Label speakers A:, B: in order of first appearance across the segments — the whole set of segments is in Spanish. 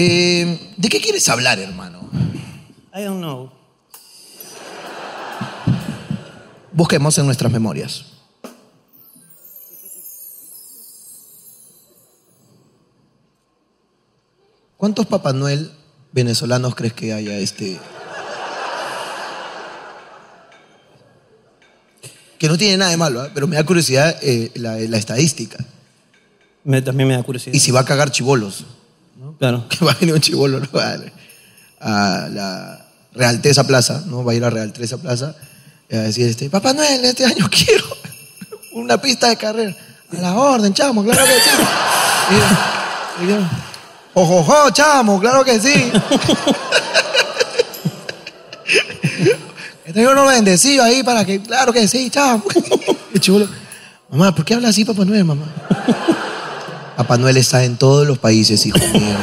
A: Eh, ¿De qué quieres hablar, hermano?
B: I don't know.
A: Busquemos en nuestras memorias. ¿Cuántos Papá Noel venezolanos crees que haya este? Que no tiene nada de malo, ¿ah? pero me da curiosidad eh, la, la estadística.
B: Me- también me da curiosidad.
A: Y si va a cagar chivolos,
B: ¿no? Claro.
A: que va a venir un chivolo ¿no? a, a la Realteza Plaza, ¿no? Va a ir a Realteza Plaza y a decir, este, Papá Noel, este año quiero una pista de carrera. A la orden, chamo, claro que sí. Y- y yo, Ojo, ojo, chamo, claro que sí. Tengo uno bendecido ahí para que, claro que sí, chamo. El chivolo, mamá, ¿por qué habla así Papá Noel, mamá? Papá Noel está en todos los países, hijo mío.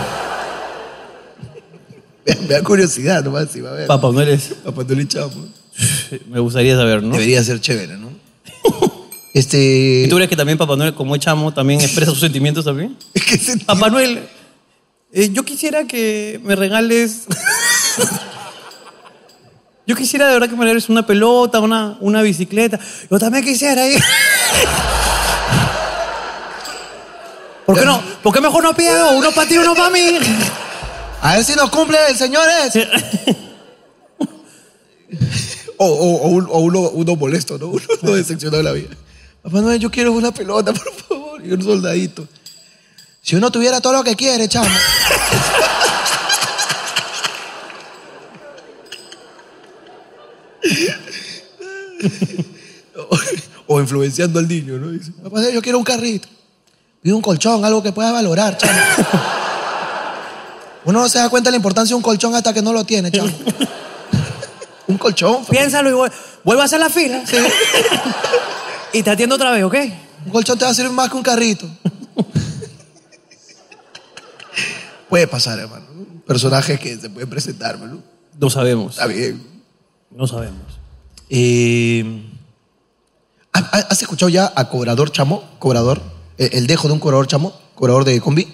A: Me- Me da curiosidad nomás si va a ver.
B: Papá Noel es-
A: Papá Noel y Chamo.
B: Me gustaría saber, ¿no?
A: Debería ser chévere, ¿no? Este.
B: ¿Y tú crees que también Papá Noel, como es chamo, también expresa sus sentimientos también?
A: ¿Qué sentido?
B: Papá Noel, eh, yo quisiera que me regales. yo quisiera de verdad que me regales una pelota, una, una bicicleta. Yo también quisiera. ¿eh? ¿Por qué no? ¿Por qué mejor no pido? Uno para ti, uno para mí.
A: A ver si nos cumple el señor ese. O, o- o un- o uno, uno molesto, ¿no? Uno, uno decepcionado de la vida. Papá Noel, yo quiero una pelota, por favor, y un soldadito. Si uno tuviera todo lo que quiere, chamo. o, o influenciando al niño, ¿no? Dice, Papá Noel, yo quiero un carrito. Pido un colchón, algo que pueda valorar, chamo. Uno no se da cuenta de la importancia de un colchón hasta que no lo tiene, chamo. un colchón, fa-
B: Piénsalo y vuel- vuelvo a hacer la fila. y te atiendo otra vez, ¿ok?
A: un colchón te va a servir más que un carrito. Puede pasar, hermano. Personajes que se pueden presentar, hermano.
B: No sabemos.
A: Está bien.
B: No sabemos.
A: Eh, ¿ha- ha- ¿Has escuchado ya a Cobrador Chamo? Cobrador. Eh, El dejo de un cobrador chamo, cobrador de combi.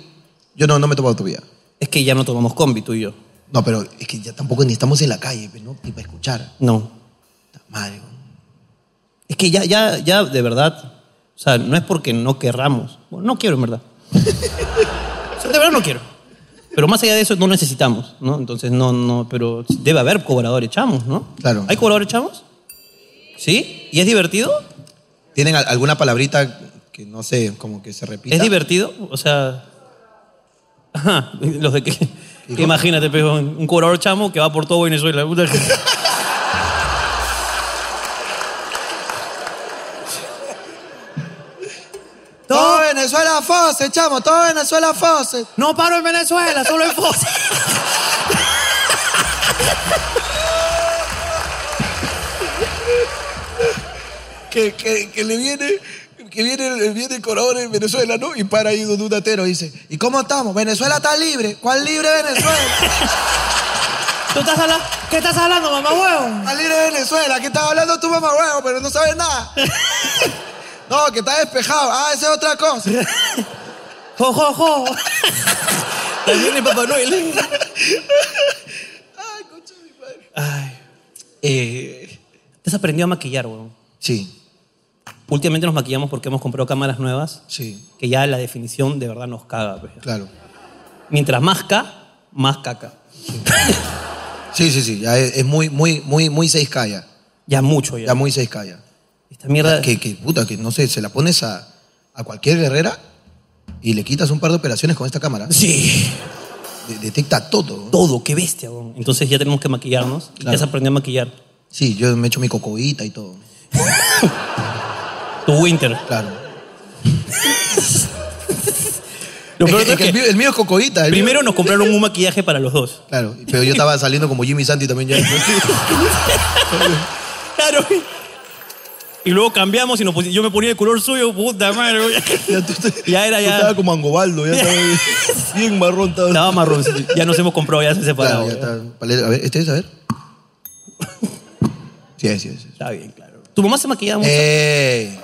A: Yo no, no me he tomado todavía.
B: Es que ya no tomamos combi, tú y yo.
A: No, pero es que ya tampoco ni estamos en la calle, pues, ¿no? Ni para escuchar.
B: No.
A: Puta Madre, weón.
B: Es que ya, ya, ya, de verdad, o sea, no es porque no querramos. Bueno, no quiero, en verdad. O sea, de verdad no quiero. Pero más allá de eso, no necesitamos, ¿no? Entonces, no, no, pero debe haber cobradores chamos, ¿no?
A: Claro.
B: ¿Hay cobradores chamos? ¿Sí? ¿Y es divertido?
A: ¿Tienen al- alguna palabrita que no sé, como que se repita?
B: ¿Es divertido? O sea... Ajá, los de que...
A: Dijo.
B: Imagínate, pues, un cobrador chamo que va por todo Venezuela. puta que-
A: Todo Venezuela Fose, chamo, todo Venezuela Fose.
B: No paro en Venezuela, solo en Fosa.
A: Que, que, que le viene, que viene, el- viene el colador en Venezuela, ¿no? Y para ahí donde un datero dice, ¿y cómo estamos? Venezuela está libre. ¿Cuál libre Venezuela?
B: ¿Tú estás hablando? ¿Qué estás hablando, mamá huevo?
A: ¿Cuál libre Venezuela? ¿Qué estás hablando tú, mamá huevo? Pero no sabes nada. No, que está despejado. Ah, esa es otra cosa.
B: Jo, jo, jo. También es Papá Noel.
A: Ay, concha de mi madre.
B: Ay,
A: Eh,
B: te has aprendido a maquillar, huevón.
A: sí,
B: Últimamente nos maquillamos porque hemos comprado cámaras nuevas
A: sí,
B: que ya la definición de verdad nos caga. pues.
A: claro.
B: Mientras más ca, más caca.
A: Sí, sí, sí. Ya es, es muy, muy, muy, muy 6K ya.
B: Ya mucho ya.
A: Ya muy 6K ya.
B: Esta mierda...
A: que, que, puta, que no sé, se la pones a, a cualquier guerrera y le quitas un par de operaciones con esta cámara.
B: Sí.
A: De- detecta todo.
B: Todo, qué bestia, huevón. Entonces ya tenemos que maquillarnos. Y
A: Claro.
B: te has aprendido a maquillar.
A: Sí, yo me echo mi cocoíta y todo.
B: Tu winter.
A: Claro.
B: Lo
A: Es
B: peor
A: que- es que el, mío, el mío es cocoíta. el mío-
B: primero nos compraron un maquillaje para los dos.
A: Claro, pero yo estaba saliendo como Jimmy Santi también ya.
B: Claro. Y luego cambiamos y nos pusi- yo me ponía el color suyo, puta madre. güey.
A: ya, tú-
B: Ya era,
A: tú
B: ya.
A: Estaba como Angobaldo, ya estaba bien- bien marrón. Estaba.
B: Estaba marrón. sí. Ya nos hemos comprado, ya se
A: Claro, ya
B: separado. güey. está.
A: está. Vale, A ver, ¿este es? A ver. Sí, es, sí, es. sí es.
B: bien, claro. ¿Tu mamá se maquillaba mucho?
A: Eh,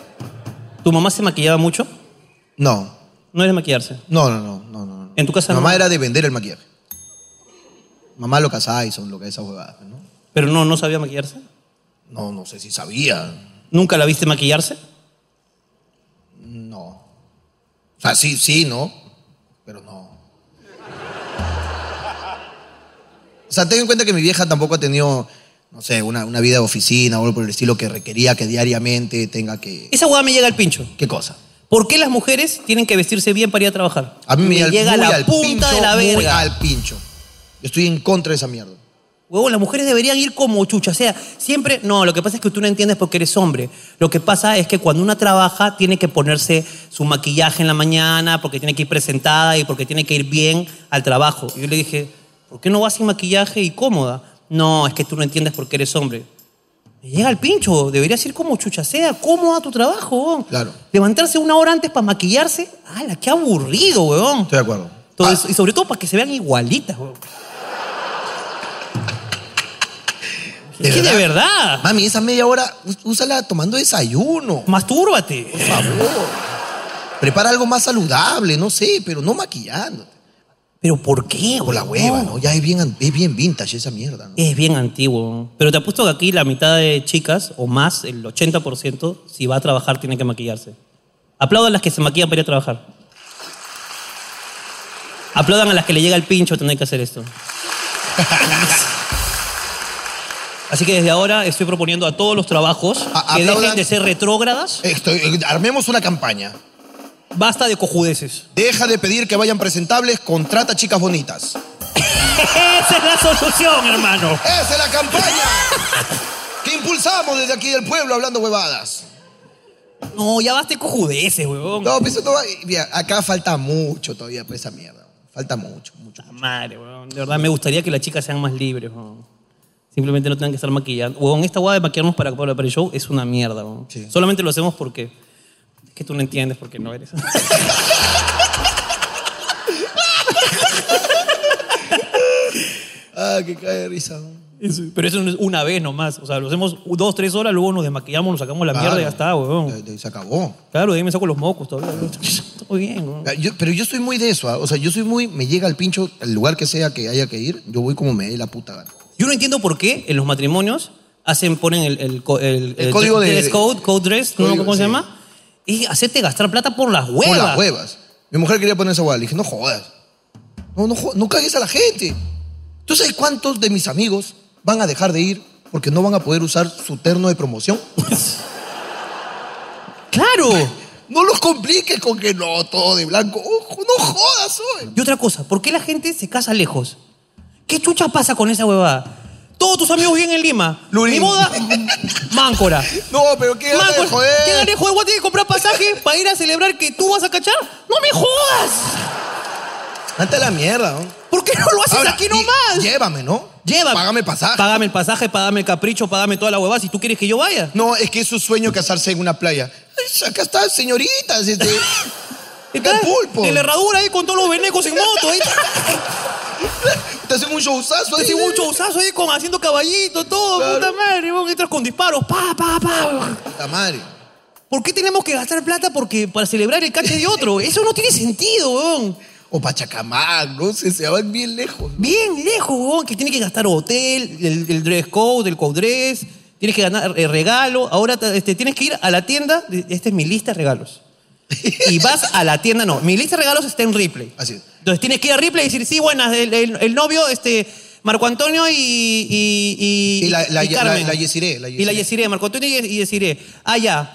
B: ¿Tu mamá se maquillaba mucho?
A: no,
B: No era maquillarse.
A: no, no, no, no, no.
B: ¿En tu casa
A: Mi mamá
B: no?
A: era de vender el maquillaje. Mamá lo casaba y son lo que esa huevada, ¿no?
B: Pero no, no sabía maquillarse.
A: No, no sé si sabía.
B: ¿Nunca la viste maquillarse?
A: No. O sea, sí, sí, ¿no? Pero no. O sea, ten en cuenta que mi vieja tampoco ha tenido, no sé, una, una vida de oficina o algo por el estilo que requería que diariamente tenga que...
B: Esa hueá me llega al pincho.
A: ¿Qué cosa?
B: ¿Por qué las mujeres tienen que vestirse bien para ir a trabajar?
A: A mí me, llega
B: llega
A: muy
B: la
A: al
B: punta
A: pincho,
B: de la
A: muy
B: verga.
A: al pincho. Yo estoy en contra de esa mierda.
B: Huevón, las mujeres deberían ir como chucha. O sea, siempre. No, lo que pasa es que tú no entiendes porque eres hombre. Lo que pasa es que cuando una trabaja, tiene que ponerse su maquillaje en la mañana, porque tiene que ir presentada y porque tiene que ir bien al trabajo. Y yo le dije, ¿por qué no vas sin maquillaje y cómoda? No, es que tú no entiendes porque eres hombre. Me llega el pincho, deberías ir como chucha sea, cómoda a tu trabajo, huevón.
A: Claro.
B: Levantarse una hora antes para maquillarse, ¡ala, qué aburrido, huevón!
A: Estoy de acuerdo.
B: Todo
A: Ah,
B: eso- y sobre todo para que se vean igualitas, huevón.
A: ¿de
B: es que de
A: verdad?
B: verdad.
A: Mami, esa media hora, us- úsala tomando desayuno.
B: Mastúrbate.
A: Por favor. Prepara algo más saludable, no sé, pero no maquillándote.
B: ¿Pero por qué?
A: Por la
B: huevón?
A: hueva, ¿no? Ya es bien, an- es bien vintage esa mierda, ¿no?
B: Es bien antiguo. Pero te apuesto que aquí la mitad de chicas, o más, el 80%, si va a trabajar tiene que maquillarse. Aplaudan las que se maquillan para ir a trabajar. Aplaudan a las que le llega el pincho tener que hacer esto. Así que desde ahora estoy proponiendo a todos los trabajos
A: A-
B: que
A: aplaudan-
B: dejen de ser retrógradas.
A: Estoy- eh, armemos una campaña.
B: Basta de cojudeces.
A: Deja de pedir que vayan presentables, contrata chicas bonitas.
B: Esa es la solución, hermano.
A: ¡Esa es la campaña! que impulsamos desde aquí del pueblo hablando huevadas.
B: No, ya basta de cojudeces, huevón.
A: No, pues eso no va- mira, acá falta mucho todavía para esa mierda. Falta mucho, mucho.
B: Puta Madre, weón. De verdad, me gustaría que las chicas sean más libres, weón. Simplemente no tengan que estar maquillando. Weón, esta guada de maquillarnos para, para, para el show es una mierda, weón.
A: Sí.
B: Solamente lo hacemos porque... Es que tú no entiendes porque no eres.
A: Ah, que cae de risa. ¿no?
B: Eso- Pero eso no es una vez nomás. O sea, lo hacemos dos, tres horas, luego nos desmaquillamos, nos sacamos la mierda y ya está, weón.
A: Ya- ya Se acabó.
B: Claro, de ahí me saco los mocos todavía. weón. Todo bien, weón.
A: Ah, yo- pero yo soy muy de eso. ah. O sea, yo soy muy. Me llega al pincho, el lugar que sea que haya que ir, yo voy como me dé la puta gana.
B: Yo no entiendo por qué en los matrimonios hacen, ponen el, el, co- el-
A: El código de-
B: dress code, code dress, no
A: Código,
B: cómo se
A: sí.
B: llama. Y hacerte gastar plata por las huevas.
A: Como las huevas. Mi mujer quería poner esa hueá. Le dije, no jodas. No, no, jo- no cagues a la gente. ¿Tú sabes cuántos de mis amigos van a dejar de ir porque no van a poder usar su terno de promoción?
B: Claro.
A: No los compliques con que no, todo de blanco. Ojo, no jodas hoy.
B: Y otra cosa, ¿por qué la gente se casa lejos? ¿Qué chucha pasa con esa huevada? Todos tus amigos viven en Lima.
A: Lurín.
B: Mi boda, Máncora.
A: No, pero qué ganas de
B: Máncora.
A: joder.
B: ¿Qué gané joder? ¿Voy a tener que comprar pasaje para ir a celebrar que tú vas a cachar? ¡No me jodas!
A: Vete a la mierda, ¿no?
B: ¿Por qué no lo haces
A: Ahora,
B: aquí
A: y-
B: nomás?
A: Llévame, ¿no?
B: Llévame.
A: Págame el pasaje.
B: Págame el pasaje, págame el capricho, págame toda la huevada si tú quieres que yo vaya.
A: No, es que es su sueño casarse en una playa. Ay, acá está, señoritas. Este, el pulpo.
B: En la herradura ahí con todos los venecos en moto. Ahí.
A: Te hacen un showzazo. ahí.
B: Te un chousazo ahí con, haciendo caballito, todo,
A: Claro.
B: puta madre. weón, Entras con disparos, pa, pa, pa.
A: Puta madre.
B: ¿Por qué tenemos que gastar plata porque, para celebrar el cache de otro? Eso no tiene sentido, weón.
A: O Pachacamac, no sé, se van bien lejos.
B: Bien lejos, weón, que tiene que gastar hotel, el, el dress code, el codress, tienes que ganar eh, regalo. Ahora ta- este, tienes que ir a la tienda, de- esta es mi lista de regalos. Y vas a la tienda, no, mi lista de regalos está en Ripley.
A: Así es.
B: Entonces tienes que ir a Ripley y decir, sí, buenas, el, el- el novio, este, Marco Antonio y. Y, y,
A: Y la- la-
B: y Carmen.
A: la- la Yesiré, la
B: Y la
A: Yesiré.
B: Yesiré, Marco Antonio y y Yesiré. Ah, ya.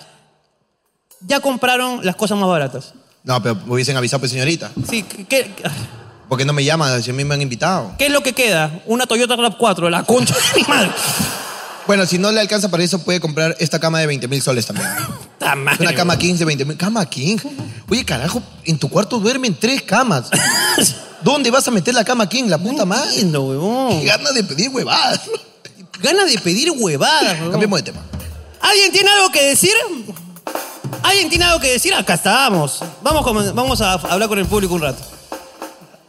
B: Ya compraron las cosas más baratas.
A: No, pero me hubiesen avisado, pues, señorita.
B: Sí, ¿qué, qué,
A: Porque no me llaman, si a mí me han invitado.
B: qué es lo que queda? Una Toyota Rap 4, la concha de mi madre.
A: Bueno, si no le alcanza para eso, puede comprar esta cama de 20 mil soles también.
B: Puta
A: Es
B: madre,
A: Una cama king de 20 mil. ¿Cama king? Oye, carajo, en tu cuarto duermen tres camas. ¿Dónde vas a meter la cama king? La puta
B: weón.
A: madre.
B: Lindo,
A: Qué
B: weón.
A: ganas de pedir huevadas.
B: Ganas de pedir huevadas, weón.
A: Cambiemos de tema.
B: ¿Alguien tiene algo que decir? ¿Alguien tiene algo que decir? Acá estamos. Vamos, con- vamos a hablar con el público un rato.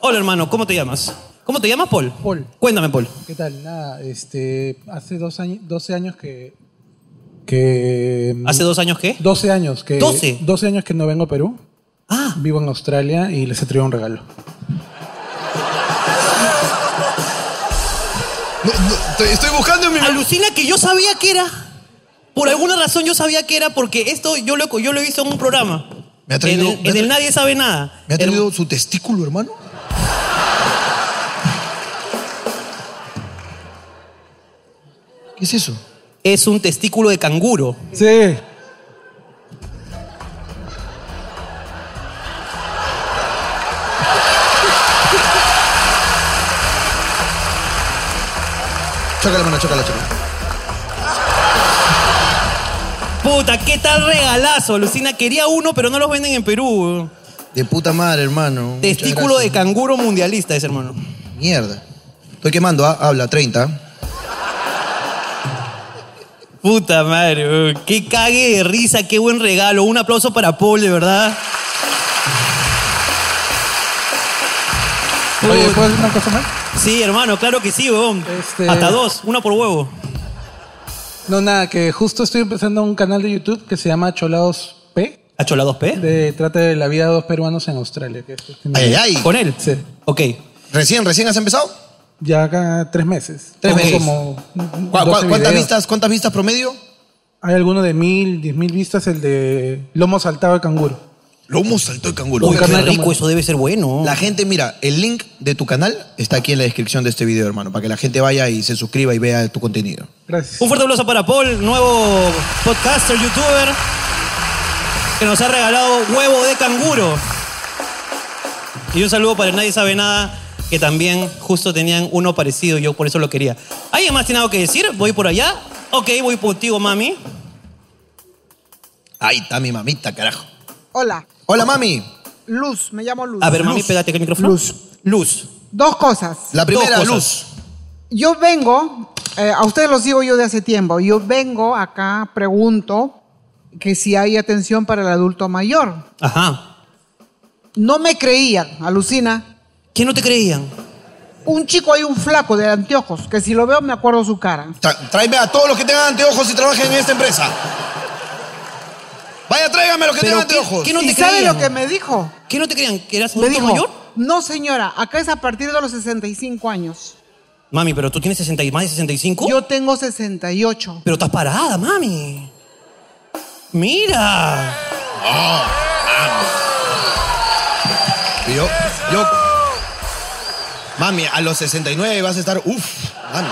B: Hola, hermano, ¿cómo te llamas? ¿Cómo te llamas, Paul?
C: Paul.
B: Cuéntame, Paul.
C: ¿Qué tal? Nada, este, hace dos años, 12 años que, que...
D: Em,
B: ¿Hace dos años qué?
C: 12 años que...
B: 12.
C: 12 años que no vengo a Perú,
B: Ah,
C: vivo en Australia y les he traído un regalo.
D: No, no, estoy, estoy buscando en mi memoria.
B: Alucina que yo sabía que era. Por alguna razón yo sabía que era porque esto yo lo, yo lo he visto en un programa.
D: Me ha traído-
B: en el,
D: me ha
B: en el
D: tra-
B: Nadie Sabe Nada.
D: ¿Me ha traído su testículo, hermano? ¿Qué es eso?
B: Es un testículo de canguro.
C: Sí.
D: Chócala, hermano, chócala, chócala.
B: Puta, qué tal regalazo, Alucina. Quería uno, pero no los venden en Perú. weón.
D: De puta madre, hermano. Muchas
B: Testículo de
D: gracias.
B: canguro mundialista ese hermano.
D: Mierda. Estoy quemando, ah, habla, 30.
B: Puta madre, weón. qué cague de risa, qué buen regalo. Un aplauso para Paul, de verdad.
C: Oye, ¿puedo decir una cosa más?
B: Sí, hermano, claro que sí, weón.
C: Este-
B: Hasta dos, una por huevo.
C: No, nada, que justo estoy empezando un canal de YouTube que se llama Cholados P,
B: ¿Ha chola 2P?
C: de trata de la vida de dos peruanos en Australia. que este esto tiene-
D: Ay, ay, ay.
B: ¿Con él?
C: Sí.
B: Ok.
D: ¿Recién, recién has empezado?
C: Ya acá tres meses.
D: Tres
C: Tengo
D: meses.
C: Como
D: ¿Cu- cu-
C: 12
D: ¿Cuántas
C: videos.
D: vistas, cuántas vistas promedio?
C: Hay alguno de mil, diez mil vistas, el de lomo saltado de canguro.
D: Lomo saltó de canguro.
B: Uy,
D: Oye,
B: qué
C: carnal,
B: rico,
C: como-
B: eso debe ser bueno.
D: La gente, mira, el link de tu canal está aquí en la descripción de este video, hermano, para que la gente vaya y se suscriba y vea tu contenido.
B: Un
C: Gracias.
B: fuerte aplauso para Paul, nuevo podcaster, youtuber, que nos ha regalado huevo de canguro. Y un saludo para el Nadie Sabe Nada, que también justo tenían uno parecido, yo por eso lo quería. ¿Alguien más tiene algo que decir? ¿Voy por allá? Ok, voy contigo, mami.
D: Ahí está mi mamita, carajo.
E: Hola,
D: Hola, mami.
E: Luz, me llamo Luz.
B: A ver, mami,
E: Luz.
B: pégate acá el micrófono.
E: Luz.
B: Luz.
E: Dos cosas.
D: La primera
B: Dos cosas.
D: luz.
E: Yo vengo, eh, a ustedes los digo yo de hace tiempo, yo vengo acá, pregunto que si hay atención para el adulto mayor.
B: Ajá.
E: No me creían, alucina.
B: ¿Quién no te creían?
E: Un chico hay un flaco de anteojos, que si lo veo me acuerdo su cara.
D: Tra- tráeme a todos los que tengan anteojos y trabajen en esta empresa. Vaya, tráigame a los que
B: Pero
D: tengan
B: ¿qué-
D: anteojos.
B: qué no
E: ¿Y
B: te
E: sabe
B: creían?
E: lo que me dijo?
B: ¿Qué no te creían? ¿Que eras
E: Me
B: adulto
E: dijo,
B: mayor?
E: no señora, acá es a partir de los 65 años.
B: Mami, pero tú tienes 60 y más de 65.
E: Yo tengo 68.
B: ¿Oh? Pero estás parada, mami. Mira.
D: Y Yo, yo. Mami, a los 69 vas a estar. Uf, mami.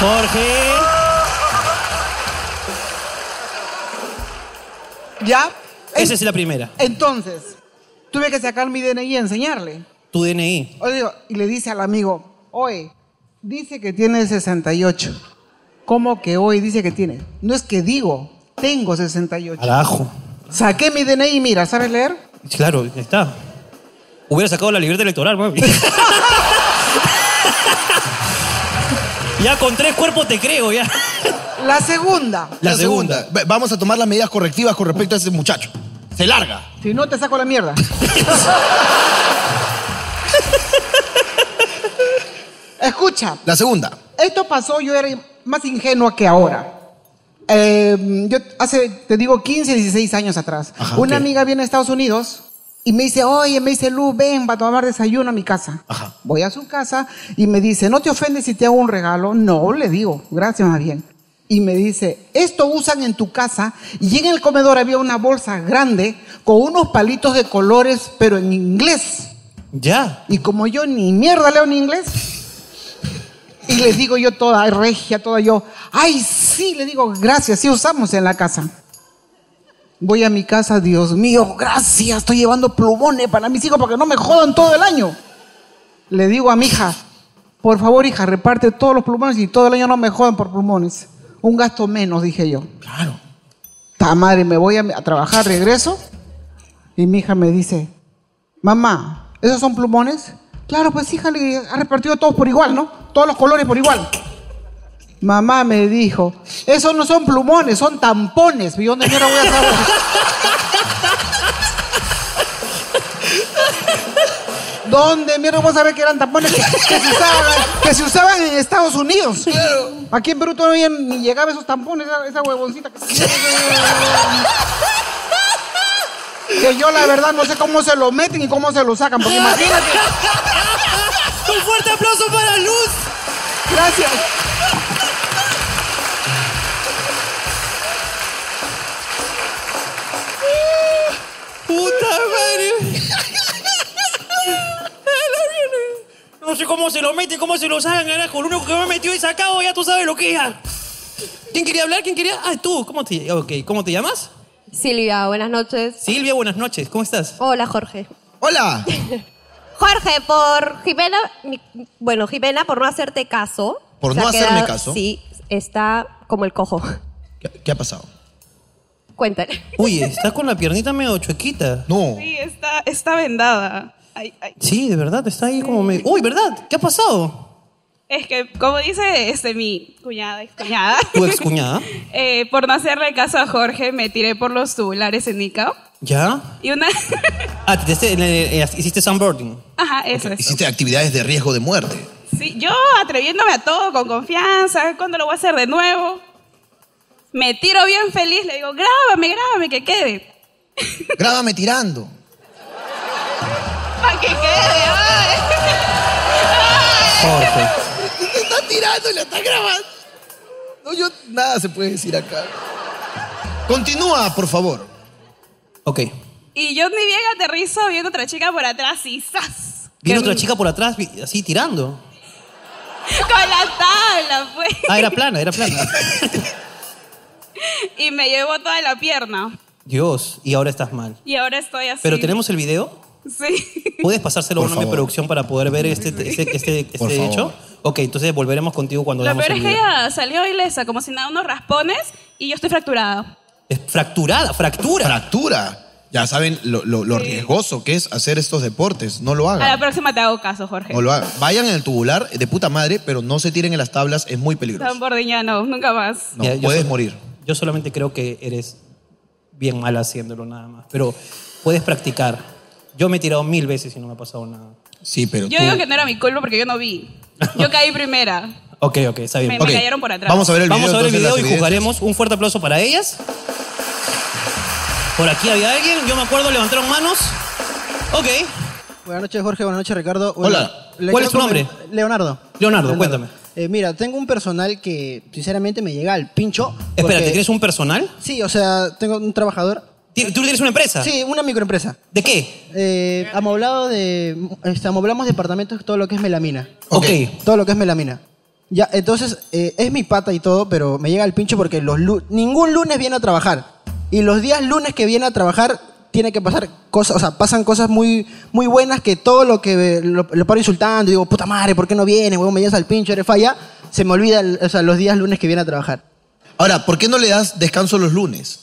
B: Jorge.
E: ¿Ya?
B: Esa es la primera.
E: Entonces, tuve que sacar mi DNI y enseñarle.
B: Tu DNI.
E: O digo, y le dice al amigo, oye, dice que tiene 68. ¿Cómo que hoy dice que tiene? No es que digo, tengo 68.
B: Carajo.
E: Saqué mi DNI y mira, ¿sabes leer?
B: Claro, ahí está. Hubiera sacado la libreta electoral, mami. ya con tres cuerpos te creo, ya.
E: La segunda,
B: La segunda.
D: Ve- Vamos a tomar las medidas correctivas con respecto a ese muchacho. Se larga.
E: si no te saco la mierda. Escucha,
D: La segunda.
E: esto pasó, yo era más ingenua que ahora. Eh, yo hace, te digo, 15, 16 años atrás.
D: Ajá,
E: una
D: ok.
E: amiga viene a Estados Unidos y me dice, oye, me dice, Lu, ven, va a tomar desayuno a mi casa.
D: Ajá.
E: Voy a su casa y me dice, ¿no te ofendes si te hago un regalo? No, le digo, gracias más bien. Y me dice, esto usan en tu casa y en el comedor había una bolsa grande con unos palitos de colores, pero en inglés.
B: Ya.
E: Y como yo ni mierda leo en inglés, y les digo yo toda regia, toda yo, ay, sí, le digo, gracias, sí usamos en la casa. Voy a mi casa, Dios mío, gracias, estoy llevando plumones para mis hijos para que no me jodan todo el año. Le digo a mi hija, por favor, hija, reparte todos los plumones y todo el año no me jodan por plumones. Un gasto menos, dije yo.
D: Claro.
E: Ta madre, me voy a, a trabajar, regreso. Y mi hija me dice, mamá, ¿esos son plumones? Claro, pues hija, le ha repartido todos por igual, ¿no? Todos los colores por igual. Mamá me dijo, esos no son plumones, son tampones. ¿Y yo dónde mierda voy a saber? ¿Dónde mierda vamos a ver que eran tampones que, que se usaban, que se usaban en Estados Unidos? Aquí en Perú todavía ni llegaba esos tampones, esa, esa huevoncita que se- Que yo la verdad no sé cómo se lo meten y cómo se lo sacan. Porque imagínate.
B: Un fuerte aplauso para Luz.
E: Gracias.
B: Puta madre. No sé cómo se lo mete, cómo se lo sacan, carajo. Lo único que me metió y sacado, ya tú sabes lo que es. ya. ¿Quién quería hablar? ¿Quién quería? Ah, tú. ¿Cómo te, ok, ¿Cómo te llamas?
F: Silvia, buenas noches.
B: Silvia, buenas noches. ¿Cómo estás?
F: Hola, Jorge.
A: Hola.
F: Jorge, por Jimena, mi- bueno, Jimena, por no hacerte caso.
A: Por
F: se
A: no
F: ha
A: hacerme
F: quedado-
A: caso.
F: Sí, está como el cojo.
A: ¿Qué, qué ha pasado?
F: Cuéntale.
B: Oye, estás con la piernita medio chuequita.
A: No.
G: Sí, está, está vendada. Ay, ay.
B: Sí, de verdad, está ahí como medio... Uy, ¿verdad? ¿Qué ha pasado?
G: Es que, como dice este, mi cuñada, ex cuñada,
B: ¿Tu excuñada?
G: eh, por no hacerle caso a Jorge, me tiré por los tubulares en Nica.
B: ¿Ya?
G: Y una.
B: Ah, te, te- le- le- hiciste sunboarding.
G: Ajá, eso es.
A: Hiciste actividades de riesgo de muerte.
G: Sí, yo atreviéndome a todo con confianza, ¿cuándo lo voy a hacer de nuevo? Me tiro bien feliz, le digo, grábame, grábame, que quede.
A: Grábame tirando.
G: Para que quede, ay.
B: Jorge.
A: Te está tirando y la está grabando. No, yo nada se puede decir acá. Continúa, por favor.
B: Ok.
G: Y yo ni bien aterrizo viendo otra chica por atrás y ¡zas!
B: Viene
G: Que-
B: otra chica por atrás, vi- así tirando.
G: Con la tabla, pues.
B: Ah, era plana, era plana.
G: Y me llevó toda la pierna.
B: Dios, y ahora estás mal.
G: Y ahora estoy así.
B: Pero tenemos el video.
G: Sí.
B: ¿Puedes pasárselo a
A: Por
B: una de
A: favor.
B: producción para poder ver este, este, este,
A: Por
B: este hecho?
A: favor.
B: Ok, entonces volveremos contigo cuando
G: Lo
B: veamos
G: peor
B: el
G: es que
B: video.
G: ella salió ilesa, como si nada, unos raspones y yo estoy fracturada.
B: Es fracturada, fractura.
A: Fractura. Ya saben lo, lo- lo riesgoso que es hacer estos deportes. No lo
G: A la
A: hagan.
G: próxima te hago caso, Jorge.
A: No lo hagan. Vayan en el tubular de puta madre, pero no se tiren en las tablas. Es muy
G: Tan
A: peligroso.
G: bordeña, no, nunca más.
A: No,
B: Ya, yo
A: puedes
B: sol-
A: morir.
B: Yo solamente creo que eres bien mal haciéndolo nada más. Pero puedes practicar. Yo me he tirado mil veces y no me ha pasado nada.
A: Sí, pero
G: Yo
A: tú-
G: digo que no era mi culpa porque yo no vi. Yo caí primera.
B: Ok, ok, está bien.
G: Me-
A: Ok,
G: cayeron por atrás.
A: Vamos a ver el video.
B: Vamos a ver el
A: entonces,
B: video
A: las
B: y
A: evidencias.
B: jugaremos. Un fuerte aplauso para ellas. Por aquí había alguien, yo me acuerdo, levantaron manos. Ok,
H: Buenas noches, Jorge. Buenas noches, Ricardo.
A: Hola.
H: le
B: ¿Cuál
H: quiero
B: es tu nombre?
H: comentar- Leonardo.
B: Leonardo, cuéntame.
H: Eh, mira, tengo un personal que sinceramente me llega al pincho.
B: espérate,
H: porque-
B: ¿tienes un personal?
H: Sí, o sea, tengo un trabajador.
B: ¿Ti- ¿Tú tienes una empresa?
H: Sí, una microempresa.
B: ¿De qué?
H: Eh, amoblado de... este, amoblamos departamentos, todo lo que es melamina.
A: Ok.
H: Todo lo que es melamina. Ya, entonces, eh, es mi pata y todo, pero me llega al pincho porque los lu- ningún lunes viene a trabajar. Y los días lunes que viene a trabajar, tiene que pasar cosas, o sea, pasan cosas muy, muy buenas que todo lo que eh, lo, lo paro insultando, y digo, puta madre, ¿por qué no viene? Huevón, me llevas al pincho, eres falla. Se me olvida, el- o sea, los días lunes que viene a trabajar.
A: Ahora, ¿por qué no le das descanso los lunes?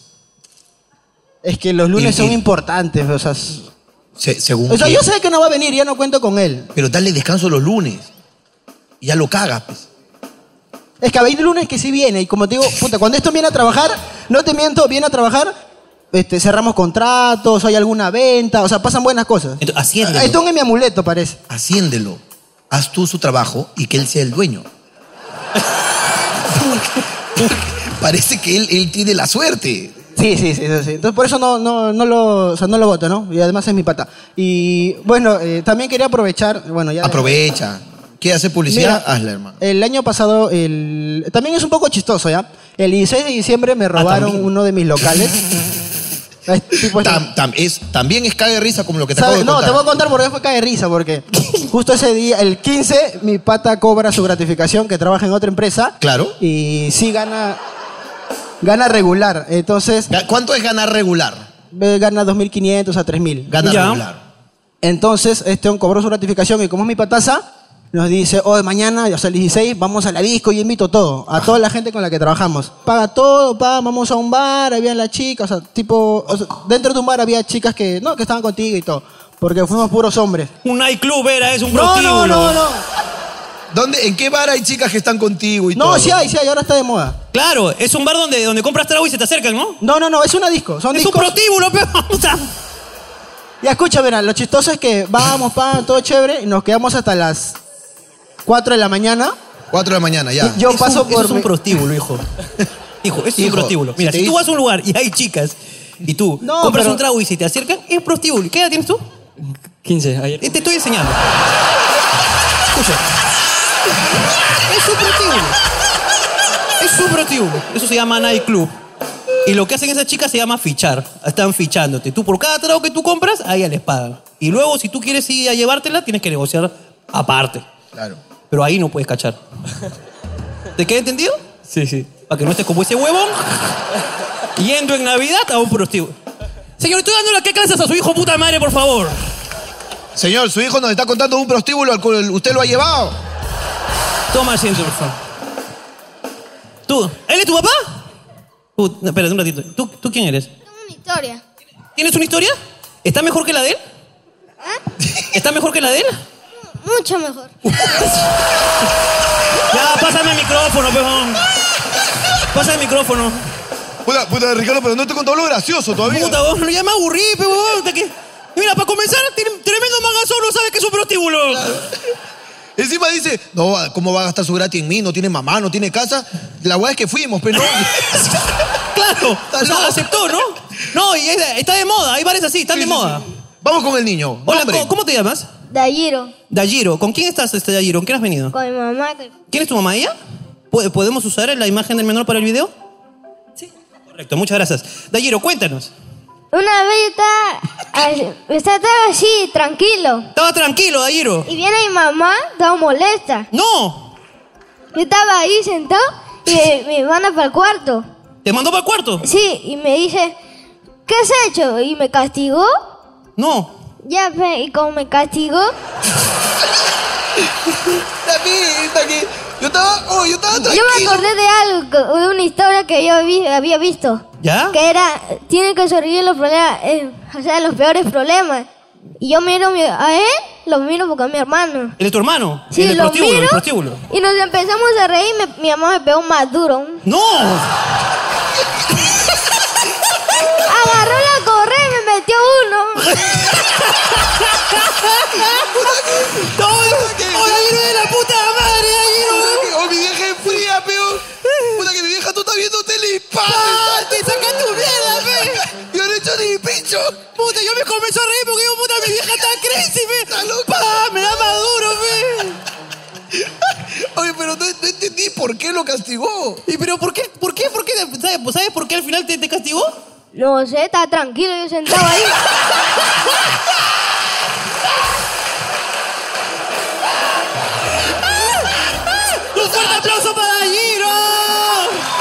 H: Es que los lunes
A: Y-
H: son
A: y-
H: importantes, o sea, s-
A: Se- según.
H: o sea,
A: quién.
H: yo sé que no va a venir, ya no cuento con él.
A: Pero dale descanso los lunes. Y ya lo cagas, pues.
H: Es que hay lunes que sí viene y como te digo, puta, cuando esto viene a trabajar, no te miento, viene a trabajar, este, cerramos contratos, hay alguna venta, o sea, pasan buenas cosas.
B: Ento- haciéndolo.
H: Ah, Esto es mi amuleto, parece.
A: Haciéndelo. Haz tú su trabajo y que él sea el dueño. Parece que él, él tiene la suerte.
H: Sí, sí, sí, eso sí. Entonces por eso no, no, no lo, o sea, no lo voto, ¿no? Y además es mi pata. Y bueno, eh, también quería aprovechar, bueno, ya.
A: Aprovecha. ¿Quieres hacer publicidad?
H: Mira,
A: Hazla, hermano.
H: El año pasado, el, también es un poco chistoso, ¿ya? El 16 de diciembre me robaron
B: también.
H: uno de mis locales. Es tipo-
A: Tam- tam- es- también es cague de risa como lo que te
H: pues, ¿Sabe?
A: acabo de
H: No,
A: contar.
H: te voy a contar por qué fue cae de risa, porque justo ese día, el 15, mi pata cobra su gratificación, que trabaja en otra empresa.
A: Claro.
H: Y sí gana, gana regular. Entonces,
A: Ga- ¿Cuánto es ganar regular?
H: eh, gana 2.500 a 3.000.
A: Ganar
B: Ya.
A: regular.
H: Entonces, este hombre cobró su gratificación y como es mi pataza, nos dice, hoy mañana, o sea, el 16, vamos a la disco y invito todo, a toda la gente con la que trabajamos. Paga todo, pa, vamos a un bar, había las chicas, o sea, tipo, o sea, dentro de un bar había chicas que, no, que estaban contigo y todo, porque fuimos puros hombres.
B: Un nightclub era, es un
H: No,
B: prostíbulo.
H: no, no, no.
A: ¿Dónde, ¿En qué bar hay chicas que están contigo y todo?
H: No, sí hay, sí hay, ahora está de moda.
B: Claro, es un bar donde, donde compras trago y se te acercan, ¿no?
H: No, no, no, es una disco. Son
B: Es un
H: discos.
B: prostíbulo, pe- puta.
H: Ya escucha, verá, lo chistoso es que vamos, pa, todo chévere, y nos quedamos hasta las 4 de la mañana.
A: Cuatro de la mañana, ya.
H: Yo
B: Eso-
H: paso
B: eso
H: por.
B: es un
H: mi-
B: prostíbulo, hijo. Hijo, eso es un
A: Hijo,
B: prostíbulo. Mira,
A: si te
B: si tú
A: dice-
B: vas a un lugar y hay chicas Y tú
H: No,
B: compras
H: pero-
B: un trago y se te acercan, es prostíbulo. ¿Qué edad tienes tú?
I: 15 ayer.
B: Eh, Te estoy enseñando. Escucha. Es un prostíbulo. Es un prostíbulo. Eso se llama nightclub. Y lo que hacen esas chicas se llama fichar. Están fichándote. Tú por cada trago que tú compras, a ella les pagan. Y luego, si tú quieres ir a llevártela, tienes que negociar aparte.
D: Claro.
B: Pero ahí no puedes cachar. ¿Te queda entendido?
I: Sí, sí.
B: Para que no estés como ese huevón yendo en Navidad a un prostíbulo. Señor, estoy dando la que calzas a su hijo, puta madre, por favor.
D: Señor, su hijo nos está contando un prostíbulo al cual usted lo ha llevado.
B: Toma asiento, por favor. ¿Tú? ¿Él es tu papá? Puta, no, espérate un ratito. ¿Tú, tú quién eres?
J: Tengo una historia.
B: ¿Tienes una historia? ¿Está mejor que la de él?
D: ¿Ah?
B: ¿Está mejor que la de él?
J: Mucho mejor.
B: Ya, pásame el micrófono, pejón. Pásame el micrófono.
D: Puta, puta, Ricardo, pero no te contó lo gracioso todavía.
B: Puta, vos, ya me aburrí, pejón. hasta que- Mira, para comenzar, tiene- tremendo magazón, no sabe que es un prostíbulo.
D: Encima dice, no, ¿cómo va a gastar su gratis en mí? No tiene mamá, no tiene casa. La weá es que fuimos, pero no.
B: Claro, o sea, aceptó, ¿no? No, y es- está de moda, hay bares así, están de moda.
D: Vamos con el niño.
B: Hola,
D: Nombre.
B: ¿cómo- ¿cómo te llamas?
J: Dayiro,
B: Dayiro, ¿con quién estás, este Dayiro? ¿Con quién has venido?
J: con mi mamá. que-
B: ¿Quién es tu mamá ella? ¿Po- ¿Podemos usar la imagen del menor para el video? Sí. Correcto, muchas gracias. Dayiro, cuéntanos.
J: Una vez yo estaba, así- estaba todo así, tranquilo.
B: Estaba tranquilo, Dayiro.
J: Y viene mi mamá, estaba molesta.
B: ¡No!
J: Yo estaba ahí sentado y me, me manda para el cuarto.
B: ¿Te mandó para el cuarto?
J: Sí, y me dice, ¿qué has hecho? Y me castigó.
B: No.
J: Ya, fe, y como me castigó,
D: Está aquí, está aquí. Yo estaba, oh, yo estaba
J: yo me
D: tranquilo.
J: acordé de algo, que- de una historia que yo vi- había visto.
B: ¿Ya?
J: Que era, tiene que sobrevivir los problemas, eh, o sea, los peores problemas. Y yo miro mi- a él, lo miro porque es mi hermano.
B: ¿El de tu hermano?
J: Sí,
B: ¿El del
J: lo
B: prostíbulo?
J: miro
B: ¿El prostíbulo?
J: y nos empezamos a reír. me- mi mamá me pegó más duro.
B: ¡No!
J: Agarró la correa y me metió uno.
B: ¡No! ¡Oh, Dayiro de la puta madre, Dayiro!
D: Oh, mi vieja es fría, peo. Puta que mi vieja, tú estás viendo tele y ¡pam!
B: Ah, ¡Te saca tu mierda, pe!
D: Yo no he hecho ni pincho.
B: Puta, yo me comencé a reír porque yo, puta, mi vieja está crazy, pe. Pa, me da maduro,
D: Oye, pero no, no entendí por qué lo castigó.
B: pe. ¿Y pero por qué? ¿Por qué? ¿Por qué? ¿Sabes, ¿sabes por qué al final te, te castigó?
J: No sé, estaba tranquilo, yo sentado ahí.
B: ¡Un fuerte aplauso para Giro!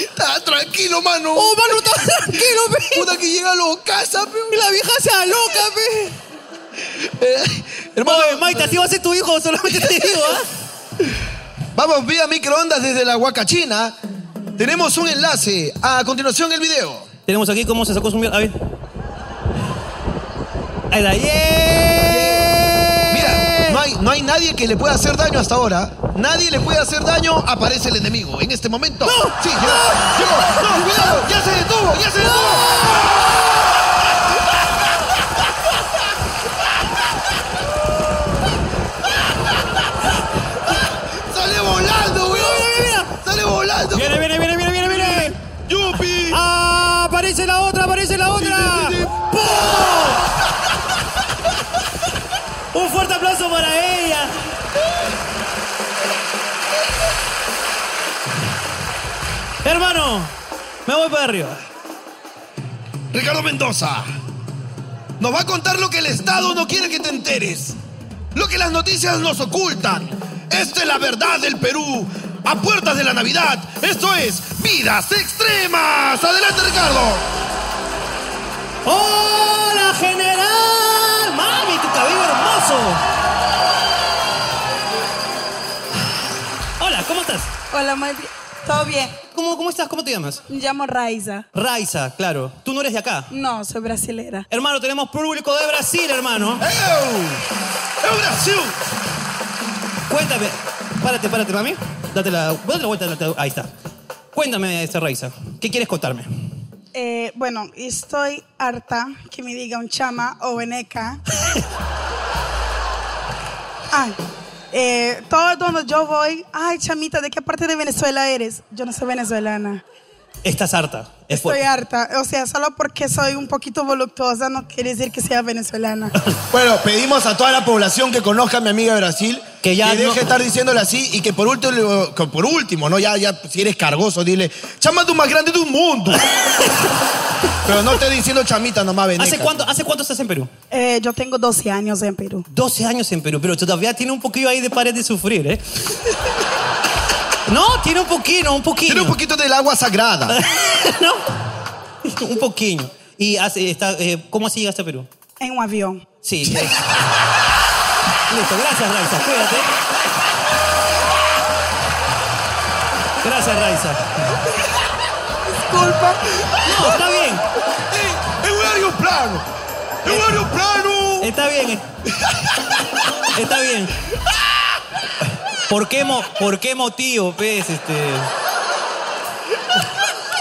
D: Estaba tranquilo, mano.
B: ¡Oh, mano, está tranquilo, pe!
D: Puta que llega a los casa, peo.
B: Y la vieja se aloca, pe.
D: Eh, Hermano,
B: Oye, Maita, si vas a ser tu hijo, solamente te digo, ¿ah?
D: Vamos vía microondas desde la Huacachina. Tenemos un enlace. A continuación el video.
B: Tenemos aquí cómo se sacó su mierda. A ver. Ahí está. ¡Yeah!
D: Mira, no hay, no hay nadie que le pueda hacer daño hasta ahora. Nadie le puede hacer daño. Aparece el enemigo en este momento. Sí, llegó, llegó. No, cuidado. Ya se detuvo, ya se detuvo. Sale volando, weón. Sale volando.
B: Viene, viene, viene, viene, viene, viene.
D: Yupi.
B: ¡Ah! ¡Aparece la otra! ¡Aparece la otra!
D: sí, sí.
B: ¡Pum! Un fuerte aplauso para ella. Hermano, me voy para arriba.
D: Ricardo Mendoza nos va a contar lo que el Estado no quiere que te enteres, lo que las noticias nos ocultan. Esta es la verdad del Perú. A puertas de la Navidad, esto es Vidas Extremas. Adelante, Ricardo.
B: ¡Hola, general! ¡Mami, tu cabello hermoso! Hola, ¿cómo estás?
G: Hola, Madrid. ¿Todo bien?
B: ¿Cómo, cómo estás? ¿Cómo te llamas?
G: Me llamo Raiza.
B: Raiza, claro. Tú no eres de acá.
G: No, soy brasilera.
B: Hermano, tenemos público de Brasil, hermano.
D: ¡Eu! ¡Eu, Brasil!
B: Cuéntame. Párate, párate, mami. Date la, date la vuelta. date la- ahí está. Cuéntame, este Raiza. ¿Qué quieres contarme?
G: Eh, bueno, estoy harta que me diga un chama o veneca. ah,
K: eh, todo donde yo voy, ay, chamita, ¿de qué parte de Venezuela eres? Yo no soy venezolana.
B: Estás harta. Es
K: Estoy
B: fuerte.
K: harta. O sea, solo porque soy un poquito voluptuosa no quiere decir que sea venezolana.
D: Bueno, pedimos a toda la población que conozca a mi amiga de Brasil que
B: ya
D: deje
B: no-
D: de estar diciéndole así y que por último, que por último, ¿no? Ya, ya, si eres cargoso, dile, chama tú más grande del mundo. Pero no te diciendo chamita nomás, veneca.
B: ¿Hace cuánto, ¿Hace cuánto estás en Perú?
K: Eh, yo tengo 12 años en Perú.
B: 12 años en Perú, pero todavía tiene un poquillo ahí de pared de sufrir, ¿eh? No, tiene un poquito, un poquito.
D: Tiene un poquito del agua sagrada.
B: ¿No? Un poquillo. ¿Y hace, está, eh, cómo así llegaste a Perú?
K: En un avión.
B: Sí. eh. Listo, gracias Raiza, cuídate. Gracias Raiza.
K: Disculpa.
B: No, está bien,
D: ¡Es un aeroplano! ¡Es un aeroplano!
B: está bien. eh. Está bien. ¿Por qué, mo- por qué motivo, pez, este?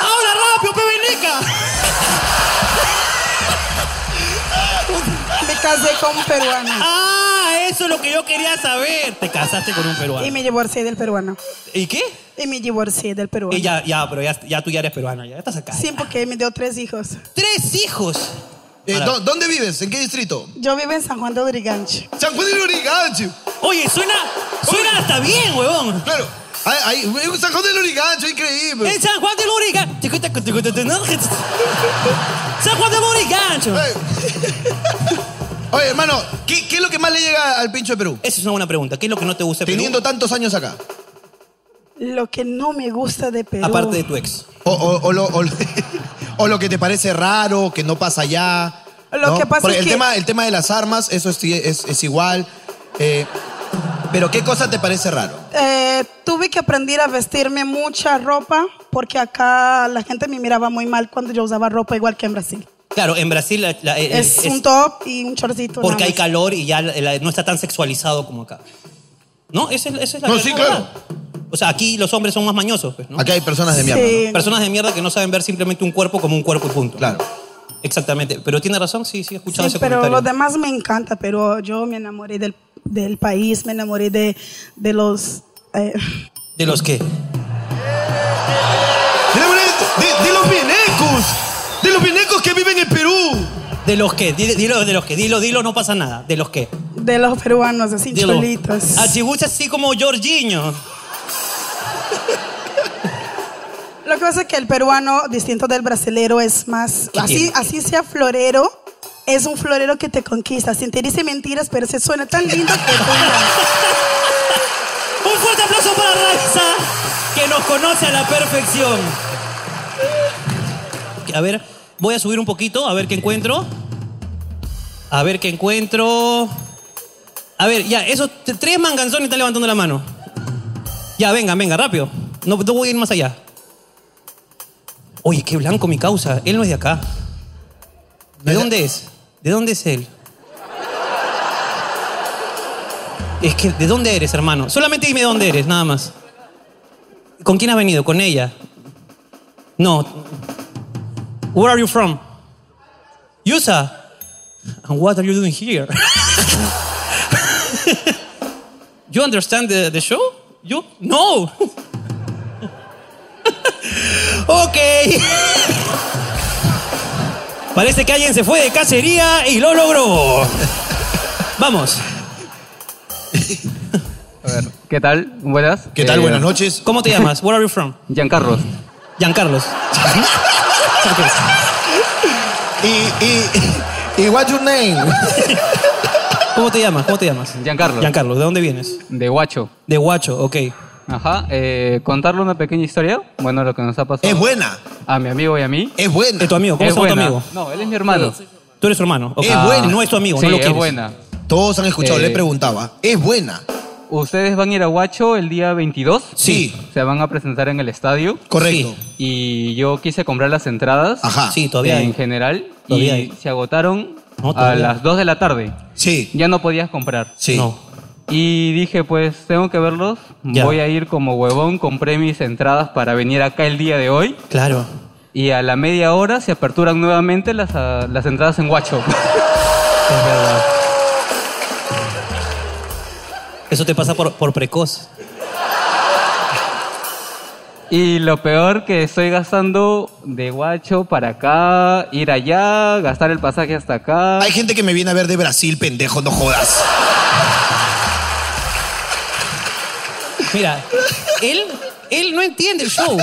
B: ¡Ahora rápido, pebenica!
K: Me casé con un peruano.
B: ¡Ah! Eso es lo que yo quería saber. Te casaste con un
K: Y
B: peruano.
K: me divorcié del peruano.
B: ¿Y qué?
K: Y me divorcié del peruano.
B: Y ya, ya, pero ya, ya tú ya eres peruana, ya estás acá.
K: Sí, porque me dio tres hijos.
B: ¡Tres hijos!
D: Eh,
B: Ahora.
D: ¿dó- ¿Dónde vives? ¿En qué distrito?
K: Yo vivo en San Juan de Urigancho.
D: San Juan de Lurigancho.
B: Oye, suena, suena hasta bien, huevón.
D: Claro. Ahí, ahí, en San Juan de Lurigancho, increíble.
B: En San Juan de Lurigancho. San Juan de Lurigancho.
D: Ey. Oye, hermano, ¿qué, qué es lo que más le llega al pincho de Perú?
B: Esa es una buena pregunta. ¿Qué es lo que no te gusta de Perú?
D: Teniendo tantos años acá.
K: Lo que no me gusta de Perú.
B: Aparte de tu ex.
D: O, o- o lo, o lo- o lo que te parece raro, que no pasa allá.
K: Lo
D: ¿no?
K: que pasa
D: Porque
K: es
D: el
K: que-
D: Tema, el tema de las armas, eso es, es- es igual. Eh, pero ¿qué cosa te parece raro?
K: Eh, tuve que aprender a vestirme mucha ropa porque acá la gente me miraba muy mal cuando yo usaba ropa igual que en Brasil.
B: Claro, en Brasil la- la- eh,
K: Es,
B: es-
K: un top y un chorcito.
B: porque
K: nada
B: hay
K: más.
B: calor y ya la- la- no está tan sexualizado como acá. No, esa es, esa es la
D: No,
B: la
D: sí,
B: verdad. O sea, aquí los hombres son más mañosos, pues, ¿no?
D: Acá hay personas de mierda.
K: Sí.
D: ¿no?
B: Personas de mierda que no saben ver simplemente un cuerpo como un cuerpo y punto.
D: Claro.
B: Exactamente. Pero tiene razón, sí, sí, he escuchado
K: Sí,
B: ese
K: pero
B: comentario.
K: lo demás me encanta, pero yo me enamoré del, del país, me enamoré de, de los... eh,
B: ¿De los qué?
D: De, de- de los vinecos. De los vinecos que viven en Perú.
B: ¿De los qué? Dilo, dilo, de los qué. Dilo, dilo, no pasa nada. ¿De los qué?
K: de los peruanos, así
B: Dilo.
K: cholitos.
B: Achibusas así como Jorginho.
K: Lo que pasa es que el peruano, distinto del brasilero, es más.
B: ¿Qué
K: Así,
B: tiene?
K: así sea florero, es un florero que te conquista. Sin te dice mentiras, pero se suena tan lindo que tú ya-
B: Un fuerte aplauso para Raiza, que nos conoce a la perfección. A ver, voy a subir un poquito, a ver qué encuentro. A ver qué encuentro. A ver, ya, esos t- tres manganzones están levantando la mano. Ya, venga, venga, rápido. No, no voy a ir más allá. Oye, qué blanco mi causa. Él no es de acá. ¿De dónde es? ¿De dónde es él? Es que, ¿de dónde eres, hermano? Solamente dime dónde eres, nada más. ¿Con quién has venido? ¿Con ella? No. Where are you from? USA. And what are you doing here? you understand the, the show? You? No. ok. Parece que alguien se fue de cacería y lo logró. Vamos.
L: ¿Qué tal? Buenas.
D: ¿Qué tal?
L: Eh,
D: Buenas noches.
B: ¿Cómo te llamas? Where are you from?
L: Giancarlos.
B: Giancarlos.
D: Y, y, y what's your name?
B: ¿Cómo te llamas? ¿Cómo te llamas?
L: Giancarlo.
B: Giancarlo, ¿de dónde vienes?
L: De Guacho.
B: De Huacho, ok.
L: Ajá. Eh, contarle una pequeña historia. Bueno, lo que nos ha pasado.
D: Es buena,
L: A mi amigo y a mí.
D: es buena.
B: ¿Es tu amigo? ¿Cómo
L: es
B: se llama tu
L: buena.
B: amigo?
L: No, él es mi hermano.
B: Tú eres su hermano. ok.
D: Es buena.
B: No es tu amigo,
L: Ah, Sí,
B: no lo
L: es
B: quieres.
L: buena.
D: Todos han escuchado,
L: Eh.
D: le preguntaba. ¿Es buena?
L: Ustedes van a ir a Guacho el día 22.
D: Sí,
L: Se van a presentar en el estadio.
D: correcto.
L: Y yo quise comprar las entradas.
D: Ajá.
B: Sí, todavía
L: En
B: hay.
L: general.
B: Todavía
L: y
B: hay.
L: se agotaron
B: No,
L: a
B: todavía.
L: las 2 de la tarde.
D: Sí,
L: Ya no podías comprar.
D: sí.
B: No.
L: Y dije, pues tengo que verlos.
B: Ya.
L: Voy a ir como huevón. Compré mis entradas para venir acá el día de hoy.
B: Claro.
L: Y a la media hora se aperturan nuevamente las, ah, las entradas en Guacho.
B: Es verdad. Eso te pasa por, por precoz.
L: Y lo peor que estoy gastando de guacho para acá, ir allá, gastar el pasaje hasta acá.
D: Hay gente que me viene a ver de Brasil, pendejo, no jodas.
B: Mira, él, él no entiende el show.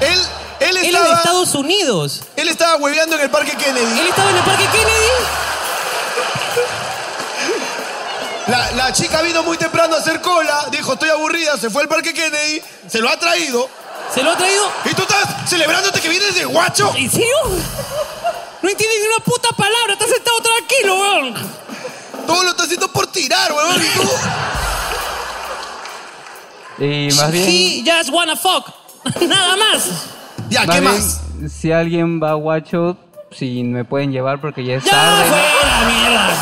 D: él, él
B: es
D: estaba-
B: de Estados Unidos.
D: Él estaba hueveando en el Parque Kennedy.
B: Él estaba en el Parque Kennedy.
D: La, la chica vino muy temprano a hacer cola, dijo estoy aburrida, se fue al Parque Kennedy, se lo ha traído.
B: ¿Se lo ha traído?
D: ¿Y tú estás celebrándote que vienes de guacho?
B: ¿En serio? No entiendes ni una puta palabra, estás sentado tranquilo, weón.
D: Todo lo estás haciendo por tirar, weón. ¿Y tú?
L: Y más bien.
B: He just wanna fuck. Nada más.
D: Ya,
L: Ah, más bien, Si alguien va a guacho, si me pueden llevar porque ya es tarde.
B: Ah,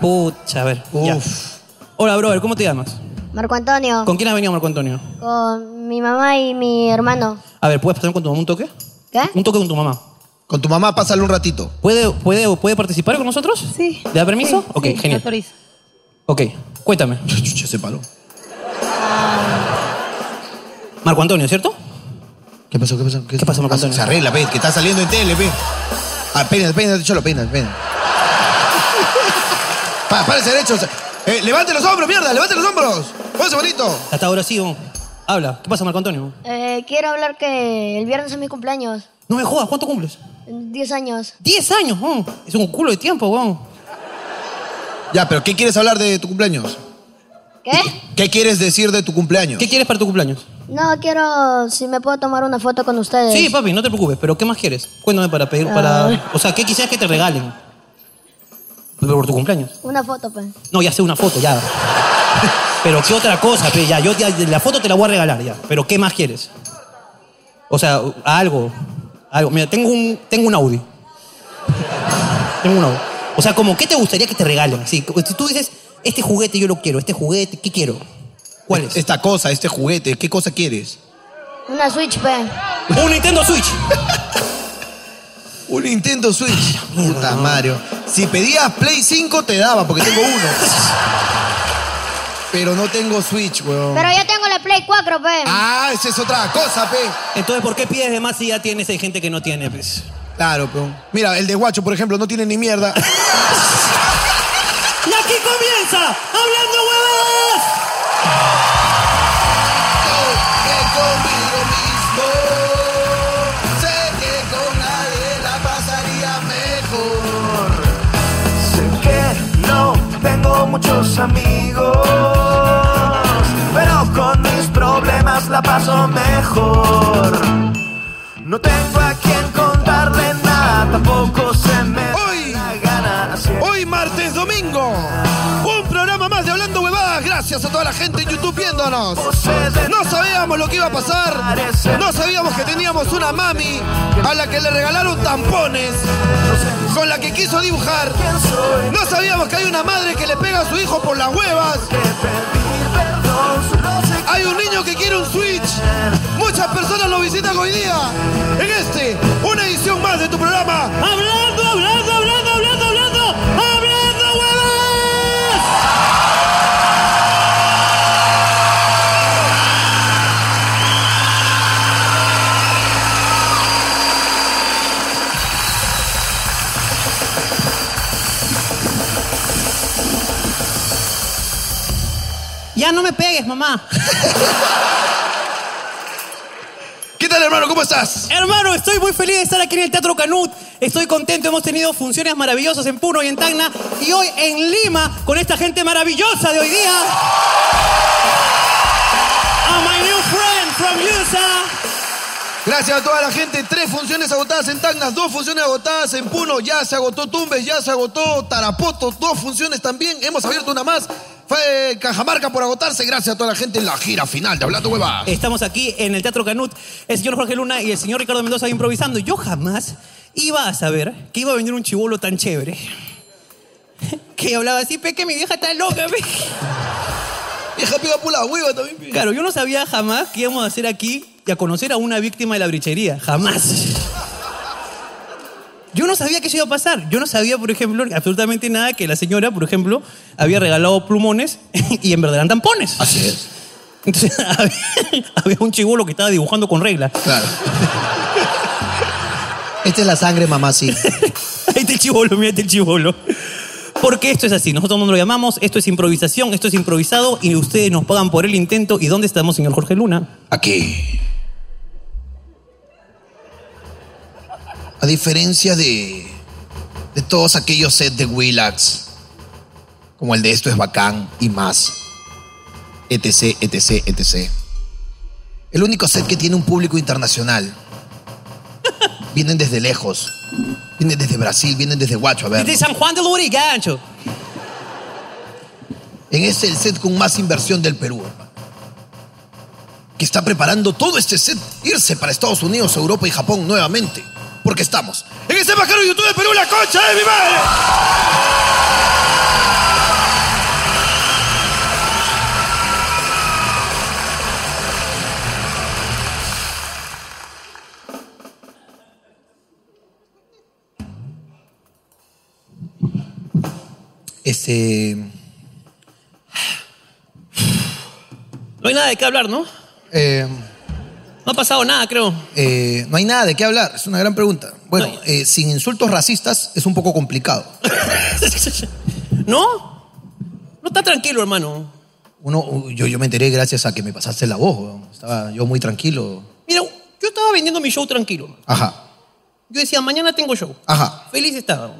B: Pucha, a ver. Uf. Hola, brother, ¿cómo te llamas?
J: Marco Antonio.
B: ¿Con quién has venido, Marco Antonio?
J: Con mi mamá y mi hermano.
B: A ver, ¿puedes pasar con tu mamá un toque?
J: ¿Qué?
B: Un toque con tu mamá.
D: Con tu mamá, pásale un ratito.
B: ¿Puede, puede, puede participar con nosotros? Sí. ¿Le da permiso? ok, genial. Ok, cuéntame.
D: Chucha, se paró.
B: Marco Antonio, ¿cierto?
D: ¿Qué pasó? ¿Qué pasó? ¿Qué,
B: pasó, Marco
D: Se arregla, ve, que está saliendo en tele, ve. Ah, peínate, peínate, cholo, peínate, peínate. Pa, párese derecho. Eh, levante los hombros, mierda, levante los hombros. Póngase bonito.
B: Hasta ahora sí, vamos. Habla. ¿Qué pasa, Marco Antonio?
J: Eh, quiero hablar que el viernes es mi cumpleaños.
B: No me jodas, ¿cuánto cumples?
J: 10 años.
B: ¡10 años! weón. Es un culo de tiempo, weón.
D: Ya, pero ¿qué quieres hablar de tu cumpleaños?
J: ¿Qué?
D: ¿Qué quieres decir de tu cumpleaños?
B: ¿Qué quieres para tu cumpleaños?
J: No, quiero si me puedo tomar una foto con ustedes.
B: Sí, papi, no te preocupes, pero ¿qué más quieres? Cuéntame para pedir, para... O sea, ¿qué quisieras que te regalen? Pero Por tu cumpleaños.
J: Una foto, pues.
B: No, ya sé una foto, ya. Pero qué otra cosa, pe, ya, yo ya- la foto te la voy a regalar ya. Pero ¿qué más quieres? O sea, algo. Algo. Mira, tengo un, tengo un Audi. Tengo un Audi. O sea, como, ¿qué te gustaría que te regalen? Sí, si tú dices, este juguete yo lo quiero, este juguete, ¿qué quiero? ¿Cuál es?
D: Esta cosa, este juguete, ¿qué cosa quieres?
J: Una Switch, pues.
B: Un Nintendo Switch.
D: Un Nintendo Switch. Puta Mario. Si pedías Play 5 te daba, porque tengo uno. Pero no tengo Switch, weón.
J: Pero yo tengo la Play 4, pues.
D: Ah, esa es otra cosa, pe.
B: Entonces, ¿por qué pides de más si ya tienes hay gente que no tiene, pues?
D: Claro, peón. Mira, el de Guacho, por ejemplo, no tiene ni mierda.
B: ¡Y aquí comienza! ¡Hablando huevadas!
D: Sé que con nadie la pasaría mejor.
M: Sé que no tengo muchos amigos, pero con mis problemas la paso mejor. No tengo a quien contarle nada, tampoco se me da la gana. así es.
D: Hoy martes domingo, un programa más de Hablando Huevadas. Gracias a toda la gente en YouTube viéndonos. No sabíamos lo que iba a pasar. No sabíamos que teníamos una mami a la que le regalaron tampones. Con la que quiso dibujar. No sabíamos que hay una madre que le pega a su hijo por las huevas. Hay un niño que quiere un Switch. Muchas personas lo visitan hoy día. En este, una edición más de tu programa.
B: ¡Hablando, hablando, hablando, hablando, hablando! ¡Hablando, Ya no me pegues, mamá.
D: ¿Qué tal, hermano? ¿Cómo estás?
B: Hermano, estoy muy feliz de estar aquí en el Teatro Canut. Estoy contento, hemos tenido funciones maravillosas en Puno y en Tacna. Y hoy en Lima, con esta gente maravillosa de hoy día. A my new friend from USA.
D: Gracias a toda la gente. Tres funciones agotadas en Tacnas, dos funciones agotadas en Puno. Ya se agotó Tumbes, ya se agotó Tarapoto. Dos funciones también. Hemos abierto una más. Fue Cajamarca por agotarse. Gracias a toda la gente en la gira final de Hablando Hueva.
B: Estamos aquí en el Teatro Canut, el señor Jorge Luna y el señor Ricardo Mendoza improvisando. Yo jamás iba a saber que iba a venir un chivolo tan chévere. Que hablaba así, pe, que mi vieja está loca, pe.
D: Vieja pega por la hueva también, pe.
B: Claro, yo no sabía jamás que íbamos a hacer aquí y a conocer a una víctima de la brichería. Jamás. Yo no sabía que eso iba a pasar. Yo no sabía, por ejemplo, absolutamente nada que la señora, por ejemplo, había regalado plumones y en verdad eran tampones. Así es. Entonces había, había un chivolo que estaba dibujando con reglas. Claro.
A: Esta es la sangre, mamá, sí.
B: Ahí está el Este chivolo, mira ahí está el chivolo. Porque esto es así, nosotros no lo llamamos, esto es improvisación, esto es improvisado y ustedes nos pagan por el intento. ¿Y dónde estamos, señor Jorge Luna?
A: Aquí. A diferencia de, de todos aquellos sets de Willax, como el de Esto es Bacán y más, etc., etc., etc. El único set que tiene un público internacional. Vienen desde lejos. Vienen desde Brasil, vienen desde Guacho, a ver.
B: Desde San Juan de Lurigancho.
A: En ese el set con más inversión del Perú, hermano. Que está preparando todo este set irse para Estados Unidos, Europa y Japón nuevamente. Porque estamos. En ese pájaro YouTube de Perú, la concha de mi madre. Este.
B: No hay nada de qué hablar, ¿no?
A: eh,
B: No ha pasado nada, creo.
A: eh, no hay nada de qué hablar, es una gran pregunta. Bueno, eh, sin insultos racistas es un poco complicado.
B: ¿No? No está tranquilo, hermano.
A: Uno, yo, yo me enteré gracias a que me pasaste la voz, weón. estaba yo muy tranquilo.
B: Mira, yo estaba vendiendo mi show tranquilo.
A: Ajá,
B: Yo decía, mañana tengo show.
A: ajá.
B: Feliz estaba.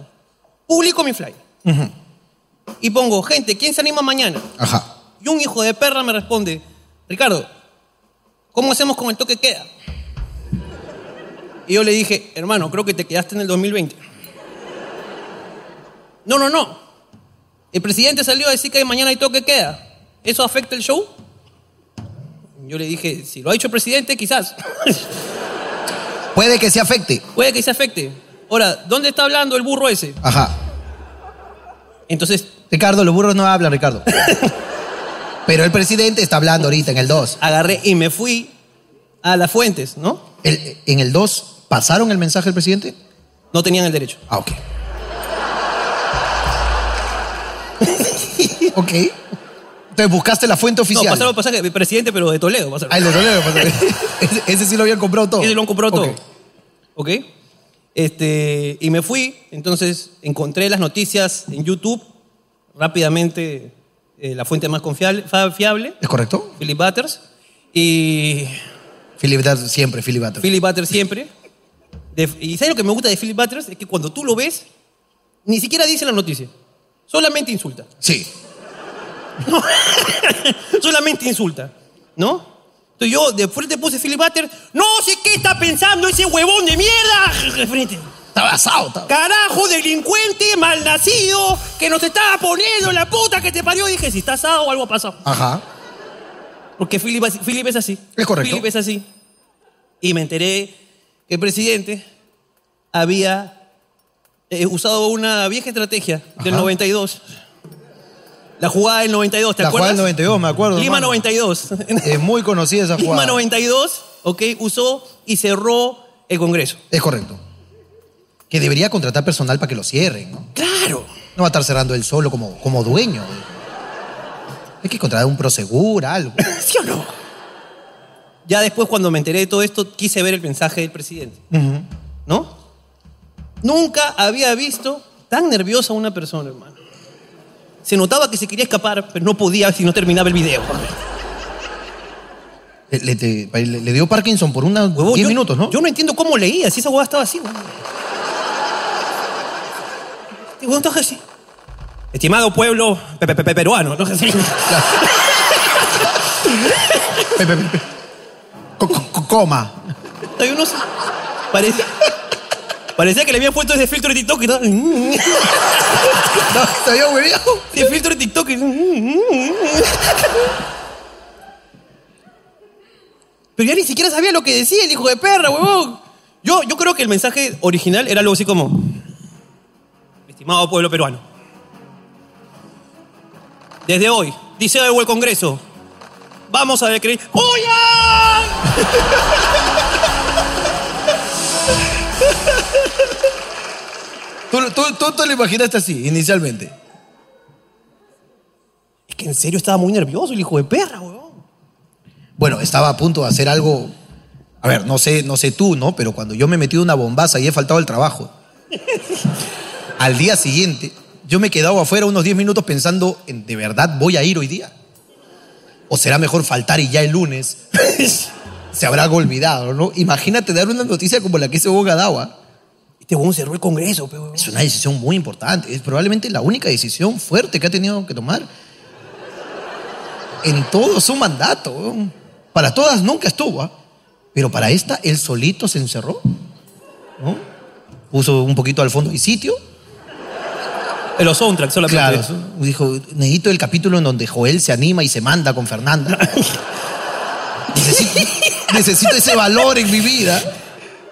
B: Publico mi flyer.
A: ujú,
B: Y pongo, gente, ¿quién se anima mañana?
A: Ajá.
B: Y un hijo de perra me responde, Ricardo, ¿cómo hacemos con el toque queda? Y yo le dije, hermano, creo que te quedaste en el 2020. No, no, no. El presidente salió a decir que mañana hay toque queda. ¿Eso afecta el show? Yo le dije, si lo ha dicho el presidente, quizás.
A: Puede que se afecte.
B: Puede que se afecte. Ahora, ¿dónde está hablando el burro ese?
A: Ajá.
B: Entonces.
A: Ricardo, los burros no hablan, Ricardo. Pero el presidente está hablando ahorita en el 2.
B: Agarré y me fui a las fuentes, ¿no?
A: ¿En el 2 pasaron el mensaje del presidente?
B: No tenían el derecho.
A: Ah, ok. ok. Entonces buscaste la fuente oficial.
B: No, pasaron pasaje de presidente, pero de Toledo. Pasaron.
A: Ah, el de Toledo, pasaron. ese, ese sí lo habían comprado todo.
B: Ese lo han comprado
A: Ok.
B: todo. ¿Ok? Este, y me fui, entonces encontré las noticias en YouTube, rápidamente eh, la fuente más confiable, fa- fiable,
A: ¿Es correcto?
B: Philip Butters, y
A: Philip Butters siempre, Philip Butters.
B: Philip Butters siempre. De- y ¿sabes lo que me gusta de Philip Butters? Es que cuando tú lo ves, ni siquiera dice la noticia, solamente insulta.
A: Sí.
B: solamente insulta, ¿no? Entonces yo de frente puse Philip Butters, no sé qué está pensando ese huevón de mierda. De frente.
A: Estaba asado. estaba.
B: Carajo, delincuente, malnacido, que nos estaba poniendo la puta que te parió. Y dije, si está asado, algo ha pasado.
A: Ajá.
B: Porque Philip, Philip es así.
A: Es correcto.
B: Philip es así. Y me enteré que el presidente había eh, usado una vieja estrategia del
A: Ajá.
B: 92. La jugada del 92, ¿te
A: La jugada
B: acuerdas?
A: del 92, me acuerdo.
B: Lima
A: hermano.
B: 92.
A: Es muy conocida esa
B: Lima
A: jugada.
B: 92, ok, usó y cerró el Congreso.
A: Es correcto. Que debería contratar personal para que lo cierren, ¿no?
B: Claro.
A: No va a estar cerrando él solo como, como dueño. Hay que contratar un prosegur, algo.
B: ¿Sí o no? Ya después, cuando me enteré de todo esto, quise ver el mensaje del presidente.
A: Ujú.
B: ¿No? Nunca había visto tan nerviosa a una persona, hermano. Se notaba que se quería escapar, pero no podía si no terminaba el video.
A: Le, le- te- le- le dio Parkinson por unos 10 minutos, ¿no?
B: Yo no entiendo cómo leía, si esa huevada estaba así. weón. Este huevón estaba así. Estimado pueblo pe- pe- pe- peruano, ¿no? Así.
A: Pe- pe- pe- co- co- co- coma.
B: Hay unos. Parecía, parecía que le habían puesto ese filtro de TikTok y todo.
A: ¿Está yo, hueviado?
B: Ese filtro de TikTok. y- mm, Pero ya ni siquiera sabía lo que decía el hijo de perra, huevón. Yo, yo creo que el mensaje original era algo así como: Estimado pueblo peruano, desde hoy, dice algo el Congreso, vamos a ah! decretar.
A: Tú, tú, tú te lo imaginaste así, inicialmente.
B: Es que en serio estaba muy nervioso el hijo de perra, weón.
A: Bueno, estaba a punto de hacer algo. A ver, no sé, no sé tú, ¿no? Pero cuando yo me he metido una bombaza y he faltado al trabajo, al día siguiente, yo me he quedado afuera unos 10 minutos pensando en de verdad voy a ir hoy día. O será mejor faltar y ya el lunes se habrá algo olvidado, ¿no? Imagínate dar una noticia como la que ese Boga daba. Este huevón cerró el Congreso, Es una decisión muy importante. Es probablemente la única decisión fuerte que ha tenido que tomar en todo su mandato. weón. Para todas nunca estuvo, ¿ah? pero para esta él solito se encerró. ¿no? Puso un poquito al fondo y sitio.
B: En los soundtracks solamente.
A: Claro, su- dijo, necesito el capítulo en donde Joel se anima y se manda con Fernanda. necesito, necesito ese valor en mi vida.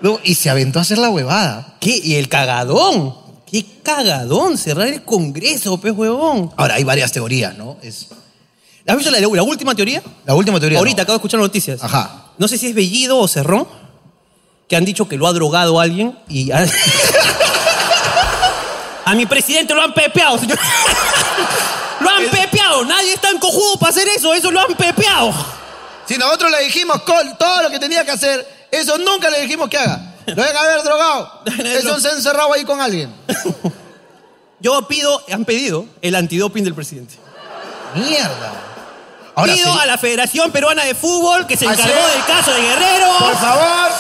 A: ¿no? Y se aventó a hacer la huevada.
B: ¿Qué? Y el cagadón. Qué cagadón cerrar el Congreso, pues, huevón.
A: Ahora, hay varias teorías, ¿no? Es...
B: ¿Has visto la, la última teoría?
A: La última teoría.
B: Ahorita acabo de escuchar noticias.
A: Ajá.
B: No sé si es Bellido o Cerrón, que han dicho que lo ha drogado alguien y... A, a mi presidente lo han pepeado, señor. lo han pepeado. Nadie es tan cojudo para hacer eso. Eso lo han pepeado.
A: Si nosotros le dijimos con todo lo que tenía que hacer, eso nunca le dijimos que haga. Lo debe haber drogado. Eso se ha encerrado ahí con alguien.
B: Yo pido, han pedido, el antidoping del presidente.
A: Mierda.
B: pido
A: se-
B: a la Federación Peruana de Fútbol que se
A: Así
B: encargó
A: es.
B: del caso de Guerrero.
A: Por favor,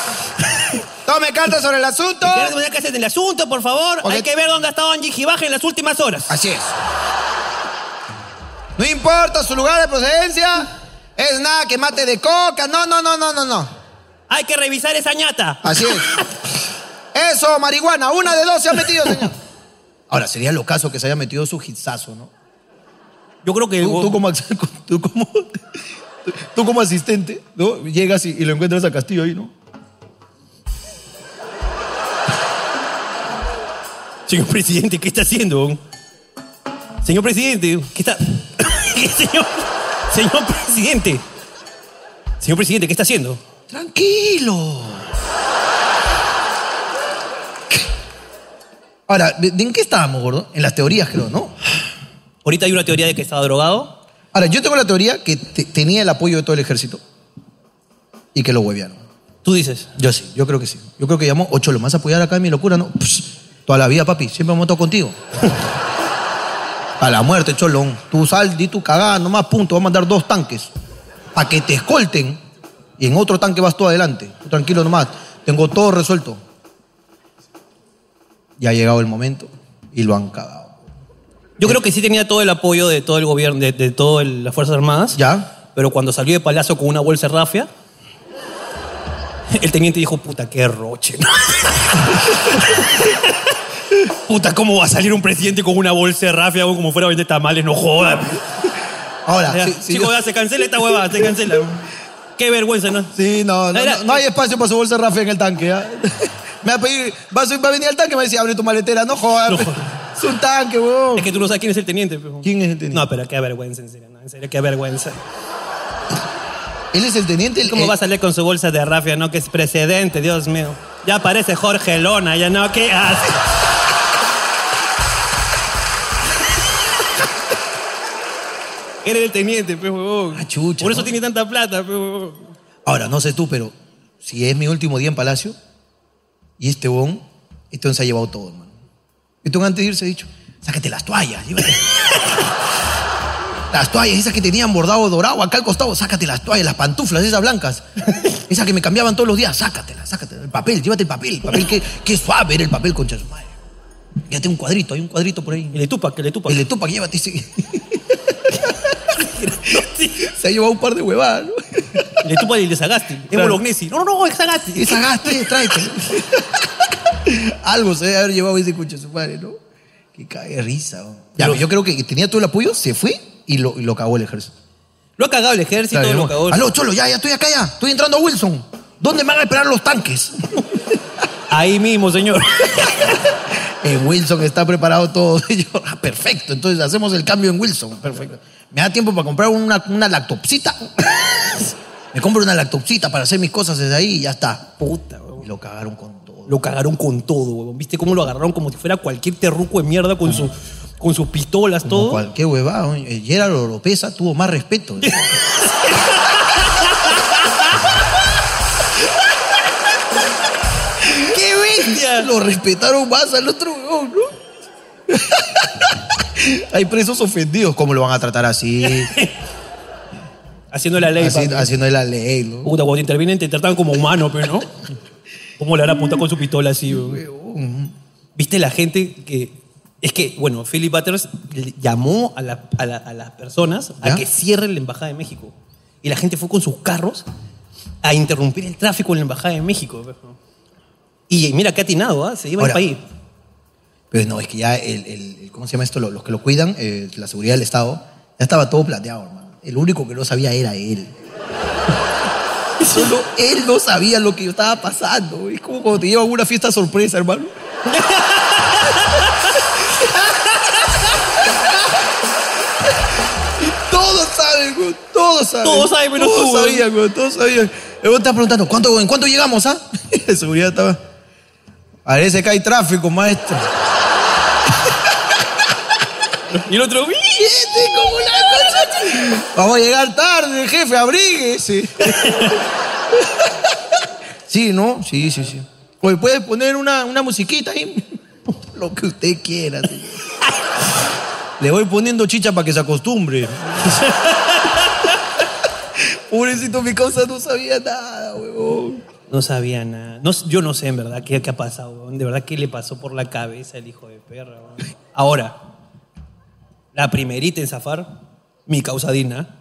A: tome cartas sobre el asunto.
B: Quiero poner cartas en el asunto, por favor. Hay que ver dónde ha estado Angie Gibaje en las últimas horas.
A: Así es. No importa su lugar de procedencia, es nada que mate de coca. No, no, no, no, no, no.
B: Hay que revisar esa ñata.
A: Así es. Eso, marihuana, una de dos se ha metido, señor. Ahora, sería lo caso que se haya metido su hitsazo, ¿no?
B: Yo creo que...
A: Tú, tú como, ac- tú, como, tú como asistente, ¿no? Llegas y, y lo encuentras a Castillo ahí, ¿no?
B: Señor presidente, ¿qué está haciendo? Señor presidente, ¿qué está. señor, señor presidente. Señor presidente, ¿qué está haciendo?
A: Tranquilo. Ahora, ¿de, de en qué estábamos, gordo? En las teorías, creo, ¿no?
B: Ahorita hay una teoría de que estaba drogado.
A: Ahora, yo tengo la teoría que te- tenía el apoyo de todo el ejército y que lo huevearon.
B: Tú dices.
A: Yo sí, yo creo que sí. Yo creo que llamó, ocho, lo más a apoyar acá en mi locura, ¿no? Pss, toda la vida, papi, siempre hemos estado contigo. a la muerte, cholón. Tú sal, di tu cagada, nomás punto, va a mandar dos tanques. Para que te escolten y en otro tanque vas tú adelante. Tú tranquilo nomás, tengo todo resuelto. Ya ha llegado el momento y lo han cagado.
B: Yo creo que sí tenía todo el apoyo de todo el gobierno, de, de todas las Fuerzas Armadas.
A: Ya.
B: Pero cuando salió de Palacio con una bolsa de rafia, el teniente dijo, puta, qué roche. ¿no?". puta, ¿cómo va a salir un presidente con una bolsa de rafia weón, como fuera a vender tamales? No joda.
A: Ahora,
B: Ya,
A: sí, sí,
B: chicos,
A: yo-
B: ya se cancela esta huevada, se cancela. Qué vergüenza, ¿no?
A: Sí, no, no,
B: Era-
A: no, no hay espacio para su bolsa de Rafa en el tanque. ¿ah? Me va a pedir, va a, subir- va a venir al tanque y me va a decir, abre tu maletera, no jodas. Es un tanque, weón.
B: Es que tú no sabes quién es el teniente. pero-
A: ¿Quién es el teniente?
B: No, pero qué vergüenza, en serio, no, en serio, qué vergüenza.
A: Él es el teniente.
B: ¿Cómo
A: el-
B: va a salir con su bolsa de rafia, no? Que es precedente, Dios mío. Ya parece Jorge Lona, ya no, ¿qué hace? Eres el teniente, pues, huevón. Por eso tiene tanta plata, pues, huevón.
A: Ah, Ahora, no sé tú, pero si es mi último día en Palacio y este bon, este bon se ha llevado todo, hermano. Este bon antes de irse ha dicho, sácate las toallas, llévate. Las toallas, esas que tenían bordado dorado acá al costado, sácate las toallas, las pantuflas, esas blancas. Esas que me cambiaban todos los días, sácatelas, sácatelas. El papel, llévate el papel. El papel, qué, qué suave era el papel, concha de su madre. Llévate un cuadrito, hay un cuadrito por ahí.
B: El de Tupac, el de Tupac.
A: El de Tupac, llévate ese. Se ha llevado un par de huevadas, ¿no?
B: El de Tupac y el de Sagasti. Es Bolognesi. No, no, no, es Sagasti.
A: Esa gaste, tráete. Algo se debe haber llevado ese coche a su padre, ¿no? Que cae de risa. ¿no? Ya, pero yo creo que tenía todo el apoyo, se fue y lo, y lo cagó el ejército.
B: Lo ha cagado el ejército,
A: Claro,
B: lo
A: ¿no?
B: cagó.
A: Aló, cholo, ya, ya estoy acá, ya. Estoy entrando a Wilson. ¿Dónde me van a esperar los tanques?
B: Ahí mismo, señor.
A: en Eh, Wilson está preparado todo. Y yo, ah, perfecto, entonces hacemos el cambio en Wilson. Perfecto. Me da tiempo para comprar una, una lactopsita. me compro una lactopsita para hacer mis cosas desde ahí y ya está. Puta, Y lo cagaron con todo.
B: Lo cagaron con todo, huevón. ¿Viste cómo lo agarraron como si fuera cualquier terruco de mierda con, su, con sus pistolas, todo?
A: Cualquier huevada. ¿eh? Gerard Oropesa tuvo más respeto. ¡Qué bestia! Lo respetaron más al otro huevón, ¿no? Hay presos ofendidos. ¿Cómo lo van a tratar así?
B: Haciendo la ley.
A: Haciendo- haciendo la ley, ¿no?
B: Puta, cuando te intervienen te tratan como humano, pero no. ¿Cómo le van a apuntar con su pistola así, weón? ¿Viste la gente que.? Es que, bueno, Philip Butters le- llamó a, la- a la- a las personas a
A: ¿Ya?
B: que cierren la Embajada de México. Y la gente fue con sus carros a interrumpir el tráfico en la Embajada de México. weón. Y mira qué atinado, ¿ah? se iba
A: Ahora,
B: al país.
A: Pero no, es que ya el, el- el- ¿cómo se llama esto? Lo- Los, que lo cuidan, eh, la seguridad del Estado, ya estaba todo plateado, hermano. El único que no sabía era él. Solo él no sabía lo que yo estaba pasando. Es como cuando te llevan a una fiesta sorpresa, hermano. Todos saben, güey. Todos saben.
D: Todos saben, menos
A: Todos
D: tú, ¿eh? güey.
A: sabían, güey. Todos sabían. Luego estaba preguntando, ¿cuánto, ¿en cuánto llegamos, ah? La seguridad estaba... Parece que hay tráfico, maestro.
B: Y el otro, "Uy".
D: Siete como la concha.
A: Vamos a llegar tarde, jefe, abríguese. sí, ¿no? Sí, sí, sí. Oye, puedes poner una, una musiquita ahí. Lo que usted quiera. señor. Le voy poniendo chicha para que se acostumbre. Pobrecito, mi causa no sabía nada, huevón.
B: No sabía nada. No s- yo no sé, en verdad, qué, qué ha pasado. weón. De verdad, qué le pasó por la cabeza al hijo de perra. weón. Ahora, la primerita en zafar, mi causadina.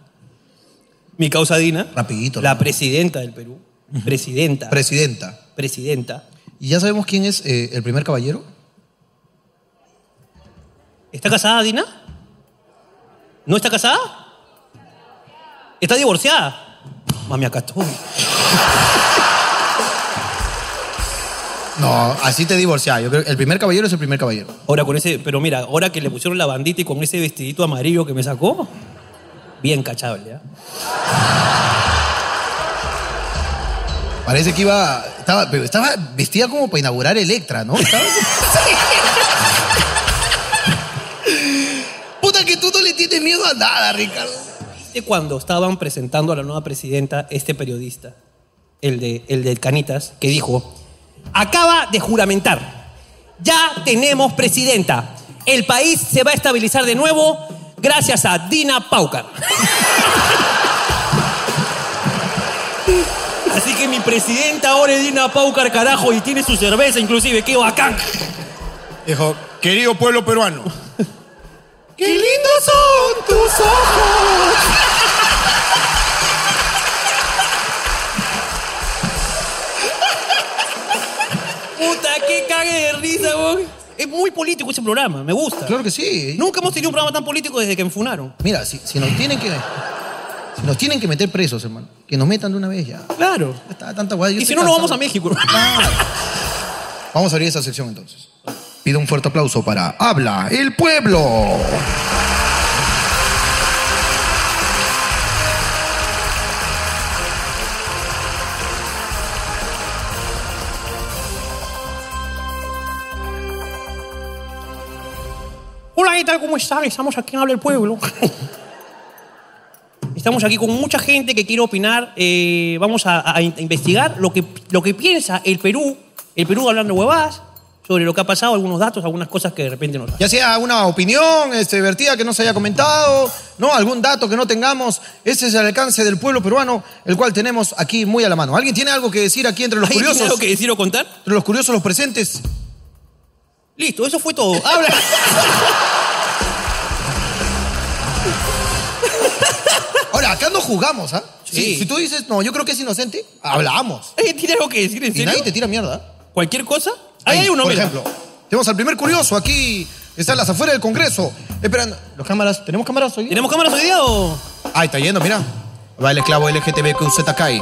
B: Mi causadina.
A: Rapidito.
B: La presidenta del Perú. Presidenta.
A: Presidenta.
B: Presidenta.
A: ¿Y ya sabemos quién es eh, el primer caballero?
B: ¿Está casada, Dina? ¿No está casada? ¿Está divorciada? Mami, acá estoy.
A: No, así te divorciás. Yo creo que el primer caballero es el primer caballero.
B: Ahora con ese, pero mira, ahora que le pusieron la bandita y con ese vestidito amarillo que me sacó, bien cachable, ¿ah?
A: Parece que iba. Estaba, pero estaba vestida como para inaugurar Electra, ¿no? Estaba- Puta, que tú no le tienes miedo a nada, Ricardo.
B: ¿Viste cuando estaban presentando a la nueva presidenta este periodista, el de, el de Canitas, que dijo, acaba de juramentar, ya tenemos presidenta, el país se va a estabilizar de nuevo gracias a Dina Paucar. Así que mi presidenta ahora es Dina Paucar, carajo, y tiene su cerveza inclusive, qué bacán.
N: Dijo, querido pueblo peruano,
D: ¡Qué lindos son tus ojos!
B: Puta, qué cague de risa, vos. Es muy político ese programa, me gusta.
A: Claro que sí.
B: Nunca hemos tenido un programa tan político desde que me funaron.
A: Mira, si, si nos tienen que. Si nos tienen que meter presos, hermano. Que nos metan de una vez ya.
B: Claro.
A: Está tanta guay.
B: Y si no, nos vamos a México.
A: Vamos a abrir esa sección entonces. Pido un fuerte aplauso para Habla el Pueblo.
B: Hola, ¿qué tal? ¿Cómo están? Estamos aquí en Habla el Pueblo. Estamos aquí con mucha gente que quiere opinar. Eh, vamos a, a in- a investigar lo que, lo que piensa el Perú, el Perú hablando huevadas, sobre lo que ha pasado, algunos datos, algunas cosas que de repente nos...
A: Ya sea una opinión este, vertida que no se haya comentado, ¿no? Algún dato que no tengamos. Ese es el alcance del pueblo peruano, el cual tenemos aquí muy a la mano. ¿Alguien tiene algo que decir aquí entre los
B: ¿Alguien tiene
A: curiosos?
B: algo que decir o contar?
A: Entre los curiosos, los presentes.
B: Listo, eso fue todo. Habla.
A: Ahora, acá no juzgamos, ¿ah?
B: Sí.
A: Si, si tú dices, no, yo creo que es inocente, hablamos.
B: ¿Alguien tiene algo que decir en
A: Y
B: serio?
A: nadie te tira mierda.
B: ¿Cualquier cosa? Ahí hay uno,
A: Por
B: mira.
A: ejemplo, tenemos al primer curioso aquí. Está en las afueras del Congreso. Esperando. Los cámaras. ¿Tenemos cámaras hoy? día?
B: ¿Tenemos cámaras hoy día o...?
A: Ahí está yendo, mira. Va el esclavo LGTBQZKI.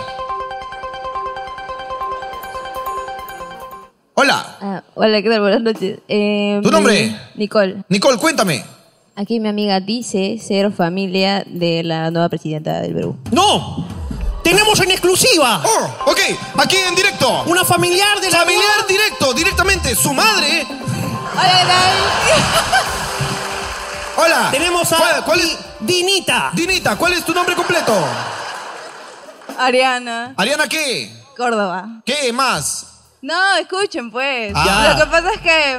A: Hola.
O: Ah, hola, ¿qué tal? Buenas noches. Eh,
A: ¿Tu
O: mi-
A: nombre?
O: Nicole.
A: Nicole, cuéntame.
O: Aquí mi amiga dice ser familia de la nueva presidenta del Perú.
B: ¡No! Tenemos en exclusiva.
A: Oh, ok, aquí en directo.
B: Una familiar de la
A: Familiar directo, directamente, su madre.
M: Hola, ¿qué tal?
A: Hola.
B: Tenemos a
A: ¿Cuál, cuál es?
B: Dinita.
A: Dinita, ¿cuál es tu nombre completo?
P: Ariana,
A: Ariana, ¿qué?
P: Córdoba.
A: ¿Qué más?
P: No, escuchen pues.
A: Ah.
P: Lo que pasa es que...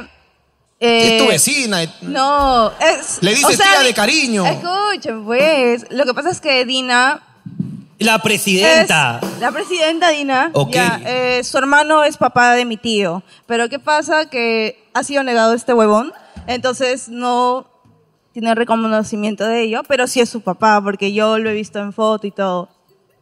P: eh,
A: Es tu vecina. eh,
P: No, es...
A: Le dices tía de
P: Di-
A: cariño.
P: Escuchen pues. Lo que pasa es que Dina...
B: La presidenta.
P: es- la presidenta Dina.
B: Ok.
P: ya, eh, su hermano es papá de mi tío. Pero ¿qué pasa? Que ha sido negado este huevón. Entonces no tiene reconocimiento de ello, pero sí es su papá, porque yo lo he visto en foto y todo.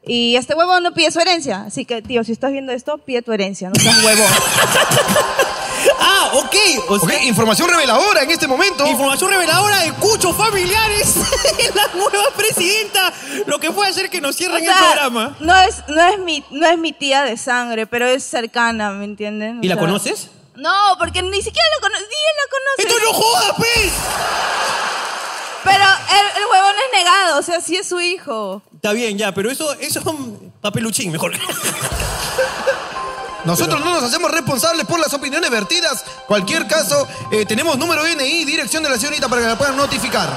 P: Y este huevón no pide su herencia. Así que, tío, si estás viendo esto, pide tu herencia. No seas huevón.
B: Ah, ok.
A: ok, información reveladora en este momento.
B: Información reveladora de cuchos familiares de la nueva presidenta. Lo que puede hacer que nos
P: O
B: cierren
P: sea,
B: el programa.
P: No es, no, es mi, no es mi tía de sangre, pero es cercana, ¿me entienden? O
B: ¿Y la
P: sea-
B: conoces?
P: No, porque ni siquiera lo conoces. Ni él la conoce.
B: ¡Esto no pues! jodas, pez!
P: Pero el, el huevón es negado, o sea, sí es su hijo.
B: Está bien, ya, pero eso eso es un papeluchín, mejor.
A: Nosotros no nos hacemos responsables por las opiniones vertidas. Cualquier caso, eh, tenemos número DNI, dirección de la señorita para que la puedan notificar.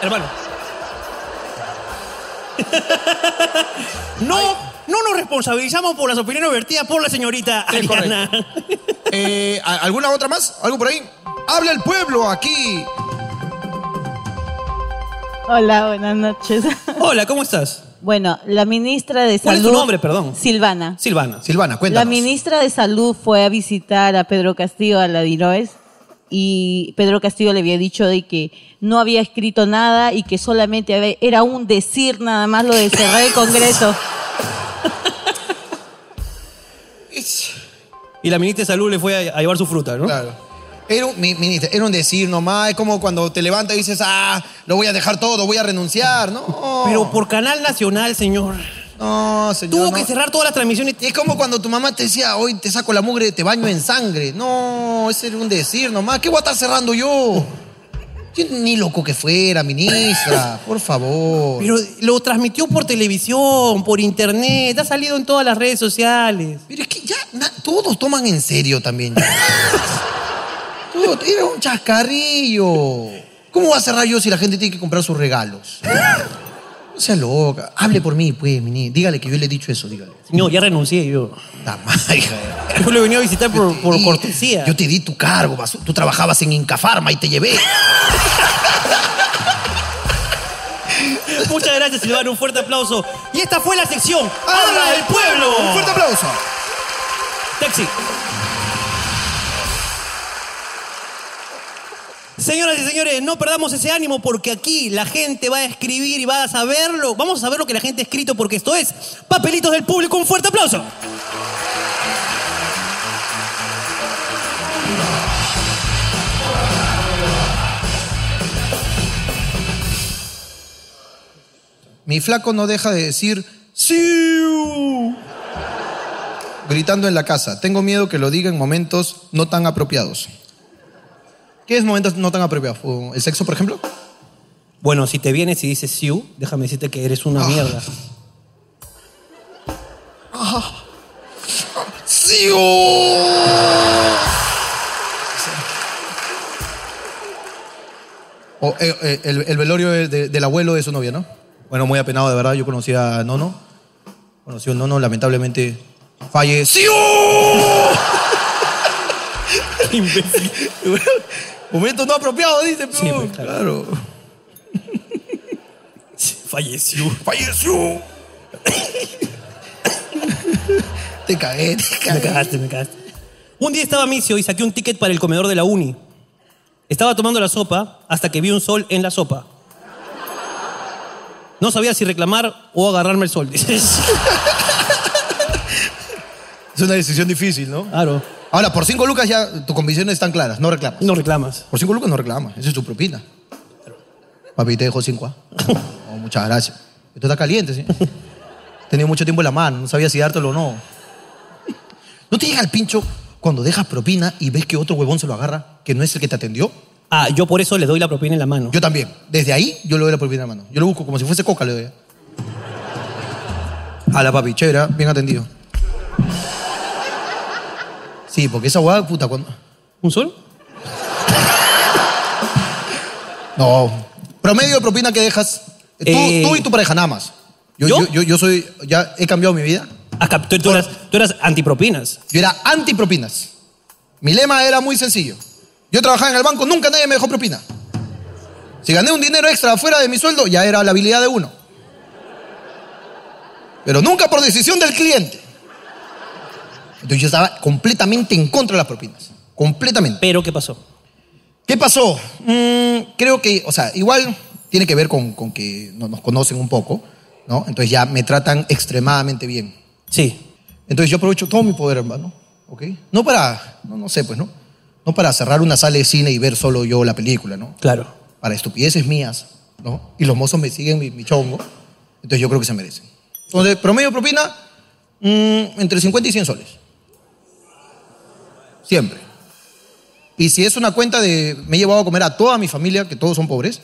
B: Hermano. No, no nos responsabilizamos por las opiniones vertidas por la señorita Ariana.
A: Eh, ¿a- ¿Alguna otra más? ¿Algo por ahí? Habla el pueblo aquí.
Q: Hola, buenas noches.
B: Hola, ¿cómo estás?
Q: Bueno, la ministra de Salud.
B: ¿Cuál es tu nombre, perdón?
Q: Silvana.
B: Silvana.
A: Silvana,
Q: Ah. La ministra de Salud fue a visitar a Pedro Castillo a la Diroes y Pedro Castillo le había dicho de que no había escrito nada y que solamente había- era un decir nada más lo de cerrar el Congreso.
B: Y la ministra de Salud le fue a, a llevar su fruta, ¿no?
A: Claro. Era un, mi- ministra, era un decir nomás, es como cuando te levantas y dices, ah, lo voy a dejar todo, voy a renunciar, ¿no?
B: Pero por Canal Nacional, señor.
A: No, señor.
B: Tuvo
A: no.
B: que cerrar todas las transmisiones.
A: Es como cuando tu mamá te decía, hoy te saco la mugre, te baño en sangre. No, ese era un decir nomás, ¿qué voy a estar cerrando yo? Yo Ni loco que fuera, ministra, por favor.
B: Pero lo transmitió por televisión, por internet, ha salido en todas las redes sociales.
A: Pero es que ya na- todos toman en serio también. Tú, era un chascarrillo. ¿Cómo va a cerrar yo si la gente tiene que comprar sus regalos? No sea loca. Hable por mí, pues, mini. Dígale que yo le he dicho eso, dígale.
B: No, ya renuncié yo. Yo lo venía a visitar por, por cortesía.
A: Yo te di tu cargo, basu- tú trabajabas en Incafarma y te llevé.
B: Muchas gracias, Silvano. Un fuerte aplauso. Y esta fue la sección Habla del Pueblo.
A: Un fuerte aplauso.
B: Taxi. Señoras y señores, no perdamos ese ánimo porque aquí la gente va a escribir y va a saberlo. Vamos a saber lo que la gente ha escrito porque esto es Papelitos del Público. Un fuerte aplauso.
A: Mi flaco no deja de decir ¡Siu! Gritando en la casa. Tengo miedo que lo diga en momentos no tan apropiados. ¿Qué es momentos no tan apropiados? ¿El sexo, por ejemplo?
B: Bueno, si te vienes y dices Siu, déjame decirte que eres
A: Ah.
B: una mierda. Ah.
A: ¡Siu!
B: oh.
A: O, eh, eh, el, el velorio de- de- del abuelo de su novia, ¿no? Bueno, muy apenado, de verdad. Yo conocí a Nono. Conocí a un Nono, lamentablemente falleció.
B: imbécil.
A: Momento no apropiado, dice. pero- claro.
B: Falleció.
A: Falleció. te cagué, te
B: Me
A: cagué.
B: cagaste, me cagaste. Un día estaba misio y saqué un ticket para el comedor de la uni. Estaba tomando la sopa hasta que vi un sol en la sopa. No sabía si reclamar o agarrarme el sol. dices.
A: Es una decisión difícil, ¿no?
B: Claro.
A: Ahora, por cinco lucas ya tus convicciones están claras, no reclamas.
B: No reclamas.
A: Por cinco lucas no reclamas, esa es tu propina. Papi, te dejo cinco, ¿ah? Oh, muchas gracias. Esto está caliente, ¿sí? Tenía mucho tiempo en la mano, no sabía si dártelo o no. ¿No te llega el pincho cuando dejas propina y ves que otro huevón se lo agarra, que no es el que te atendió?
B: Ah, yo por eso le doy la propina en la mano.
A: Yo también. Desde ahí, yo le doy la propina en la mano. Yo lo busco como si fuese coca, le doy. A la ¿eh? papi, chévere, ¿ah? bien atendido. Sí, porque esa guada, puta, cuando...
B: ¿Un sol?
A: No. Promedio de propina que dejas. Tú,
B: Eh,
A: tú y tu pareja, nada más. Yo,
B: ¿yo? Ah,
A: yo, yo, yo soy. Ya he cambiado mi vida.
B: tú, eras, antipropinas.
A: Yo era antipropinas. Mi lema era muy sencillo. Yo trabajaba en el banco, nunca nadie me dejó propina. Si gané un dinero extra fuera de mi sueldo, ya era la habilidad de uno. Pero nunca por decisión del cliente. Entonces yo estaba completamente en contra de las propinas. Completamente.
B: ¿Pero qué pasó?
A: ¿Qué pasó? Mm, creo que, o sea, igual tiene que ver con, con que no- nos conocen un poco, ¿no? Entonces ya me tratan extremadamente bien.
B: Sí.
A: Entonces yo aprovecho todo mi poder, hermano, ¿ok? No para, no, no sé, pues, ¿no? No para cerrar una sala de cine y ver solo yo la película, ¿no?
B: Claro.
A: Para estupideces mías, ¿no? Y los mozos me siguen mi, mi chongo. Entonces yo creo que se merecen. Entonces, promedio de propina, mm, entre 50 y 100 soles. Siempre. Y si es una cuenta de. Me he llevado a comer a toda mi familia, que todos son pobres.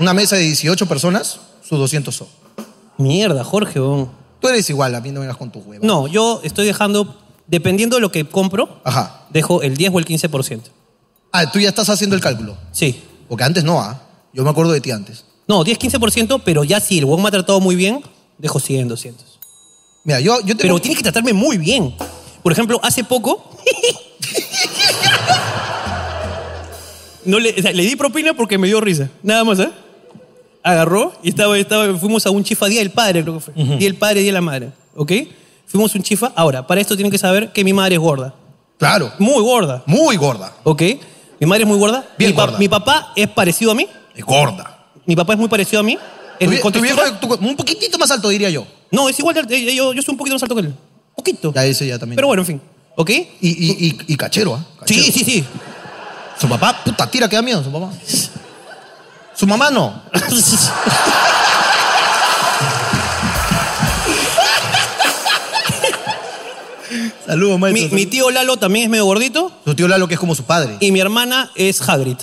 A: Una mesa de 18 personas, sus 200 son.
B: Mierda, Jorge. weón.
A: Tú eres igual, a mí no me das con tus huevos.
B: No, yo estoy dejando, dependiendo de lo que compro,
A: Ajá.
B: dejo el 10 o el 15%.
A: Ah, tú ya estás haciendo el cálculo.
B: Sí.
A: Porque antes no, ¿ah? Yo me acuerdo de ti antes.
B: No, 10, 15%, pero ya si el weón me ha tratado muy bien, dejo 100, 200.
A: Mira, yo, yo
B: Pero tienes que tratarme muy bien. Por ejemplo, hace poco. no le, o sea, le di propina porque me dio risa. Nada más, ¿eh? Agarró y estaba, estaba, fuimos a un chifa día del padre, creo que fue.
I: Ujú.
B: Día del padre, día de la madre. ¿Ok? Fuimos a un chifa. Ahora, para esto tienen que saber que mi madre es gorda.
A: Claro.
B: Muy gorda.
A: Muy gorda.
B: ¿Ok? Mi madre es muy gorda.
A: Bien
B: mi, pa-
A: gorda.
B: mi papá es parecido a mí.
A: Es gorda.
B: Mi papá es muy parecido a mí. En
A: Tu vie-
B: mi
A: tu
B: contextura-
A: viejo es tu- un poquitito más alto, diría yo.
B: No, es igual. de alto. Eh, eh, Yo, yo soy un poquito más alto que él. Poquito.
A: Ya ese ya también.
B: Pero bueno, en fin. ¿Ok? Y,
A: y, y, y cachero, ¿ah?
B: Sí, sí, sí.
A: Su papá, puta, tira, que da miedo, su papá. Su mamá no. Saludos,
B: Mi,
A: maestro.
B: mi tío Lalo también es medio gordito.
A: Su tío Lalo, que es como su padre.
B: Y mi hermana es Hagrid.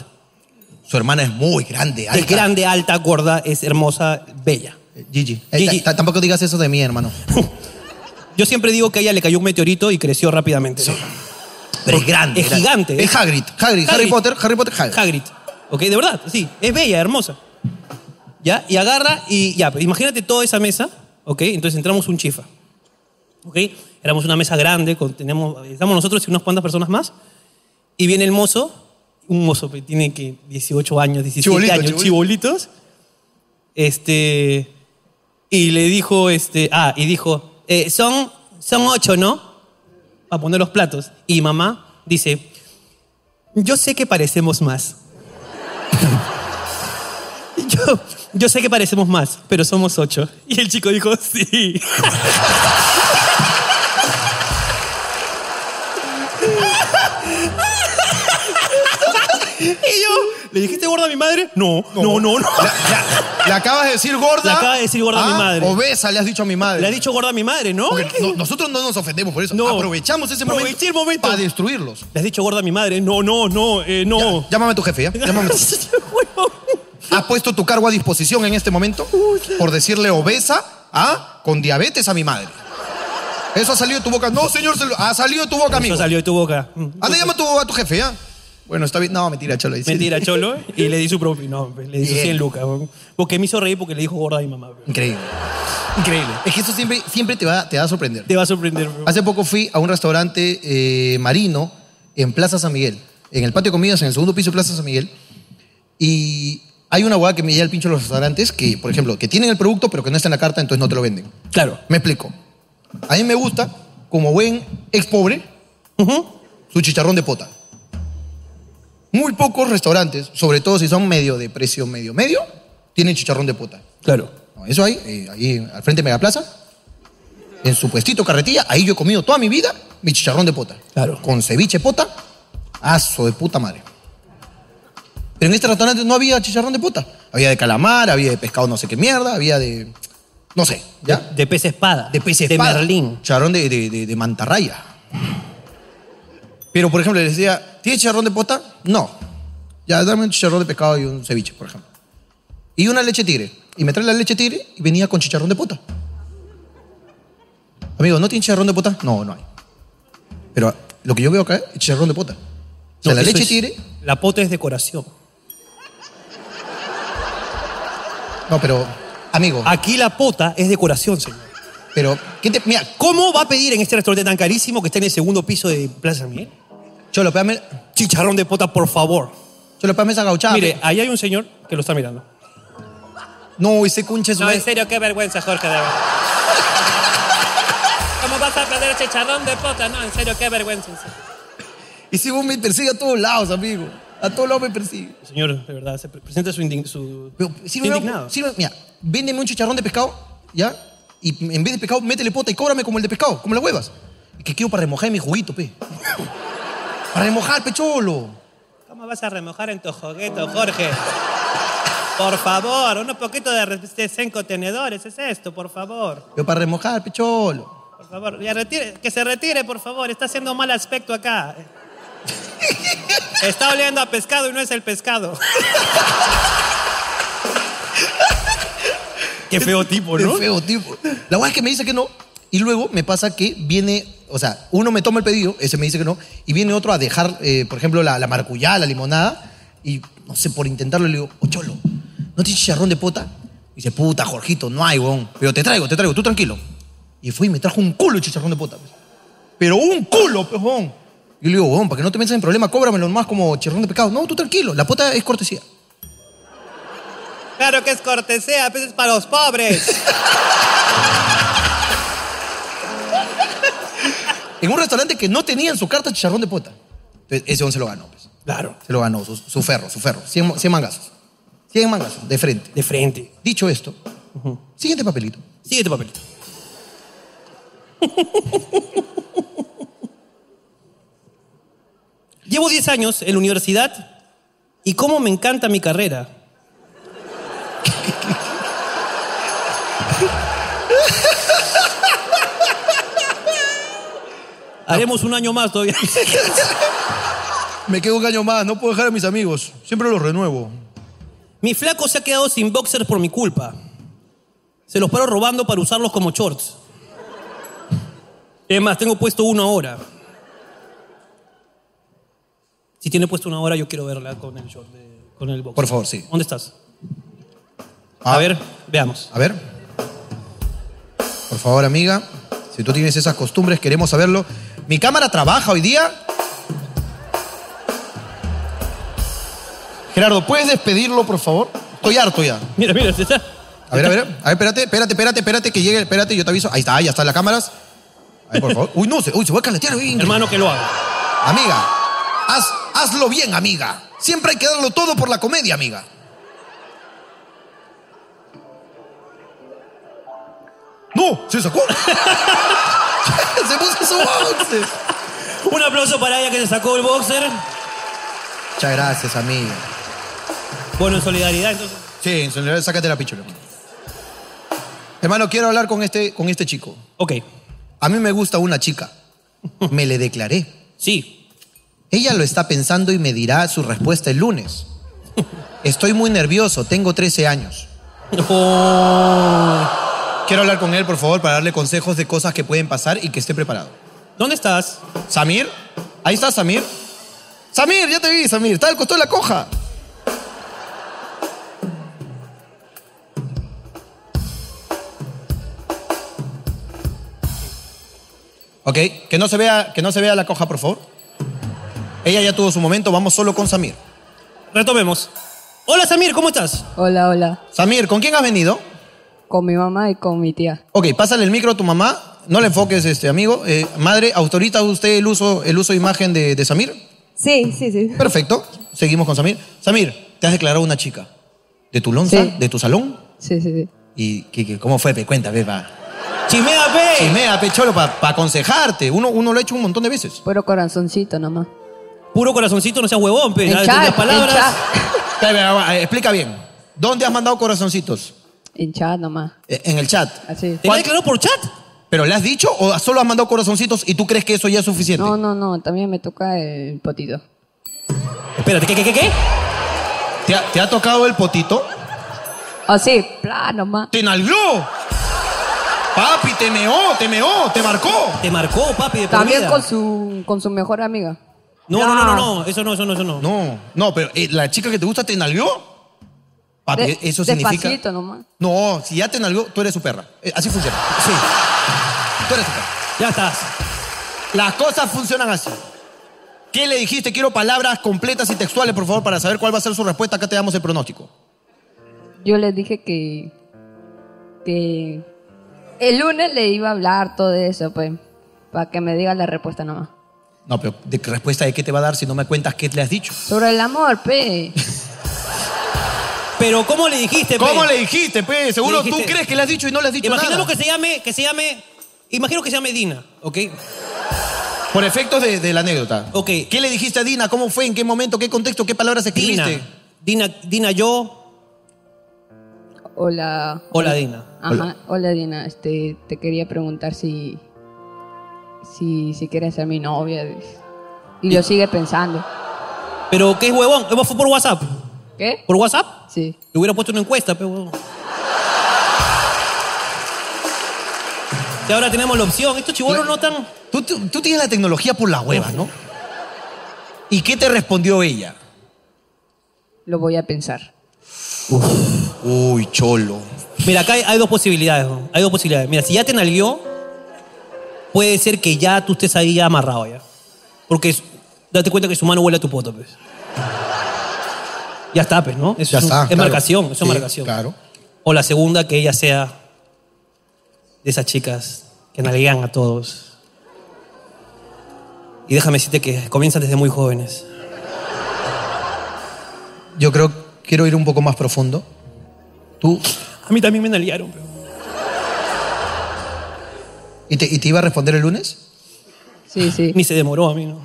A: Su hermana es muy grande,
B: Es grande, alta, gorda, es hermosa, bella.
A: Gigi. Eh,
B: Gigi.
A: ta- ta- tampoco digas eso de mí, hermano.
B: Yo siempre digo que a ella le cayó un meteorito y creció rápidamente. ¿no?
A: Pero es grande.
B: Es
A: grande.
B: gigante.
A: Es Hagrid. Hagrid. Harry Potter, Harry Potter, Hagrid.
B: Hagrid. Ok, de verdad, sí. Es bella, hermosa. Ya, y agarra y ya. pues, Imagínate toda esa mesa, ok. Entonces entramos un chifa. Ok. Éramos una mesa grande, con, tenemos, estamos nosotros y unas cuantas personas más. Y viene el mozo, un mozo que tiene que 18 años, 17
A: Chibolito,
B: años,
A: chibolito.
B: chibolitos. Este. Y le dijo, este. Ah, y dijo, eh, son, son ocho, ¿no? Para poner los platos. Y mamá dice, yo sé que parecemos más. yo, yo sé que parecemos más, pero somos ocho. Y el chico dijo, sí. y yo, ¿le dijiste gorda a mi madre? No, no, no, no.
A: Le acabas de decir gorda.
B: Le acaba de decir gorda a mi
A: Ah,
B: madre.
A: Obesa, le has dicho a mi madre.
B: Le ha dicho gorda a mi madre, ¿no?
A: Porque no- nosotros no nos ofendemos por eso. Aprovechamos ese momento.
B: Aproveché el momento.
A: Para destruirlos.
B: Le has dicho gorda a mi madre. No, no, no, eh, no.
A: Llámame a tu jefe, ¿ya? Llámame a tu jefe. ¿Has puesto tu cargo a disposición en este momento por decirle obesa a con diabetes a mi madre? Eso ha salido de tu boca. No, señor, se lo- ha salido de tu boca, amigo.
B: Eso salió de tu boca. Mm.
A: Anda, llama a tu, a tu jefe, ¿ya? Bueno, está bien. No, mentira, cholo. ahí sí.
B: Mentira, cholo. Y le di su propio. No, le di sus
A: Bien.
B: 100 lucas. weón. Porque me hizo reír porque le dijo gorda a mi mamá. weón.
A: Increíble.
B: Increíble.
A: Es que eso siempre, siempre te, va, te va a sorprender.
B: Te va a sorprender. weón.
A: Hace poco fui a un restaurante eh, marino en Plaza San Miguel, en el patio de comidas, en el segundo piso de Plaza San Miguel. Y hay una hueá que me llega el pincho de los restaurantes que, por ejemplo, que tienen el producto pero que no está en la carta, entonces no te lo venden.
B: Claro.
A: Me explico. A mí me gusta, como buen ex pobre, su chicharrón de pota. Muy pocos restaurantes, sobre todo si son medio de precio medio medio, tienen chicharrón de pota.
B: Claro.
A: No, Eso ahí, eh, ahí al frente de Megaplaza, en su puestito carretilla, ahí yo he comido toda mi vida mi chicharrón de pota.
B: Claro.
A: Con ceviche pota, aso de puta madre. Pero en este restaurante no había chicharrón de pota. Había de calamar, había de pescado no sé qué mierda, había de. no sé, ¿ya?
B: De, pez espada.
A: De pez espada.
B: De merlín.
A: Chicharrón de, de, de- de mantarraya. Pero, por ejemplo, les decía, ¿tienes chicharrón de pota? No. Ya, dame un chicharrón de pescado y un ceviche, por ejemplo. Y una leche tigre. y me trae la leche tigre y venía con chicharrón de puta. Amigo, ¿no tiene chicharrón de puta? No, no hay. Pero lo que yo veo acá es chicharrón de puta. O sea,
B: No,
A: la
B: eso
A: leche
B: es-
A: tigre.
B: La pota es decoración.
A: No, pero, amigo.
B: Aquí la pota es decoración, señor.
A: Pero, ¿quién te, mira,
B: ¿cómo va a pedir en este restaurante tan carísimo que está en el segundo piso de Plaza San Miguel?
A: Cholo, pégame.
B: Chicharrón de pota, por favor.
A: Cholo, pégame esa gauchada.
B: Mire, ahí hay un señor que lo está mirando.
A: No, ese cunche es
B: No,
A: una-
B: en serio, qué vergüenza, Jorge, de verdad. ¿Cómo vas a perder chicharrón de pota? No, en serio, qué vergüenza. en serio.
A: Y si vos me persigue a todos lados, amigo. A todos lados me persigue.
B: Señor, de verdad, se pre- presenta su, indign- su...
A: Sirve,
B: Estoy indignado.
A: sirve- mira, véndeme un chicharrón de pescado, ¿ya? Y en vez de pescado, métele pota y cóbrame como el de pescado, como las huevas. Es que quiero para remojar mi juguito, pe. para remojar, pecholo.
B: ¿Cómo vas a remojar en tu juguete, Jorge? Por favor, un poquito de resistencia en contenedores, es esto, por favor.
A: Yo para remojar, pecholo.
B: Por favor, ya retire- que se retire, por favor, está haciendo mal aspecto acá. Está oliendo a pescado y no es el pescado. Qué feo tipo,
A: Qué feo tipo. La hueá es que me dice que no. Y luego me pasa que viene, o sea, uno me toma el pedido, ese me dice que no, y viene otro a dejar, eh, por ejemplo, la, la maracuyá, la limonada, y no sé, por intentarlo le digo, oh, cholo, ¿no tienes chicharrón de pota? Y dice, puta, Jorgito, no hay, weón. Pero te traigo, te traigo, tú tranquilo. Y fue y me trajo un culo de chicharrón de pota. pues. Pero un culo, pejón. Y le digo, weón, para que no te metas en problema, cóbramelo nomás como chicharrón de pecado. No, tú tranquilo, la pota es cortesía.
B: Claro que es cortesía, a veces para los pobres.
A: En un restaurante que no tenía en su carta chicharrón de pota. Entonces, ese weón se lo ganó. pues.
B: Claro.
A: Se lo ganó, su, su ferro, su ferro. 100, mangazos. 100 mangazos, de frente.
B: De frente.
A: Dicho esto, siguiente papelito.
B: Siguiente papelito. Llevo 10 años en la universidad y cómo me encanta mi carrera. Haremos un año más todavía.
A: Me quedo un año más, no puedo dejar a mis amigos. Siempre los renuevo.
B: Mi flaco se ha quedado sin boxers por mi culpa. Se los paro robando para usarlos como shorts. Es más, tengo puesto uno ahora. Si tiene puesto uno ahora, yo quiero verla con el short, de- con el boxer.
A: Por favor, sí.
B: ¿Dónde estás? A ver, veamos.
A: Ah. A ver. Por favor, amiga, si tú tienes esas costumbres, queremos saberlo. Mi cámara trabaja hoy día. Gerardo, ¿puedes despedirlo, por favor? Estoy harto ya.
B: Mira, mira, se está.
A: A ver, a ver, a ver, espérate, espérate, espérate, espérate, que llegue, espérate, yo te aviso. Ahí está, ya están las cámaras. Ahí, por favor. Uy, no, se, uy, se va a caletear.
B: Hermano, que lo haga.
A: Amiga, haz, hazlo bien, amiga. Siempre hay que darlo todo por la comedia, amiga. ¡No! ¡Se sacó! ¡Se puso su boxer!
B: Un aplauso para ella que se sacó el boxer.
A: Muchas gracias, amiga.
B: Bueno, en solidaridad, entonces.
A: Sí, en realidad, sácate la pichula. Hermano, quiero hablar con este, con este chico.
B: Ok.
A: A mí me gusta una chica. Me le declaré.
B: Sí.
A: Ella lo está pensando y me dirá su respuesta el lunes. Estoy muy nervioso, tengo 13 años.
B: Oh.
A: Quiero hablar con él, por favor, para darle consejos de cosas que pueden pasar y que esté preparado.
B: ¿Dónde estás?
A: ¿Samir? Ahí está Samir. Samir, ya te vi, Samir. Está al costado de la coja. Ok, que no se vea, que no se vea la coja, por favor. Ella ya tuvo su momento, vamos solo con Samir.
B: Retomemos. Hola Samir, ¿cómo estás?
O: Hola, hola.
A: Samir, ¿con quién has venido?
O: Con mi mamá y con mi tía.
A: Ok, pásale el micro a tu mamá. No le enfoques, este amigo. Eh, madre, ¿autoriza usted el uso, el uso de imagen de, de Samir?
O: Sí, sí, sí.
A: Perfecto. Seguimos con Samir. Samir, te has declarado una chica. ¿De tu lonza? ¿De tu salón?
O: Sí, sí, sí.
A: ¿Y qué, qué- cómo fue? Pe? Cuenta, ve, va.
B: ¡Chimea, pe!
A: Chimea, pe, cholo, para aconsejarte. Uno, uno lo ha hecho un montón de veces.
O: Puro corazoncito nomás.
B: Puro corazoncito, no seas huevón, pe.
O: En
B: Las
O: chat, en
B: palabras.
A: Ya, ya, ya, eh, Explica bien. ¿Dónde has mandado corazoncitos?
O: En chat nomás.
A: Eh, En el chat.
O: Así.
A: ¿Te declarado
B: por chat?
A: ¿Pero le has dicho o solo has mandado corazoncitos y tú crees que eso ya es suficiente?
O: No, no, no. También me toca el potito.
B: Espérate, ¿qué, qué, qué, qué?
A: ¿Te ha, te ha tocado el potito?
O: Así, plano Ah, nomás.
A: ¡Te nalgó! Papi, te meó, te meó, te marcó.
B: Te marcó, papi, de por
O: También
B: vida.
O: con su, con su mejor amiga.
B: No, no, no, no, no, eso no, eso no, eso no.
A: No, no, pero eh, la chica que te gusta te nalgó. Papi,
O: De-
A: eso significa.
O: Despacito nomás.
A: No, si ya te nalgó, tú eres su perra. Eh, así funciona. Sí. Tú eres su perra.
B: Ya estás.
A: Las cosas funcionan así. ¿Qué le dijiste? Quiero palabras completas y textuales, por favor, para saber cuál va a ser su respuesta. Acá te damos el pronóstico.
O: Yo le dije que. que. El lunes le iba a hablar todo eso, pues. Para que me diga la respuesta nomás.
A: No, pero ¿de qué respuesta de qué te va a dar si no me cuentas qué le has dicho?
O: Sobre el amor, pues, pe.
B: Pero ¿cómo le dijiste, pues? pe?
A: ¿Cómo le dijiste, pues? pe? Seguro
B: Le dijiste-
A: tú crees que le has dicho y no le has dicho
B: Imaginemos
A: nada.
B: que se llame, que se llame, imagino que se llame Dina, ¿ok?
A: Por efectos de, de la anécdota.
B: Ok.
A: ¿Qué le dijiste a Dina? ¿Cómo fue? ¿En qué momento? ¿Qué contexto? ¿Qué palabras escribiste?
B: Dina, Dina, Dina yo,
O: Hola.
B: hola Dina.
O: Ajá. Hola, Dina. Este, te quería preguntar si. si, si quieres ser mi novia. dice. Y lo sigue pensando.
B: Pero qué es huevón, ¿Eso fue por WhatsApp.
O: ¿Qué?
B: ¿Por WhatsApp?
O: Sí.
B: Le hubiera puesto una encuesta, pe huevón. Y ahora tenemos la opción. Estos chibolos no están...
A: Tú, tú- tú tienes la tecnología por la hueva, ¿no? ¿Y qué te respondió ella?
O: Lo voy a pensar.
A: Uy, cholo.
B: Mira, acá hay, hay dos posibilidades. ¿no? Hay dos posibilidades. Mira, si ya te nalguió, puede ser que ya tú estés ahí ya amarrado ya. Porque es- date cuenta que su mano huele a tu poto, pues. Ya está, pues, ¿no? Eso
A: Ya
B: es un-
A: está,
B: Es
A: claro.
B: marcación, eso
A: Sí,
B: es marcación.
A: claro.
B: O la segunda, que ella sea de esas chicas que nalguean a todos. Y déjame decirte que comienzan desde muy jóvenes.
A: Yo creo, quiero ir un poco más profundo. Tú.
B: A mí también me nalguearon, pero.
A: ¿Y te, y te iba a responder el lunes?
O: Sí, sí.
B: Ni se demoró a mí, ¿no?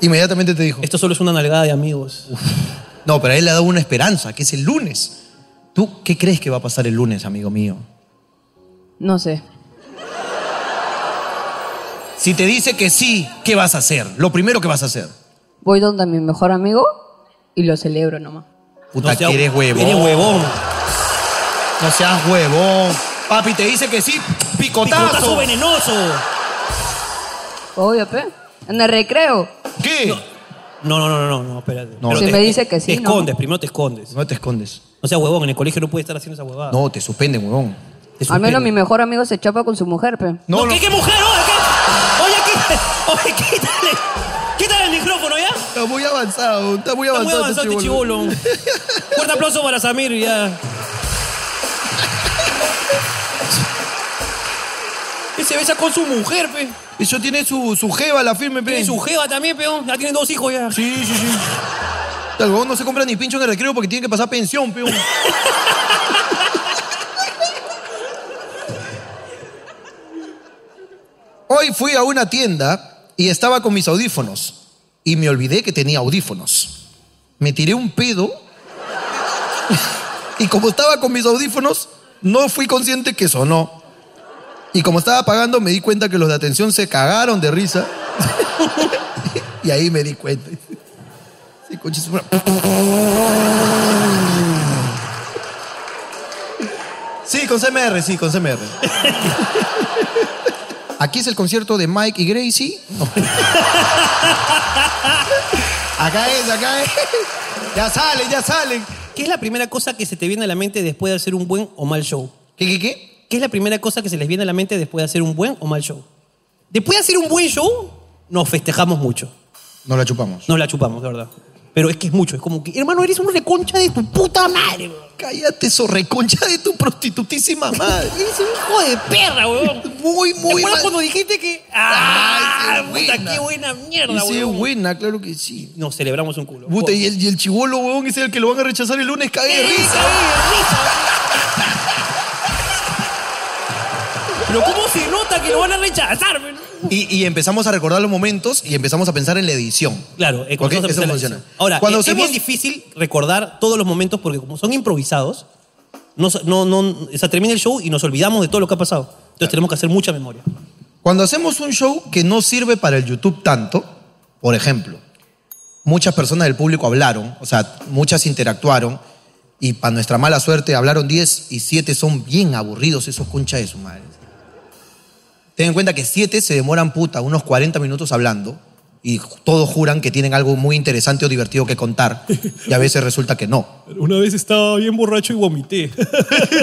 A: Inmediatamente te dijo.
B: Esto solo es una nalgada de amigos.
A: No, pero a él le ha dado una esperanza, que es el lunes. ¿Tú qué crees que va a pasar el lunes, amigo mío?
O: No sé.
A: Si te dice que sí, ¿qué vas a hacer? Lo primero que vas a hacer.
O: Voy donde mi mejor amigo y lo celebro nomás.
A: Puta,
B: No sea-
A: que eres huevón.
B: eres huevón.
A: No seas huevón. Papi, te dice que sí, picotazo.
B: ¡Picotazo venenoso!
O: Obvio, pe. En el recreo.
A: ¿Qué?
B: No, no, no, no, no, espérate.
A: No,
B: Pero
O: Si
B: te-
O: me dice que sí,
B: Te
O: no.
B: escondes, primero te escondes.
A: No te escondes.
B: O sea, huevón, en el colegio no puede estar haciendo esa huevada.
A: No, te suspenden, huevón.
O: Al menos mi mejor amigo se chapa con su mujer, pe.
B: No, ¿qué, qué mujer? Oye, ¿qué? Oye, quítale, oye, quítale. Quítale el micrófono, ¿ya?
A: Está muy avanzado, está muy
B: Está muy
A: avanzado
B: avanzado
A: este
B: este chibolo. Fuerte aplauso para Samir, ya. Y se besa con su mujer, pe.
A: Eso tiene su, su jeva, la firme, pe.
B: Tiene su jeva también, peón. Ya tienen dos hijos, ya.
A: Sí, sí, sí. El huevón no se compra ni pincho en el recreo porque tiene que pasar pensión, peón. Hoy fui a una tienda y estaba con mis audífonos. Y me olvidé que tenía audífonos. Me tiré un pedo. y como estaba con mis audífonos, no fui consciente que sonó. Y como estaba pagando, me di cuenta que los de atención se cagaron de risa. y ahí me di cuenta. Sí, concha su madre. Sí, con CMR, sí, con CMR. Aquí es el concierto de Mike y Gracie. No. acá es, acá es. Ya salen, ya salen.
B: ¿Qué es la primera cosa que se te viene a la mente después de hacer un buen o mal show?
A: ¿Qué, qué, qué?
B: ¿Qué es la primera cosa que se les viene a la mente después de hacer un buen o mal show? Después de hacer un buen show, nos festejamos mucho.
A: No la chupamos.
B: Nos la chupamos, de verdad. Pero es que es mucho. Es como que, hermano, eres un reconcha de tu puta madre, weón.
A: Cállate, sorreconcha de tu prostitutísima madre.
B: Eres un hijo de perra, weón.
A: Muy,
B: ¿Te
A: muy
B: acuerdas
A: mal.
B: cuando dijiste que... ¡Ah!
A: Ay, sí es
B: puta,
A: buena.
B: qué buena mierda,
A: Y sí es
B: weón.
A: buena, claro que sí.
B: Nos celebramos un culo. Eh.
A: Puta, y el, y el chibolo, huevón, ese es el que lo van a rechazar el lunes, cae de risa.
B: Pero cómo se nota que lo van a rechazar, weón?
A: Y, y empezamos a recordar los momentos y empezamos a pensar en la edición.
B: Claro, eh,
A: Ok,
B: comenzamos a
A: eso
B: pensar en
A: funciona.
B: eso. Ahora,
A: Cuando
B: es, es
A: hacemos-
B: bien difícil recordar todos los momentos porque como son improvisados, no, so- no, no, o sea, termina el show y nos olvidamos de todo lo que ha pasado. Entonces tenemos que hacer mucha memoria.
A: Cuando hacemos un show que no sirve para el YouTube tanto, por ejemplo, muchas personas del público hablaron, o sea, muchas interactuaron, Y para nuestra mala suerte hablaron 10 y 7 son bien aburridos esos conchas de su madre. Ten en cuenta que 7 se demoran puta unos 40 minutos hablando y todos juran que tienen algo muy interesante o divertido que contar y a veces resulta que no.
R: Una vez estaba bien borracho y vomité.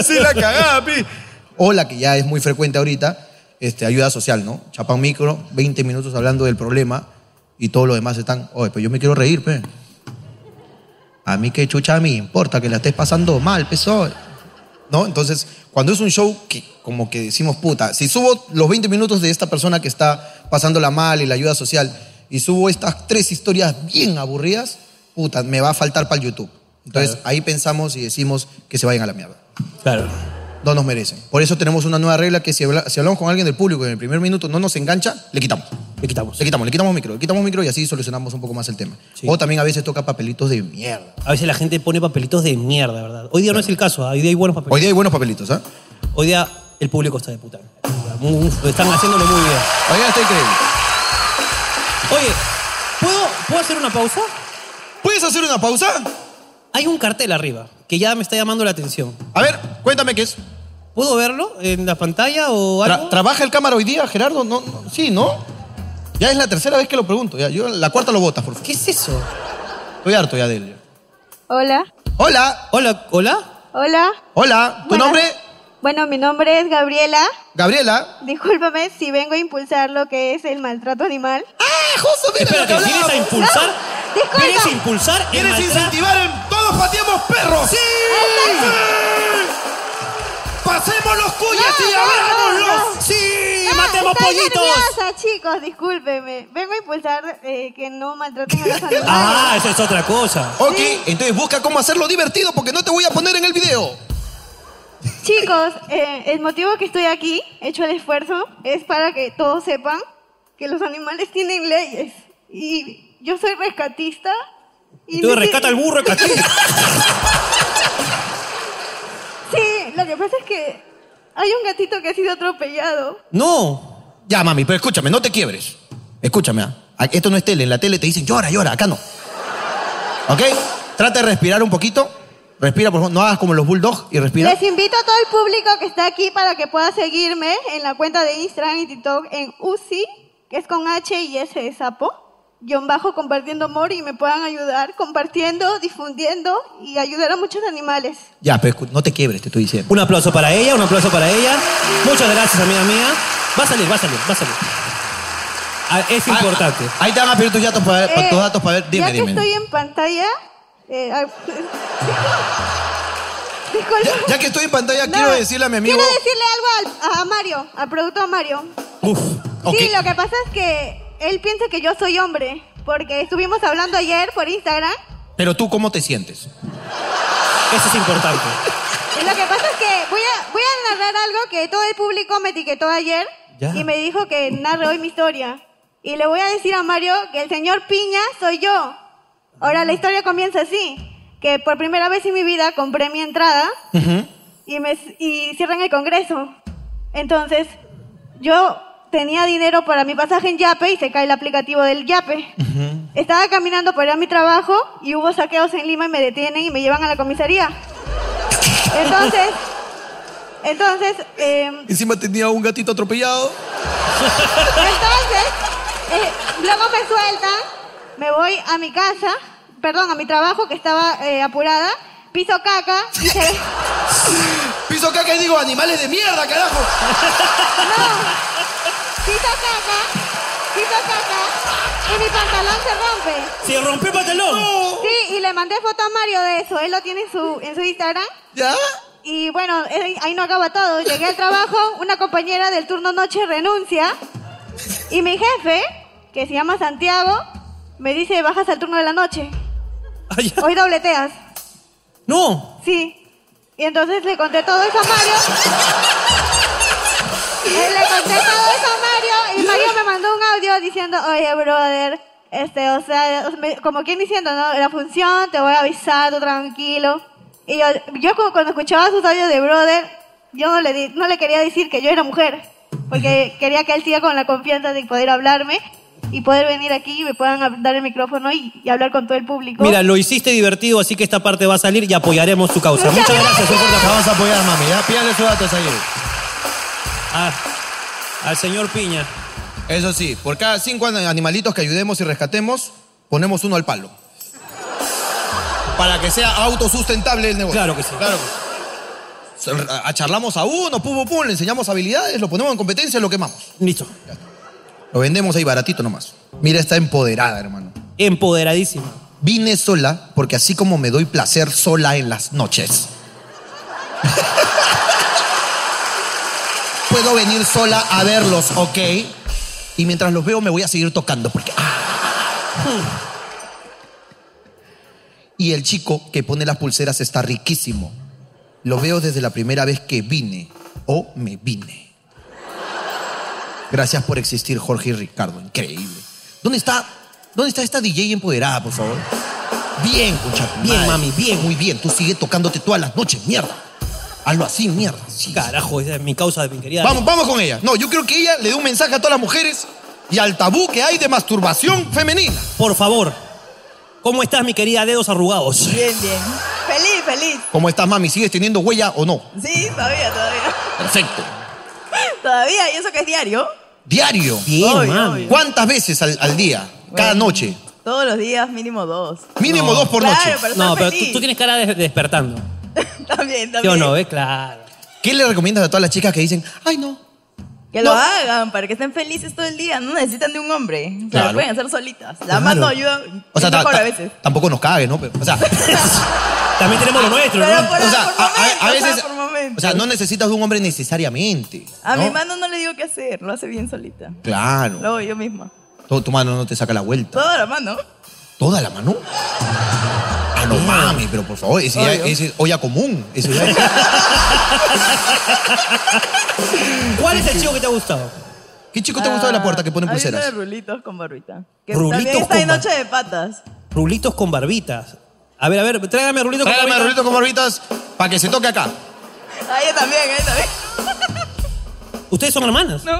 A: Se la cagaba, pi. O la que ya es muy frecuente ahorita, este, ayuda social, ¿no? Chapa un micro, 20 minutos hablando del problema y todos los demás están, oye, pues yo me quiero reír, pe. A mí qué chucha a mí importa que la estés pasando mal, peso. ¿No? Entonces, cuando es un show que como que decimos, puta, si subo los 20 minutos de esta persona que está pasándola mal y la ayuda social y subo estas tres historias bien aburridas, puta, me va a faltar para el YouTube. Entonces, ahí pensamos y decimos que se vayan a la mierda.
B: Claro.
A: No nos merecen. Por eso tenemos una nueva regla que si, habla- si hablamos con alguien del público y en el primer minuto no nos engancha, le quitamos.
B: Le quitamos.
A: Le quitamos, le quitamos micro, le quitamos micro y así solucionamos un poco más el tema. O también a veces toca papelitos de mierda.
B: A veces la gente pone papelitos de mierda, ¿verdad? Hoy día no es el caso, ¿ah? hoy día hay buenos papelitos. Hoy
A: día hay buenos papelitos, ¿ah?
B: Hoy día el público está de puta. Muy- Están haciéndolo muy bien.
A: Hoy día está increíble.
B: Oye, ¿puedo, ¿puedo hacer una pausa?
A: ¿Puedes hacer una pausa?
B: Hay un cartel arriba que ya me está llamando la atención.
A: A ver, cuéntame qué es.
B: ¿Puedo verlo en la pantalla o algo?
A: Tra- ¿Trabaja el cámara hoy día, Gerardo? No, no, sí, ¿no? Ya es la tercera vez que lo pregunto. Ya, yo la cuarta lo botas, por favor.
B: ¿Qué es eso?
A: Estoy harto ya de él.
S: Hola.
A: Hola.
B: Hola, hola.
S: Hola.
A: Hola. ¿Tu
S: Buenas-
A: nombre?
S: Bueno, mi nombre es Gabriela.
A: Gabriela.
S: Discúlpame si vengo a impulsar lo que es el maltrato animal.
A: ¡Ah, justo! Mira
B: Espérate, ¿vienes a impulsar? ¿Vienes a impulsar? el
M: ¿Quieres
B: maltrato?
M: incentivar en todos pateamos perros? ¡Sí! ¡Pasemos los cuyes y abrámoslos! ¡Sí!
S: matemos
M: pollitos!
S: nerviosa, chicos, discúlpenme. Vengo a impulsar eh, que no maltraten a los animales.
B: Ah, esa es otra cosa.
A: Ok, entonces busca cómo hacerlo divertido porque no te voy a poner en el video.
S: Chicos, eh, el motivo que estoy aquí, hecho el esfuerzo, es para que todos sepan que los animales tienen leyes. Y yo soy rescatista.
B: Y tú
S: me-
B: rescata al burro, castiga.
S: Sí, lo que pasa es que hay un gatito que ha sido atropellado.
A: No. Ya, mami, pero escúchame, no te quiebres. Escúchame, ah. Ah, esto no es tele. En la tele te dicen llora, llora, acá no. ¿Ok? Trata de respirar un poquito. Respira, por favor. No hagas como los bulldogs y respira.
S: Les invito a todo el público que está aquí para que pueda seguirme en la cuenta de Instagram y TikTok en UCI, que es con H y S de sapo, guión bajo compartiendo amor y me puedan ayudar compartiendo, difundiendo y ayudar a muchos animales.
A: Ya, pero escu- no te quiebres, te estoy diciendo.
B: Un aplauso para ella, un aplauso para ella. Muchas gracias, amiga mía. Va a salir, va a salir, va a salir. Ah, Es importante.
A: Ahí te van a pedir tus datos para,
S: Eh,
A: tus datos para ver.
S: ya
A: Dime,
S: que
A: dime.
S: estoy en pantalla... eh, ah, disculpa.
A: Ya, ya que estoy en pantalla, quiero decirle a mi amigo.
S: Quiero decirle algo al- a Mario, al producto Mario.
A: Uf, ok.
S: Sí, lo que pasa es que él piensa que yo soy hombre, porque estuvimos hablando ayer por Instagram,
A: Pero tú, ¿cómo te sientes?
B: Eso es importante.
S: y lo que pasa es que voy a, voy a narrar algo que todo el público me etiquetó ayer
B: Ya.
S: y me dijo que narre hoy mi historia. Y le voy a decir a Mario que el señor Piña soy yo. Ahora la historia comienza así, que por primera vez en mi vida compré mi entrada y, me, y cierran el Congreso. Entonces, yo tenía dinero para mi pasaje en Yape y se cae el aplicativo del Yape. Estaba caminando para mi trabajo y hubo saqueos en Lima y me detienen y me llevan a la comisaría. Entonces, entonces, eh,
A: Encima tenía un gatito atropellado.
S: entonces, eh, luego me sueltan, me voy a mi casa, perdón, a mi trabajo que estaba eh, apurada, piso caca y se...
A: Piso caca y digo, animales de mierda, carajo.
S: Piso caca, piso caca, y mi pantalón se rompe.
B: ¡Se rompió el pantalón!
S: Sí, y le mandé foto a Mario de eso, él lo tiene en su, en su Instagram.
A: ¿Ya?
S: Y bueno, eh, ahí no acaba todo. Llegué al trabajo, una compañera del turno noche renuncia, y mi jefe, que se llama Santiago, me dice, bajas al turno de la noche. Hoy dobleteas.
B: ¡No!
S: Sí. Y entonces le conté todo eso a Mario. Eh, le conté todo eso a Mario y Mario me mandó un audio diciendo, oye, brother, este, o sea, os- me- como quien diciendo, ¿no? La función, te voy a avisar, tú tranquilo. Y yo, yo como cuando escuchaba sus audios de brother, yo no le, di- no le quería decir que yo era mujer, porque quería que él siga con la confianza de poder hablarme. y poder venir aquí y me puedan ab- dar el micrófono y, y hablar con todo el público.
B: Mira, lo hiciste divertido, así que esta parte va a salir y apoyaremos tu causa.
S: Muchas
B: Muchas gracias, un fuerte aplauso.
A: Vamos a apoyar, mami. Ya pídale sus datos ahí.
B: Ah, al señor Piña.
A: Eso sí, por cada cinco an- animalitos que ayudemos y rescatemos, ponemos uno al palo. Para que sea autosustentable el negocio. Claro que sí. Claro Charlamos a uno, pum, pum, pum, le enseñamos habilidades, lo ponemos en competencia, lo quemamos.
B: Listo.
A: Lo vendemos ahí baratito nomás. Mira, está empoderada, hermano.
B: Empoderadísima.
A: Vine sola porque así como me doy placer sola en las noches, puedo venir sola a verlos, ¿ok? Y mientras los veo me voy a seguir tocando porque... ah. Hmm. Y el chico que pone las pulseras está riquísimo. Lo veo desde la primera vez que vine o me vine. Gracias por existir, Jorge y Ricardo. Increíble. ¿Dónde está, dónde está esta DJ empoderada, por favor? Bien, concha. tu
B: Bien,
A: madre.
B: mami,
A: bien. Muy bien. Tú sigue tocándote todas las noches, mierda. Hazlo así, mierda. Sí.
B: Carajo, esa es mi causa de pinquería.
A: Vamos, vamos con ella. No, yo creo que ella le dé un mensaje a todas las mujeres y al tabú que hay de masturbación femenina.
B: Por favor. ¿Cómo estás, mi querida Dedos Arrugados?
T: Bien, bien. Feliz, feliz.
A: ¿Cómo estás, mami? ¿Sigues teniendo huella o no?
T: Sí, todavía, todavía.
A: Perfecto.
T: Todavía, y eso que es diario.
A: Diario.
T: Bien, Obvio, mami. obvio.
A: ¿Cuántas veces al, al día? Cada noche.
T: Todos los días, mínimo dos.
A: Mínimo dos por
T: claro,
A: noche.
T: Para estar
B: No, pero tú,
T: feliz.
B: tú tienes cara de despertando.
T: También,
B: ¿Sí o
T: también.
B: no? ¿Ves? Claro.
A: ¿Qué le recomiendas a todas las chicas que dicen, ay no?
T: Que lo hagan para que estén felices todo el día. No necesitan de un hombre. O sea,
A: Claro.
T: lo pueden hacer solitas. La
A: Claro.
T: más no ayuda.
A: O sea,
T: es
A: ta-
T: mejor
A: ta-
T: a veces.
A: tampoco nos cague, ¿no? Pero, o sea,
B: también tenemos lo nuestro,
T: Pero por,
A: o sea,
T: por
A: a- a-
T: momentos,
A: a,
T: ah,
A: veces,
T: por momentos.
A: o sea, no necesitas de un hombre necesariamente.
T: A
A: ¿no?
T: mi mano no le digo qué hacer. Lo hace bien solita.
A: Claro.
T: Lo hago yo misma.
A: Tu, tu mano no te saca la vuelta.
T: Toda la mano.
A: ¿Toda la mano? Ah, no mames, pero por favor, eso ya-
T: Obvio.
A: eso es olla común. eso ya es-
B: ¿Cuál es el chico que te ha gustado?
A: ¿Qué chico te ha gustado de la puerta que pone
T: Ah, hay uno
B: pulseras?
T: de rulitos con barbita. Que
B: Rulitos
T: también está en
B: con bar-
T: noche de patas.
B: Rulitos con barbitas. A ver, a ver, tráigame rulitos con
A: Tráigame
B: barbitas.
A: rulitos con barbitas para que se toque acá.
T: Ahí Ah, también, ahí también.
B: ¿Ustedes son hermanas?
T: No.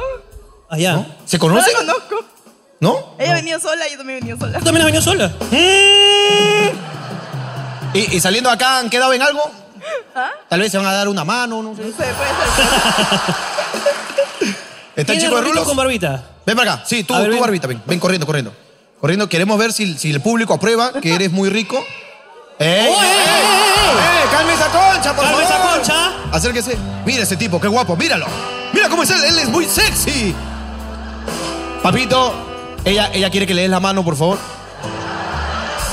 B: Allá.
A: ¿Se
T: No la conozco.
A: ¿No?
T: Ella venía sola, yo también venía sola.
B: ¿Tú también has venido sola?
A: Mm. ¿Y, y saliendo acá han quedado en algo?
T: ¿Ah?
A: Tal vez se van a dar una mano, no sé.
T: pues.
A: ¿Está el
B: ¿Tiene
A: chico de
B: rulitos
A: rulos?
B: con barbita?
A: Ven para acá. Sí, tú,
B: A ver,
A: tú
B: ven.
A: barbita, ven. Ven corriendo, corriendo. Corriendo, queremos ver si, si el público aprueba que eres muy rico.
B: eh,
A: ¡Ey!
M: ¡Oh, ey, ey, ey!
A: ¡Ey, calme esa concha, por
M: Calme esa
A: favor!
M: concha.
A: Acérquese. Mira ese tipo, qué guapo, míralo. Mira cómo es él, él es muy sexy. Papito, ella, ella quiere que le des la mano, por favor.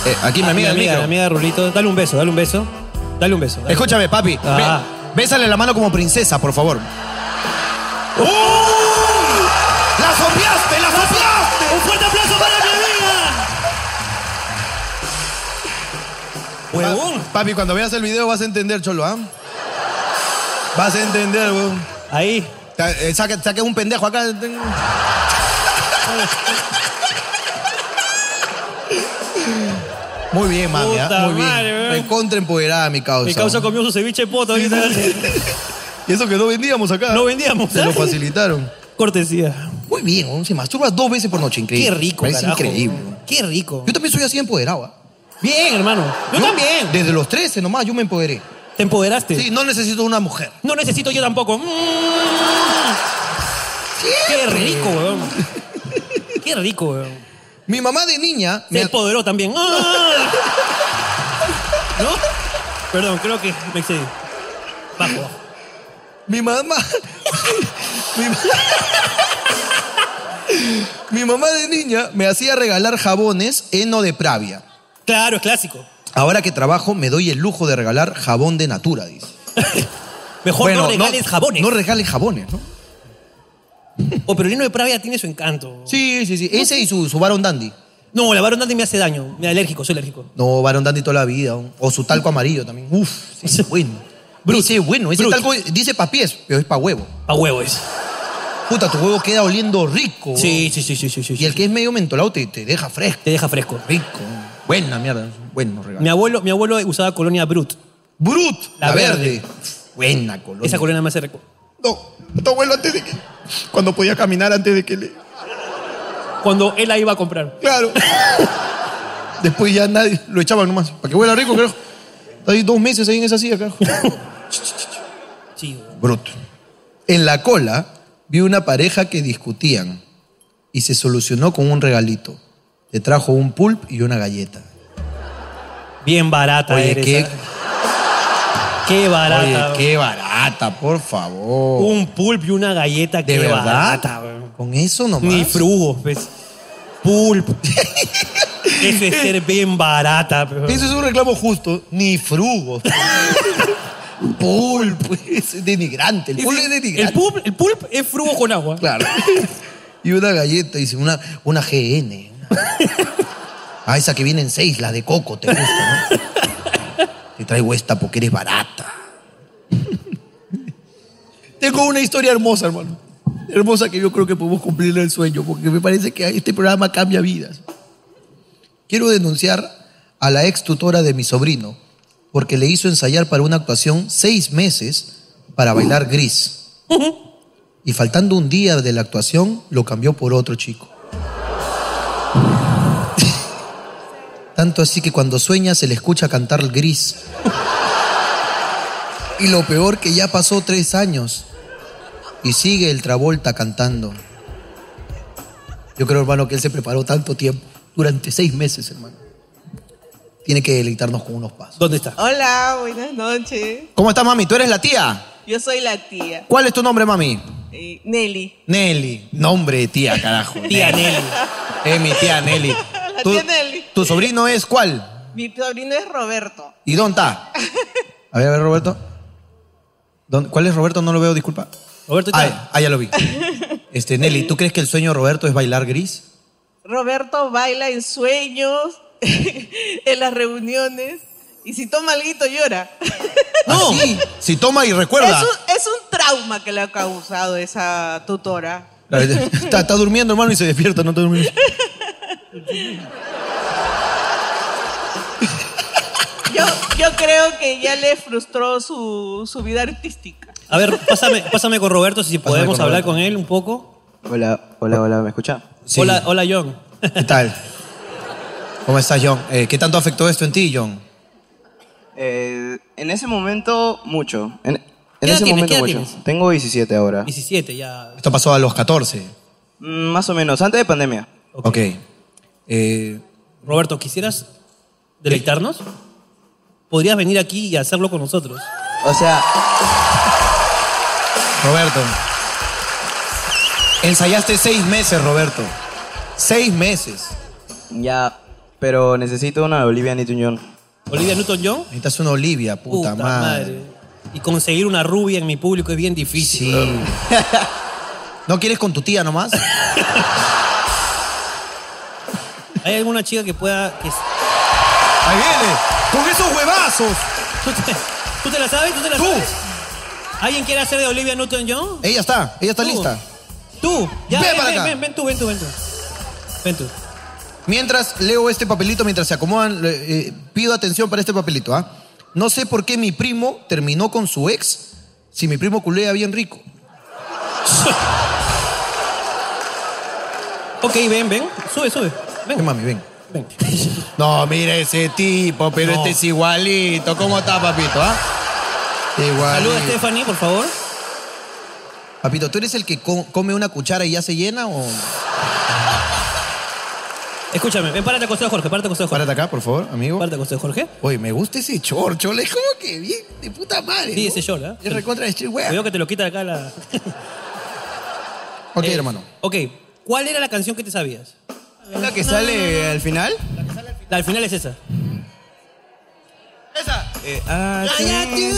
A: Eh, aquí mi
B: Ah,
A: amiga,
B: mi
A: el
B: amiga,
A: micro.
B: mi amiga de rulitos. Dale un beso, dale un beso. Dale un beso. dale.
A: Escúchame, papi.
B: Ah.
A: Ve- bésale la mano como princesa, por favor. ¡Uy! ¡La soplaste, la soplaste!
M: ¡Un fuerte aplauso para mi amiga!
A: Huevón. Papi, cuando veas el video vas a entender, cholo, ¿ah? Vas a entender, huevón.
B: Ahí.
A: Saque, saque un pendejo acá. Muy bien, mami, ¿ah?
B: Puta
A: Muy
B: madre,
A: bien.
B: huevón.
A: Recontra empoderada mi causa.
B: Mi causa comió su ceviche de poto ahorita.
A: Y eso que no vendíamos acá.
B: No vendíamos.
A: Se lo facilitaron.
B: Cortesía.
A: Muy bien, huevón. se masturbas dos veces por noche, increíble.
B: Qué rico,
A: Es
B: carajo.
A: increíble.
B: Qué rico.
A: Yo también soy así empoderado. ¿ah?
B: Bien, hermano. Yo, también.
A: Desde los 13 nomás yo me empoderé.
B: ¿Te empoderaste?
A: Sí, no necesito una mujer.
B: No necesito yo tampoco. Mm. Qué rico, weón. Qué rico, weón.
A: Mi mamá de niña
B: se empoderó también. ¡Ah! ¿No? Perdón, creo que me excedí. Bajo, bajo.
A: Mi mamá. mi, ma- Mi mamá de niña me hacía regalar jabones heno de pravia.
B: Claro, es clásico.
A: Ahora que trabajo, me doy el lujo de regalar jabón de natura, dice.
B: Mejor no regales jabones.
A: No regales jabones, ¿no?
B: O pero el hino de Pravia tiene su encanto.
A: Sí, sí, sí. Ese y su, su Baron Dandy.
B: No, la Baron Dandy me hace daño. Me alérgico, soy alérgico.
A: No, Baron Dandy toda la vida. ¿no? O su talco amarillo también. Uf, ese es bueno. Ese es bueno. Ese
B: Brut.
A: talco dice pa' pies, pero es pa' huevo.
B: Pa' huevo es.
A: Puta, tu huevo queda oliendo rico.
B: Sí, sí, sí, sí, sí, sí.
A: Y el que es medio mentolado te, te deja fresco.
B: Te deja fresco.
A: Rico. Buena mierda. Bueno regalo.
B: Mi abuelo, mi abuelo usaba colonia Brut.
A: Brut,
B: la,
A: la
B: verde.
A: verde. Buena colonia.
B: Esa colonia me hace recu-
A: Tu abuelo antes de que. Cuando podía caminar antes de que le.
R: Cuando él la iba a comprar.
A: Claro. Después ya nadie lo echaban nomás. Para que huela rico, carajo. Está ahí dos meses ahí en esa silla, carajo. Bruto. En la cola vi una pareja que discutían y se solucionó con un regalito. Le trajo un pulp y una galleta.
B: Bien barata
A: Oye,
B: eres,
A: qué-
B: ¿eh? Qué barata.
A: Oye, qué barata, por favor.
B: Un pulp y una galleta.
A: ¿De
B: qué
A: verdad?
B: barata, weón.
A: Con eso nomás.
B: Ni frugos, pues. Pulp. Eso es ser bien barata, pero.
A: Eso es un reclamo justo. Ni frugos. pulp. Es denigrante. El pulp es denigrante.
R: El pulp, el pulp es frugo con agua.
A: Claro. Y una galleta, dice, una, una GN. Ah, esa que viene en seis, la de coco, te gusta, ¿no? Te traigo esta porque eres barata. Tengo una historia hermosa, hermano. Hermosa que yo creo que podemos cumplir el sueño, porque me parece que este programa cambia vidas. Quiero denunciar a la ex tutora de mi sobrino, porque le hizo ensayar para una actuación seis meses para bailar gris. Y faltando un día de la actuación, lo cambió por otro chico. Tanto así que cuando sueña se le escucha cantar gris. Y lo peor que ya pasó tres años. Y sigue el Travolta cantando. Yo creo, hermano, que él se preparó tanto tiempo. Durante seis meses, hermano. Tiene que deleitarnos con unos pasos. ¿Dónde está?
T: Hola, buenas noches.
A: ¿Cómo estás, mami? ¿Tú eres la tía?
T: Yo soy la tía.
A: ¿Cuál es tu nombre, mami?
T: eh, Nelly.
A: Nelly. Nombre de tía, carajo.
T: Tía Nelly.
A: Es mi tía Nelly.
T: La
A: ¿Tú-
T: tía Nelly.
A: ¿Tu sobrino es cuál?
T: Mi sobrino es Roberto.
A: ¿Y dónde está? A ver, a ver, Roberto. ¿Dónde- ¿Cuál es Roberto? No lo veo, disculpa.
R: Roberto
A: Ah, ah, ya lo vi. Este, Nelly, ¿tú crees que el sueño de Roberto es bailar gris?
T: Roberto baila en sueños, en las reuniones. Y si toma algo llora.
A: No. Si toma y recuerda.
T: Es un, es un trauma que le ha causado esa tutora.
A: Está, está durmiendo, hermano, y se despierta, no está durmiendo.
T: Yo, yo creo que ya le frustró su, su vida artística.
B: A ver, pásame, pásame con Roberto si podemos
I: con
B: hablar
I: Roberto.
B: con él un poco.
I: Hola, hola, hola, ¿me escucha?
B: Hola, hola, John.
A: ¿Qué tal? ¿Cómo estás, John? Eh, ¿Qué tanto afectó esto en ti, John?
I: Eh, en ese momento, mucho. En, en
B: ¿Qué edad
I: ese
B: tienes?
I: momento,
B: ¿Qué edad
I: mucho.
B: tienes?
I: Tengo 17 ahora.
B: 17 ya.
A: Esto pasó a los 14.
I: Mm, Más o menos, antes de pandemia.
A: Ok. Eh,
B: Roberto, ¿quisieras deleitarnos? Podrías venir aquí y hacerlo con nosotros.
I: O sea,
A: Roberto. Ensayaste seis meses, Roberto. Seis meses.
I: ya. Pero necesito una Olivia Newton-John.
B: Olivia Newton-John.
A: Necesitas una Olivia, puta,
B: Puta
A: madre.
B: madre. Y conseguir una rubia en mi público es bien difícil.
A: ¿No quieres con tu tía nomás?
B: ¿Hay alguna chica que pueda.? Que...
A: ¡Ahí viene! ¡Con esos huevazos!
B: ¿Tú te, tú te la sabes? ¿Tú te la sabes? ¿Alguien quiere hacer de Olivia Newton-John?
A: Ella está, ella está
B: Tú.
A: lista.
B: Tú, ya.
A: Ven para
B: ven,
A: acá.
B: ven, ven tú, ven tú, ven tú. Ven tú.
A: Mientras leo este papelito, mientras se acomodan, le- eh, pido atención para este papelito, ¿ah? No sé por qué mi primo terminó con su ex si mi primo culea bien rico.
B: Ok, ven, ven. Sube, sube. Ven.
A: mami, ven. No, mira ese tipo, pero
B: No.
A: este es igualito. ¿Cómo está, papito? ah? Igualito.
B: Saluda a Stephanie, por favor.
A: Papito, ¿tú eres el que co- come una cuchara y ya se llena o...?
B: Escúchame, ven, párate a costado de Jorge, párate a costado de Jorge.
A: Párate acá, por favor, amigo.
B: Párate a costado de Jorge.
A: Oye, me gusta ese short, chole. Es como que bien, de puta madre.
B: Sí,
A: ¿no?
B: ese short, ¿eh?
A: Es recontra de streetwear.
B: Cuidado que te lo quita de acá la...
A: Ok,
B: Eh,
A: hermano.
B: Ok, ¿cuál era la canción que te sabías?
I: ¿La que sale al final?
B: La al final es esa.
I: Eh, ah,
B: I got you,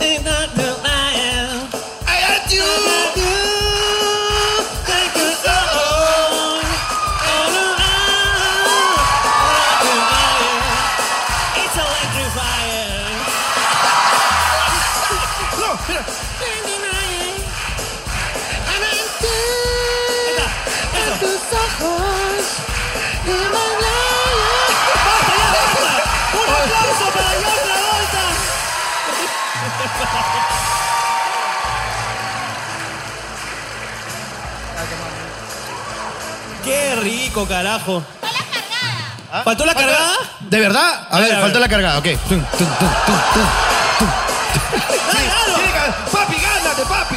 B: and I know I am. I got you, thank you so much. And I know I am. It's electrifying. And I am. And I'm still in tus ojos. ¡Un aplauso para John Travolta! Qué rico, carajo. ¿Faltó la cargada?
A: ¿De verdad? A ver, faltó la cargada, ok. Tum, tum, tum, tum, tum.
M: ¡Papi, gánate, papi! ¡Papi!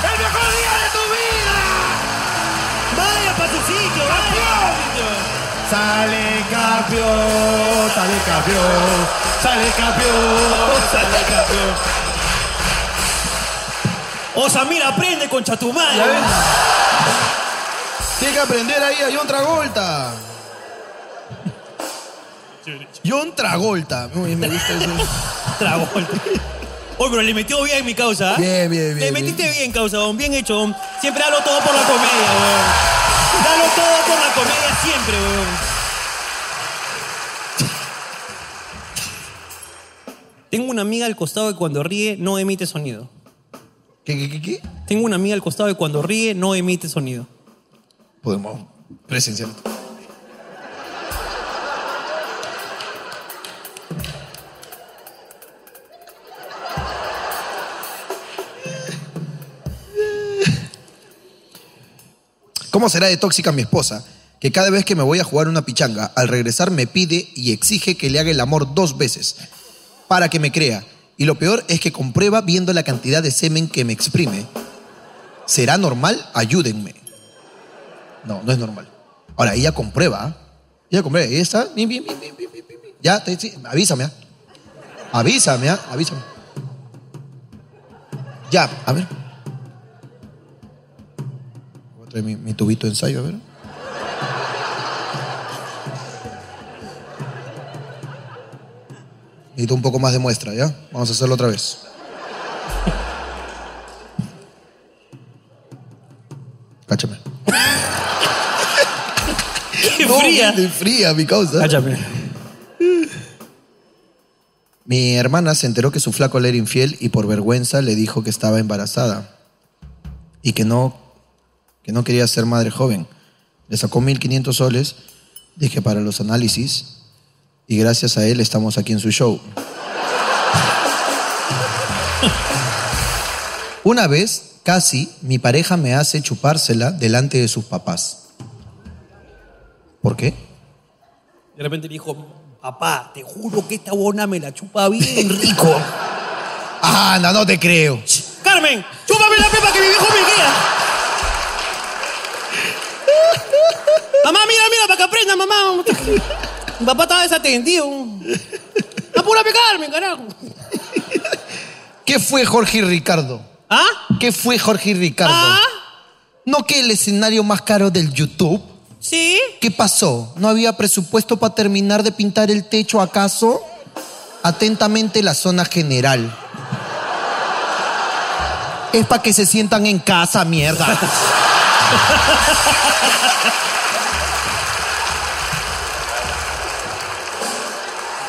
M: ¡El mejor día de tu vida! ¡Vaya para tu sitio!
A: Sale campeón, sale campeón, sale campeón, sale campeón.
R: O sea, mira, aprende con chatumán.
A: Tiene que aprender ahí a John Tragolta. John Tragolta. Uy, me gusta eso.
B: Tragolta. Oye, pero le metió bien mi causa. ¿ah?
A: Bien, bien, bien,
B: Le metiste bien, causa, don. Bien hecho, don. Siempre dalo todo por la comedia, weón. Dalo todo por la comedia siempre, weón. Tengo una amiga al costado que cuando ríe no emite sonido.
A: ¿Qué, qué, qué, qué?
B: Tengo una amiga al costado que cuando ríe no emite sonido.
A: Podemos presenciar. ¿Cómo será de tóxica mi esposa? Que cada vez que me voy a jugar una pichanga, al regresar me pide y exige que le haga el amor dos veces para que me crea. Y lo peor es que comprueba viendo la cantidad de semen que me exprime. ¿Será normal? Ayúdenme. No, no es normal. Ahora, ella comprueba. ¿ah? Ella comprueba. Ella está. bien, bien, bien, bien, bien, bien, bien. Ya, te- sí, avísame. ¿ah? Avísame, ¿ah? avísame. Ya, a ver. Voy a traer mi, mi tubito de ensayo, a ver. Necesito un poco más de muestra, ¿ya? Vamos a hacerlo otra vez. Cáchame.
M: ¡Qué
A: No,
M: fría!
A: gente, fría, mi causa. Mi hermana se enteró que su flaco le era infiel y por vergüenza le dijo que estaba embarazada y que no, que no quería ser madre joven. Le sacó 1.500 soles, dije, para los análisis y gracias a él estamos aquí en su show. Una vez, casi, mi pareja me hace chupársela delante de sus papás. ¿Por qué?
B: De repente le dijo, papá, te juro que esta buena me la chupa bien rico.
A: Ah, no, no te creo.
B: Carmen, chúpame la pepa que mi viejo me guía. mamá, mira, mira, para que aprenda, mamá. Mi papá estaba desatendido. Apúrame, Carmen, carajo.
A: ¿Qué fue Jorge y Ricardo?
B: ¿Ah?
A: ¿Qué fue Jorge y Ricardo?
B: ¿Ah?
A: ¿No que el escenario más caro del YouTube?
B: ¿Sí?
A: ¿Qué pasó? ¿No había presupuesto para terminar de pintar el techo acaso? Atentamente la zona general. Es para que se sientan en casa, mierda.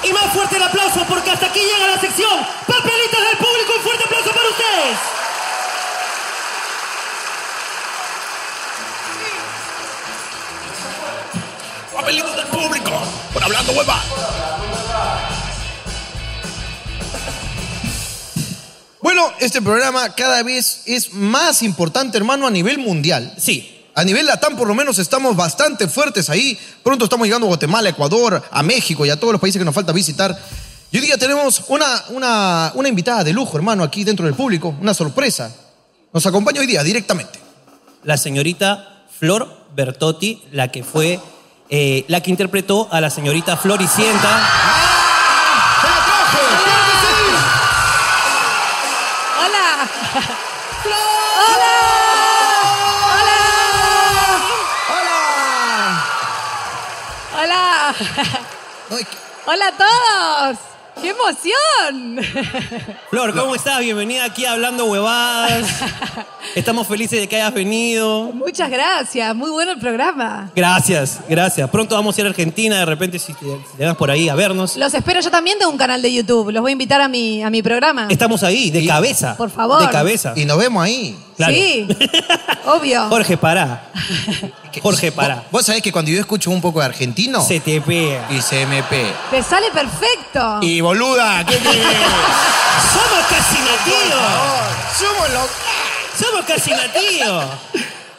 B: Y más fuerte el aplauso porque hasta aquí llega la sección Papelitos del Público. Un fuerte aplauso para ustedes.
M: ¡Papelitos del público! ¡Por hablando hueva!
A: Bueno, este programa cada vez es más importante, hermano, a nivel mundial.
B: Sí.
A: A nivel Latam, por lo menos, estamos bastante fuertes ahí. Pronto estamos llegando a Guatemala, Ecuador, a México y a todos los países que nos falta visitar. Y hoy día tenemos una, una, una invitada de lujo, hermano, aquí dentro del público. Una sorpresa. Nos acompaña hoy día directamente.
B: La señorita Flor Bertotti, la que fue, eh, la que interpretó a la señorita Floricienta.
M: ¡Hola!
K: Hola. Hola a todos. ¡Qué emoción!
B: Flor, ¿cómo estás? Bienvenida aquí a hablando huevadas. Estamos felices de que hayas venido.
K: Muchas gracias. Muy bueno el programa.
B: Gracias, gracias. Pronto vamos a ir a Argentina, de repente si te, si te vas por ahí a vernos.
K: Los espero yo también tengo un canal de YouTube. Los voy a invitar a mi, a mi programa.
B: Estamos ahí, de cabeza.
K: Por favor.
B: De cabeza.
A: Y nos vemos ahí.
B: Claro.
K: Sí. Obvio.
B: Jorge, pará. Jorge, pará.
A: Vos sabés que cuando yo escucho un poco de argentino... Se
B: te pega.
A: Y se me pega.
K: Te sale perfecto.
A: Y boluda, ¿qué te
B: Somos casi metidos.
A: Somos los...
B: Somos casi nativos.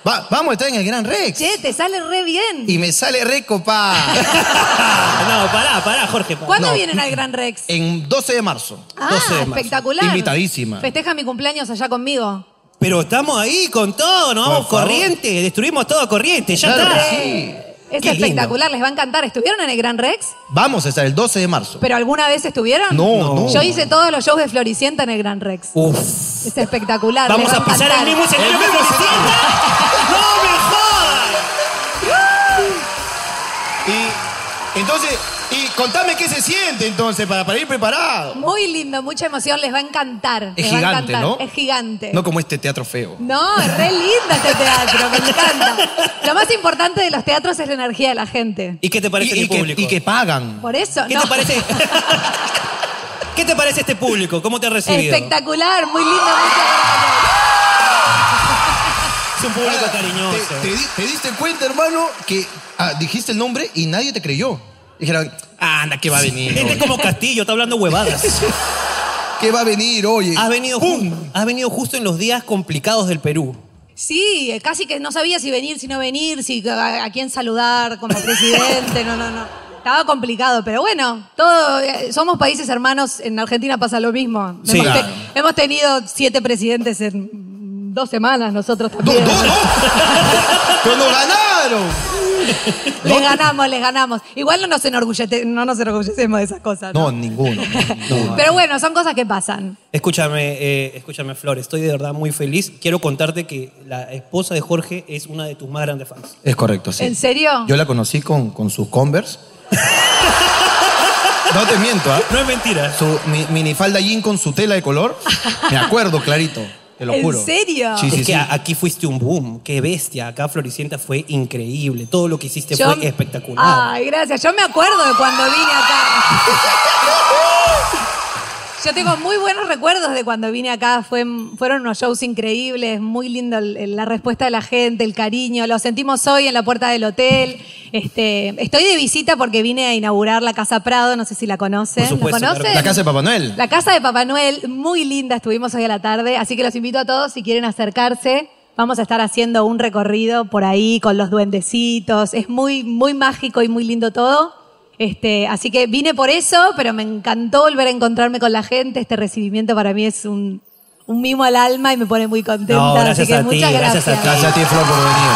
A: Va- vamos, está en el Gran Rex.
F: Che, te sale re bien.
A: Y me sale recopa.
B: no, pará, pará, Jorge.
F: ¿Cuándo vienen al Gran Rex?
A: En 12 de marzo.
F: Ah, espectacular.
A: Invitadísima.
F: Festeja mi cumpleaños allá conmigo.
B: Pero estamos ahí con todo, nos vamos
A: favor.
B: corriente, destruimos todo corriente, ya
F: Claro
B: está.
F: que sí. Es
A: Qué lindo.
F: espectacular, les va a encantar. ¿Estuvieron en el Gran Rex?
A: Vamos a estar el 12 de marzo.
F: ¿Pero alguna vez estuvieron?
A: No, no.
F: Yo hice todos los shows de Floricienta en el Gran Rex.
B: Uf.
F: Es espectacular.
B: Vamos
F: les va
B: a pisar el
F: encantar.
B: mismo escenario que Floricienta. ¡No me
A: Y entonces, y contame qué se siente entonces para, para ir preparado.
F: Muy lindo, mucha emoción, les va a encantar.
A: Es
F: les va a
A: gigante,
F: encantar.
A: ¿no?
F: Es gigante.
A: No como este teatro feo.
F: No, es re lindo este teatro, me encanta. Lo más importante de los teatros es la energía de la gente.
B: ¿Y qué te parece
A: y,
B: el
A: que,
B: público?
A: y que pagan.
F: Por eso,
B: ¿Qué
F: no.
B: te parece? ¿Qué te parece este público? ¿Cómo te ha recibido?
F: Espectacular, muy lindo, muchas
B: Es un público cariñoso.
A: Ah, ¿Te, di- te diste cuenta, hermano, que ah, dijiste el nombre y nadie te creyó? Dijeron, "Ah,
B: anda, que va a venir. Este
A: hoy?"
B: es como Castillo, está hablando huevadas.
A: ¿Qué va a venir, oye?
B: Has venido, ju- has venido justo en los días complicados del Perú.
F: Sí, eh, casi que no sabía si venir, si no venir, si a, a quién saludar como presidente, no, no, no. Estaba complicado, pero bueno, todo, eh, somos países hermanos, en Argentina pasa lo mismo.
B: Sí,
F: hemos,
B: claro.
F: hemos tenido siete presidentes en mm, dos semanas, nosotros también.
A: ¡Pero nos ganaron!
F: Les ganamos, les ganamos. Igual no nos, enorgullete- no nos enorgullecemos de esas cosas. ¿no?
A: No, ninguno.
F: Pero bueno, son cosas que pasan.
B: Escúchame, eh, escúchame, Flor, estoy de verdad muy feliz. Quiero contarte que la esposa de Jorge es una de tus más grandes fans.
A: Es correcto, sí.
F: ¿En serio?
A: Yo la conocí con, con sus Converse. No te miento, ¿ah?
B: No es mentira.
A: Su mi- minifalda jean con su tela de color. Me acuerdo clarito, te lo
F: ¿En
A: juro.
F: serio?
A: Sí, sí,
B: es que
A: sí.
B: a- aquí fuiste un boom, qué bestia. Acá Floricienta fue increíble. Todo lo que hiciste
F: Yo-
B: fue espectacular.
F: Ay, gracias. Yo me acuerdo de cuando vine acá. Yo tengo muy buenos recuerdos de cuando vine acá. Fue, fueron unos shows increíbles, muy lindo el- el- la respuesta de la gente, el cariño. Lo sentimos hoy en la puerta del hotel. Este, estoy de visita porque vine a inaugurar la Casa Prado. No sé si la conocen.
A: Por supuesto,
F: ¿La conocen?
A: claro. La casa de Papá Noel.
F: La casa de Papá Noel, muy linda, estuvimos hoy a la tarde, así que los invito a todos si quieren acercarse. Vamos a estar haciendo un recorrido por ahí con los duendecitos. Es muy, muy mágico y muy lindo todo. Este, así que vine por eso, pero me encantó volver a encontrarme con la gente. Este recibimiento para mí es un, un mimo al alma y me pone muy contenta.
B: No,
F: así
B: gracias
F: que
B: a ti,
F: muchas gracias.
B: gracias a ti.
A: Gracias a ti, Flor, por venir.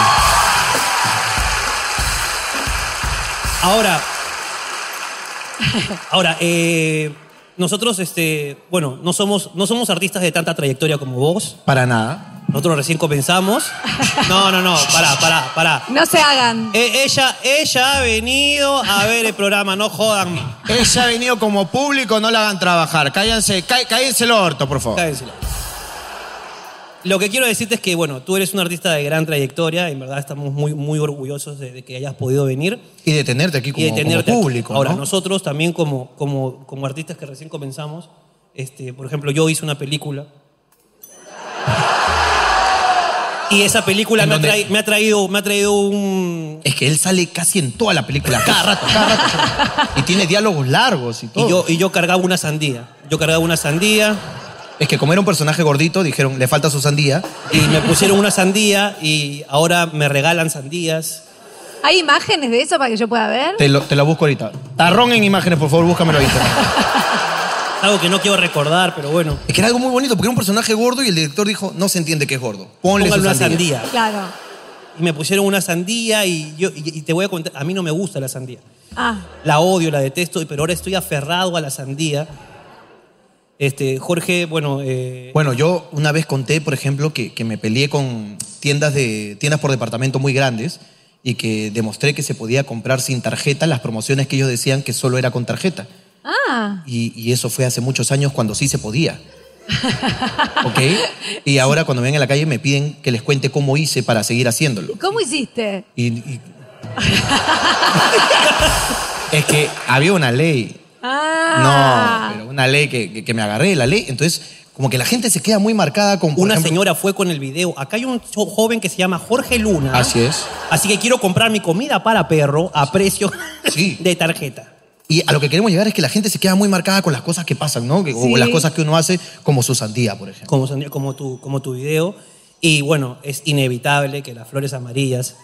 B: Ahora, ahora eh, nosotros, este, bueno, no somos, no somos artistas de tanta trayectoria como vos.
A: Para nada.
B: Nosotros recién comenzamos. No, no, no, pará, pará, pará.
F: No se hagan.
B: Eh, ella, ella ha venido a ver el programa, no jodan más.
A: Ella ha venido como público, no la hagan trabajar. Cállense, cá- cállense el orto, por favor.
B: Cállense. Lo que quiero decirte es que, bueno, tú eres un artista de gran trayectoria, en verdad estamos muy, muy orgullosos de, de que hayas podido venir.
A: Y detenerte aquí como,
B: y de tenerte
A: como
B: aquí.
A: público.
B: Ahora,
A: ¿no?
B: nosotros también como, como, como artistas que recién comenzamos, este, por ejemplo, yo hice una película. Y esa película me ha, trai- me ha traído, me ha traído un...
A: Es que él sale casi en toda la película, cada rato, cada rato. y tiene diálogos largos y todo.
B: Y yo, y yo cargaba una sandía. Yo cargaba una sandía.
A: Es que como era un personaje gordito, dijeron, le falta su sandía.
B: Y me pusieron una sandía y ahora me regalan sandías.
F: ¿Hay imágenes de eso para que yo pueda ver?
A: Te, lo- te la busco ahorita. Tarrón en imágenes, por favor, búscamelo ahorita.
B: Algo que no quiero recordar, pero bueno.
A: Es que era algo muy bonito, porque era un personaje gordo y el director dijo, no se entiende que es gordo. Ponle
B: Póngale
A: su
B: una
A: sandía.
B: sandía.
F: Claro.
B: Y me pusieron una sandía y, yo, y- y te voy a contar, a mí no me gusta la sandía.
F: Ah,
B: La odio, la detesto, pero ahora estoy aferrado a la sandía. Este, Jorge, bueno, eh,
A: Bueno, yo una vez conté, por ejemplo, que, que me peleé con tiendas, de, tiendas por departamento muy grandes y que demostré que se podía comprar sin tarjeta las promociones que ellos decían que solo era con tarjeta.
F: ah.
A: Y, y eso fue hace muchos años cuando sí se podía. ¿Ok? Y ahora cuando me ven en la calle me piden que les cuente cómo hice para seguir haciéndolo.
F: ¿Cómo hiciste?
A: Y, y- es que había una ley.
F: Ah.
A: No, pero una ley que, que- que me agarré, la ley. Entonces, como que la gente se queda muy marcada con... por
B: una
A: ejemplo-
B: señora fue con el video. Acá hay un jo- joven que se llama Jorge Luna.
A: Así es.
B: Así que quiero comprar mi comida para perro a precio de tarjeta.
A: Y a lo que queremos llegar es que la gente se queda muy marcada con las cosas que pasan, ¿no? Que-
B: Sí.
A: O las cosas que uno hace, como su sandía, por ejemplo.
B: Como, sandía- como, tu, como tu video. Y bueno, es inevitable que las flores amarillas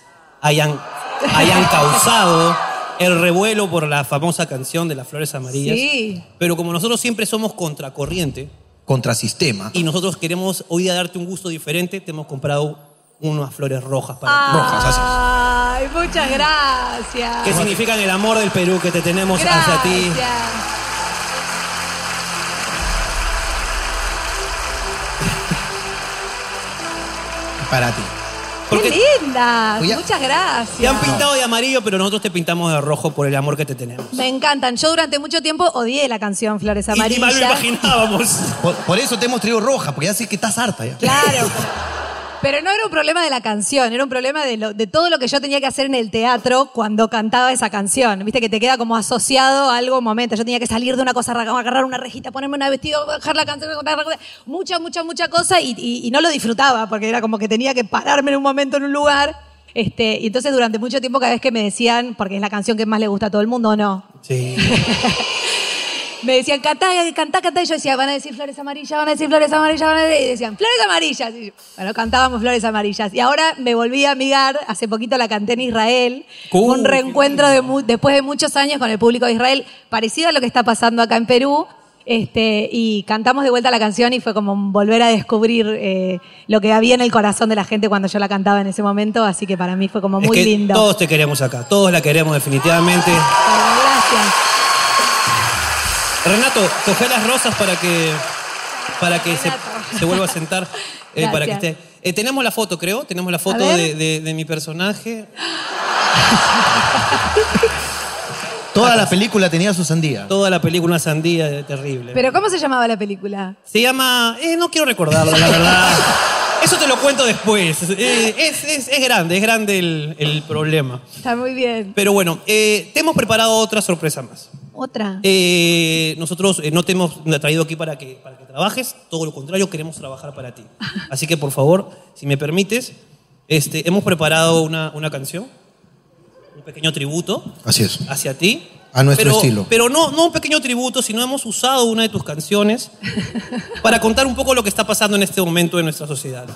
B: hayan, hayan causado el revuelo por la famosa canción de las flores amarillas.
Q: Sí.
B: Pero como nosotros siempre somos contracorriente
A: Contrasistema.
B: y nosotros queremos hoy día darte un gusto diferente, te hemos comprado unas flores rojas para ti.
F: Ay, muchas gracias.
B: que significan el amor del Perú que te tenemos hacia ti.
F: Gracias.
A: Para ti.
B: Porque
F: Qué lindas.
B: Oye,
F: Muchas gracias.
B: te han pintado de amarillo, pero nosotros te pintamos de rojo por el amor que te tenemos.
F: Me encantan. Yo durante mucho tiempo odié la canción Flores
B: Y ni mal lo
F: Amarillas.
B: imaginábamos.
A: Por, por eso te hemos traído roja, porque ya sé que estás harta ya.
F: Claro. Pero no era un problema de la canción, era un problema de, lo- de todo lo que yo tenía que hacer en el teatro cuando cantaba esa canción. Viste que te queda como asociado a algo, un momento. Yo tenía que salir de una cosa, arrancar- agarrar una rejita, ponerme un vestido, bajar la canción, contar- contar- mucha, mucha, mucha cosa y, y- y no lo disfrutaba porque era como que tenía que pararme en un momento en un lugar. Este, y entonces durante mucho tiempo cada vez que me decían, porque es la canción que más le gusta a todo el mundo, ¿o no?
B: Sí.
F: Me decían, cantá, cantá, cantá. Y yo decía, van a decir flores amarillas, van a decir flores amarillas, van a decir... Y decían, flores amarillas. Y yo, bueno, cantábamos flores amarillas. Y ahora me volví a amigar, hace poquito la canté en Israel.
Q: Uh,
F: un reencuentro de mu- después de muchos años con el público de Israel, parecido a lo que está pasando acá en Perú. Este, y cantamos de vuelta la canción y fue como volver a descubrir eh, lo que había en el corazón de la gente cuando yo la cantaba en ese momento. Así que para mí fue como
B: Es
F: muy
B: que
F: lindo.
B: Todos te queremos acá, todos la queremos definitivamente.
F: Gracias.
B: Renato, coge las rosas para que, para que se, se vuelva a sentar. eh, para que
F: Gracias.
B: esté. Eh, tenemos la foto, creo. Tenemos la foto
F: ver.
B: de, de- de mi personaje.
A: Toda la película tenía su sandía.
B: Toda la película, una sandía eh, terrible.
F: Pero ¿cómo se llamaba la película?
B: Se llama. eh, no quiero recordarlo, la verdad. Eso te lo cuento después. Eh, es, es- es grande, es grande el, el problema.
F: Está muy bien.
B: Pero bueno, eh, te hemos preparado otra sorpresa más.
F: Otra.
B: Eh, nosotros eh, no te hemos traído aquí para que, para que trabajes, todo lo contrario, queremos trabajar para ti. Así que por favor, si me permites, este, hemos preparado una, una canción, un pequeño tributo
A: Así es.
B: hacia ti.
A: A nuestro
B: pero,
A: estilo.
B: Pero no, no un pequeño tributo, sino hemos usado una de tus canciones para contar un poco lo que está pasando en este momento en nuestra sociedad.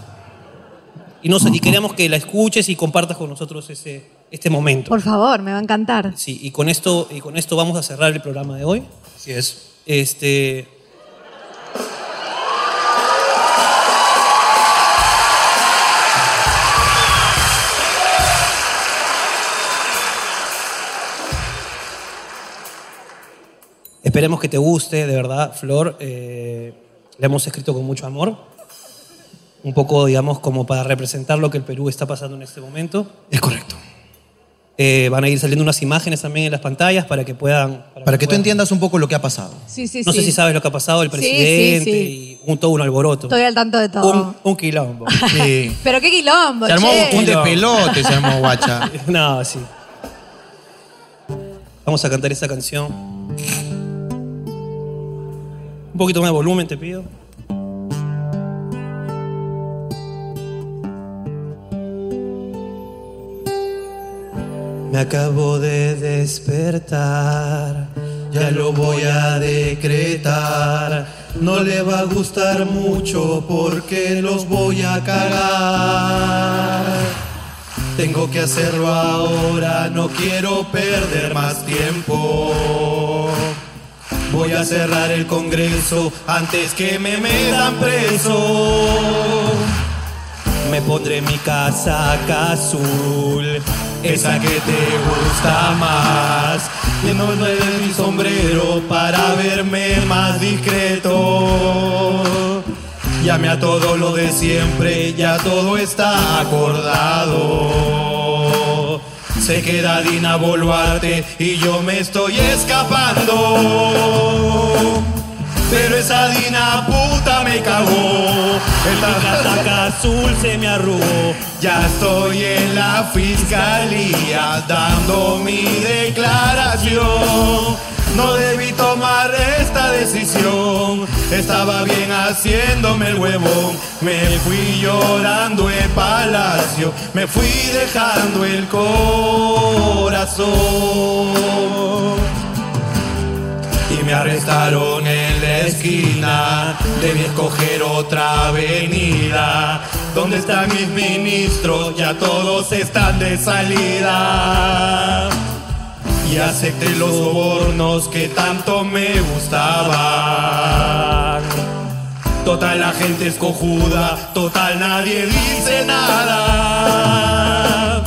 B: Y, nos, y queremos que la escuches y compartas con nosotros ese, este momento.
F: Por favor, me va a encantar.
B: Sí, y con esto, y con esto vamos a cerrar el programa de hoy.
A: Así es.
B: Este. Esperemos que te guste, de verdad, Flor. Eh, la hemos escrito con mucho amor. Un poco, digamos, como para representar lo que el Perú está pasando en este momento.
A: Es correcto.
B: Eh, van a ir saliendo unas imágenes también en las pantallas para que puedan. Para,
A: que tú
B: puedan-
A: entiendas un poco lo que ha pasado.
F: Sí, sí,
B: no
F: sí.
B: sé si sabes lo que ha pasado el
F: Sí, sí,
B: presidente
F: sí.
B: y un todo un alboroto.
F: Estoy al tanto de todo.
B: Un, un quilombo.
F: Pero qué quilombo,
B: Se armó
F: che.
B: un despelote,
A: se armó, guacha.
B: no, sí. Vamos a cantar esta canción. Un poquito más de volumen, te pido. Me acabo de despertar, ya lo voy a decretar. No le va a gustar mucho porque los voy a cagar.
M: Tengo que hacerlo ahora, no quiero perder más tiempo. Voy a cerrar el Congreso antes que me metan preso.
B: Me pondré mi casaca azul, esa que te gusta más.
M: Y no me des mi sombrero para verme más discreto. Llame a todo lo de siempre, ya todo está acordado. Se queda Dina Boluarte y yo me estoy escapando. Pero esa Dina puta me cagó. El casaca azul se me arrugó. Ya estoy en la fiscalía dando mi declaración. No debí tomar esta decisión. Estaba bien haciéndome el huevón. Me fui llorando el palacio. Me fui dejando el corazón. Y me arrestaron en la esquina, debí escoger otra avenida. ¿Dónde están mis ministros? Ya todos están de salida. Y acepté los sobornos que tanto me gustaban. Total, la gente es cojuda, total, nadie dice nada.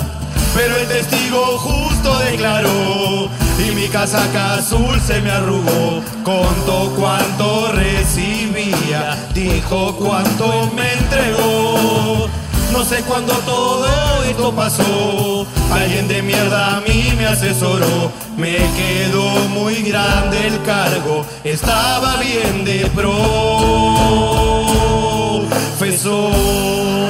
M: Pero el testigo justo declaró y mi casaca azul se me arrugó. Contó cuánto recibía, dijo cuánto me entregó. No sé cuándo todo esto pasó. Alguien de mierda a mí me asesoró. Me quedó muy grande el cargo. Estaba bien de profesor.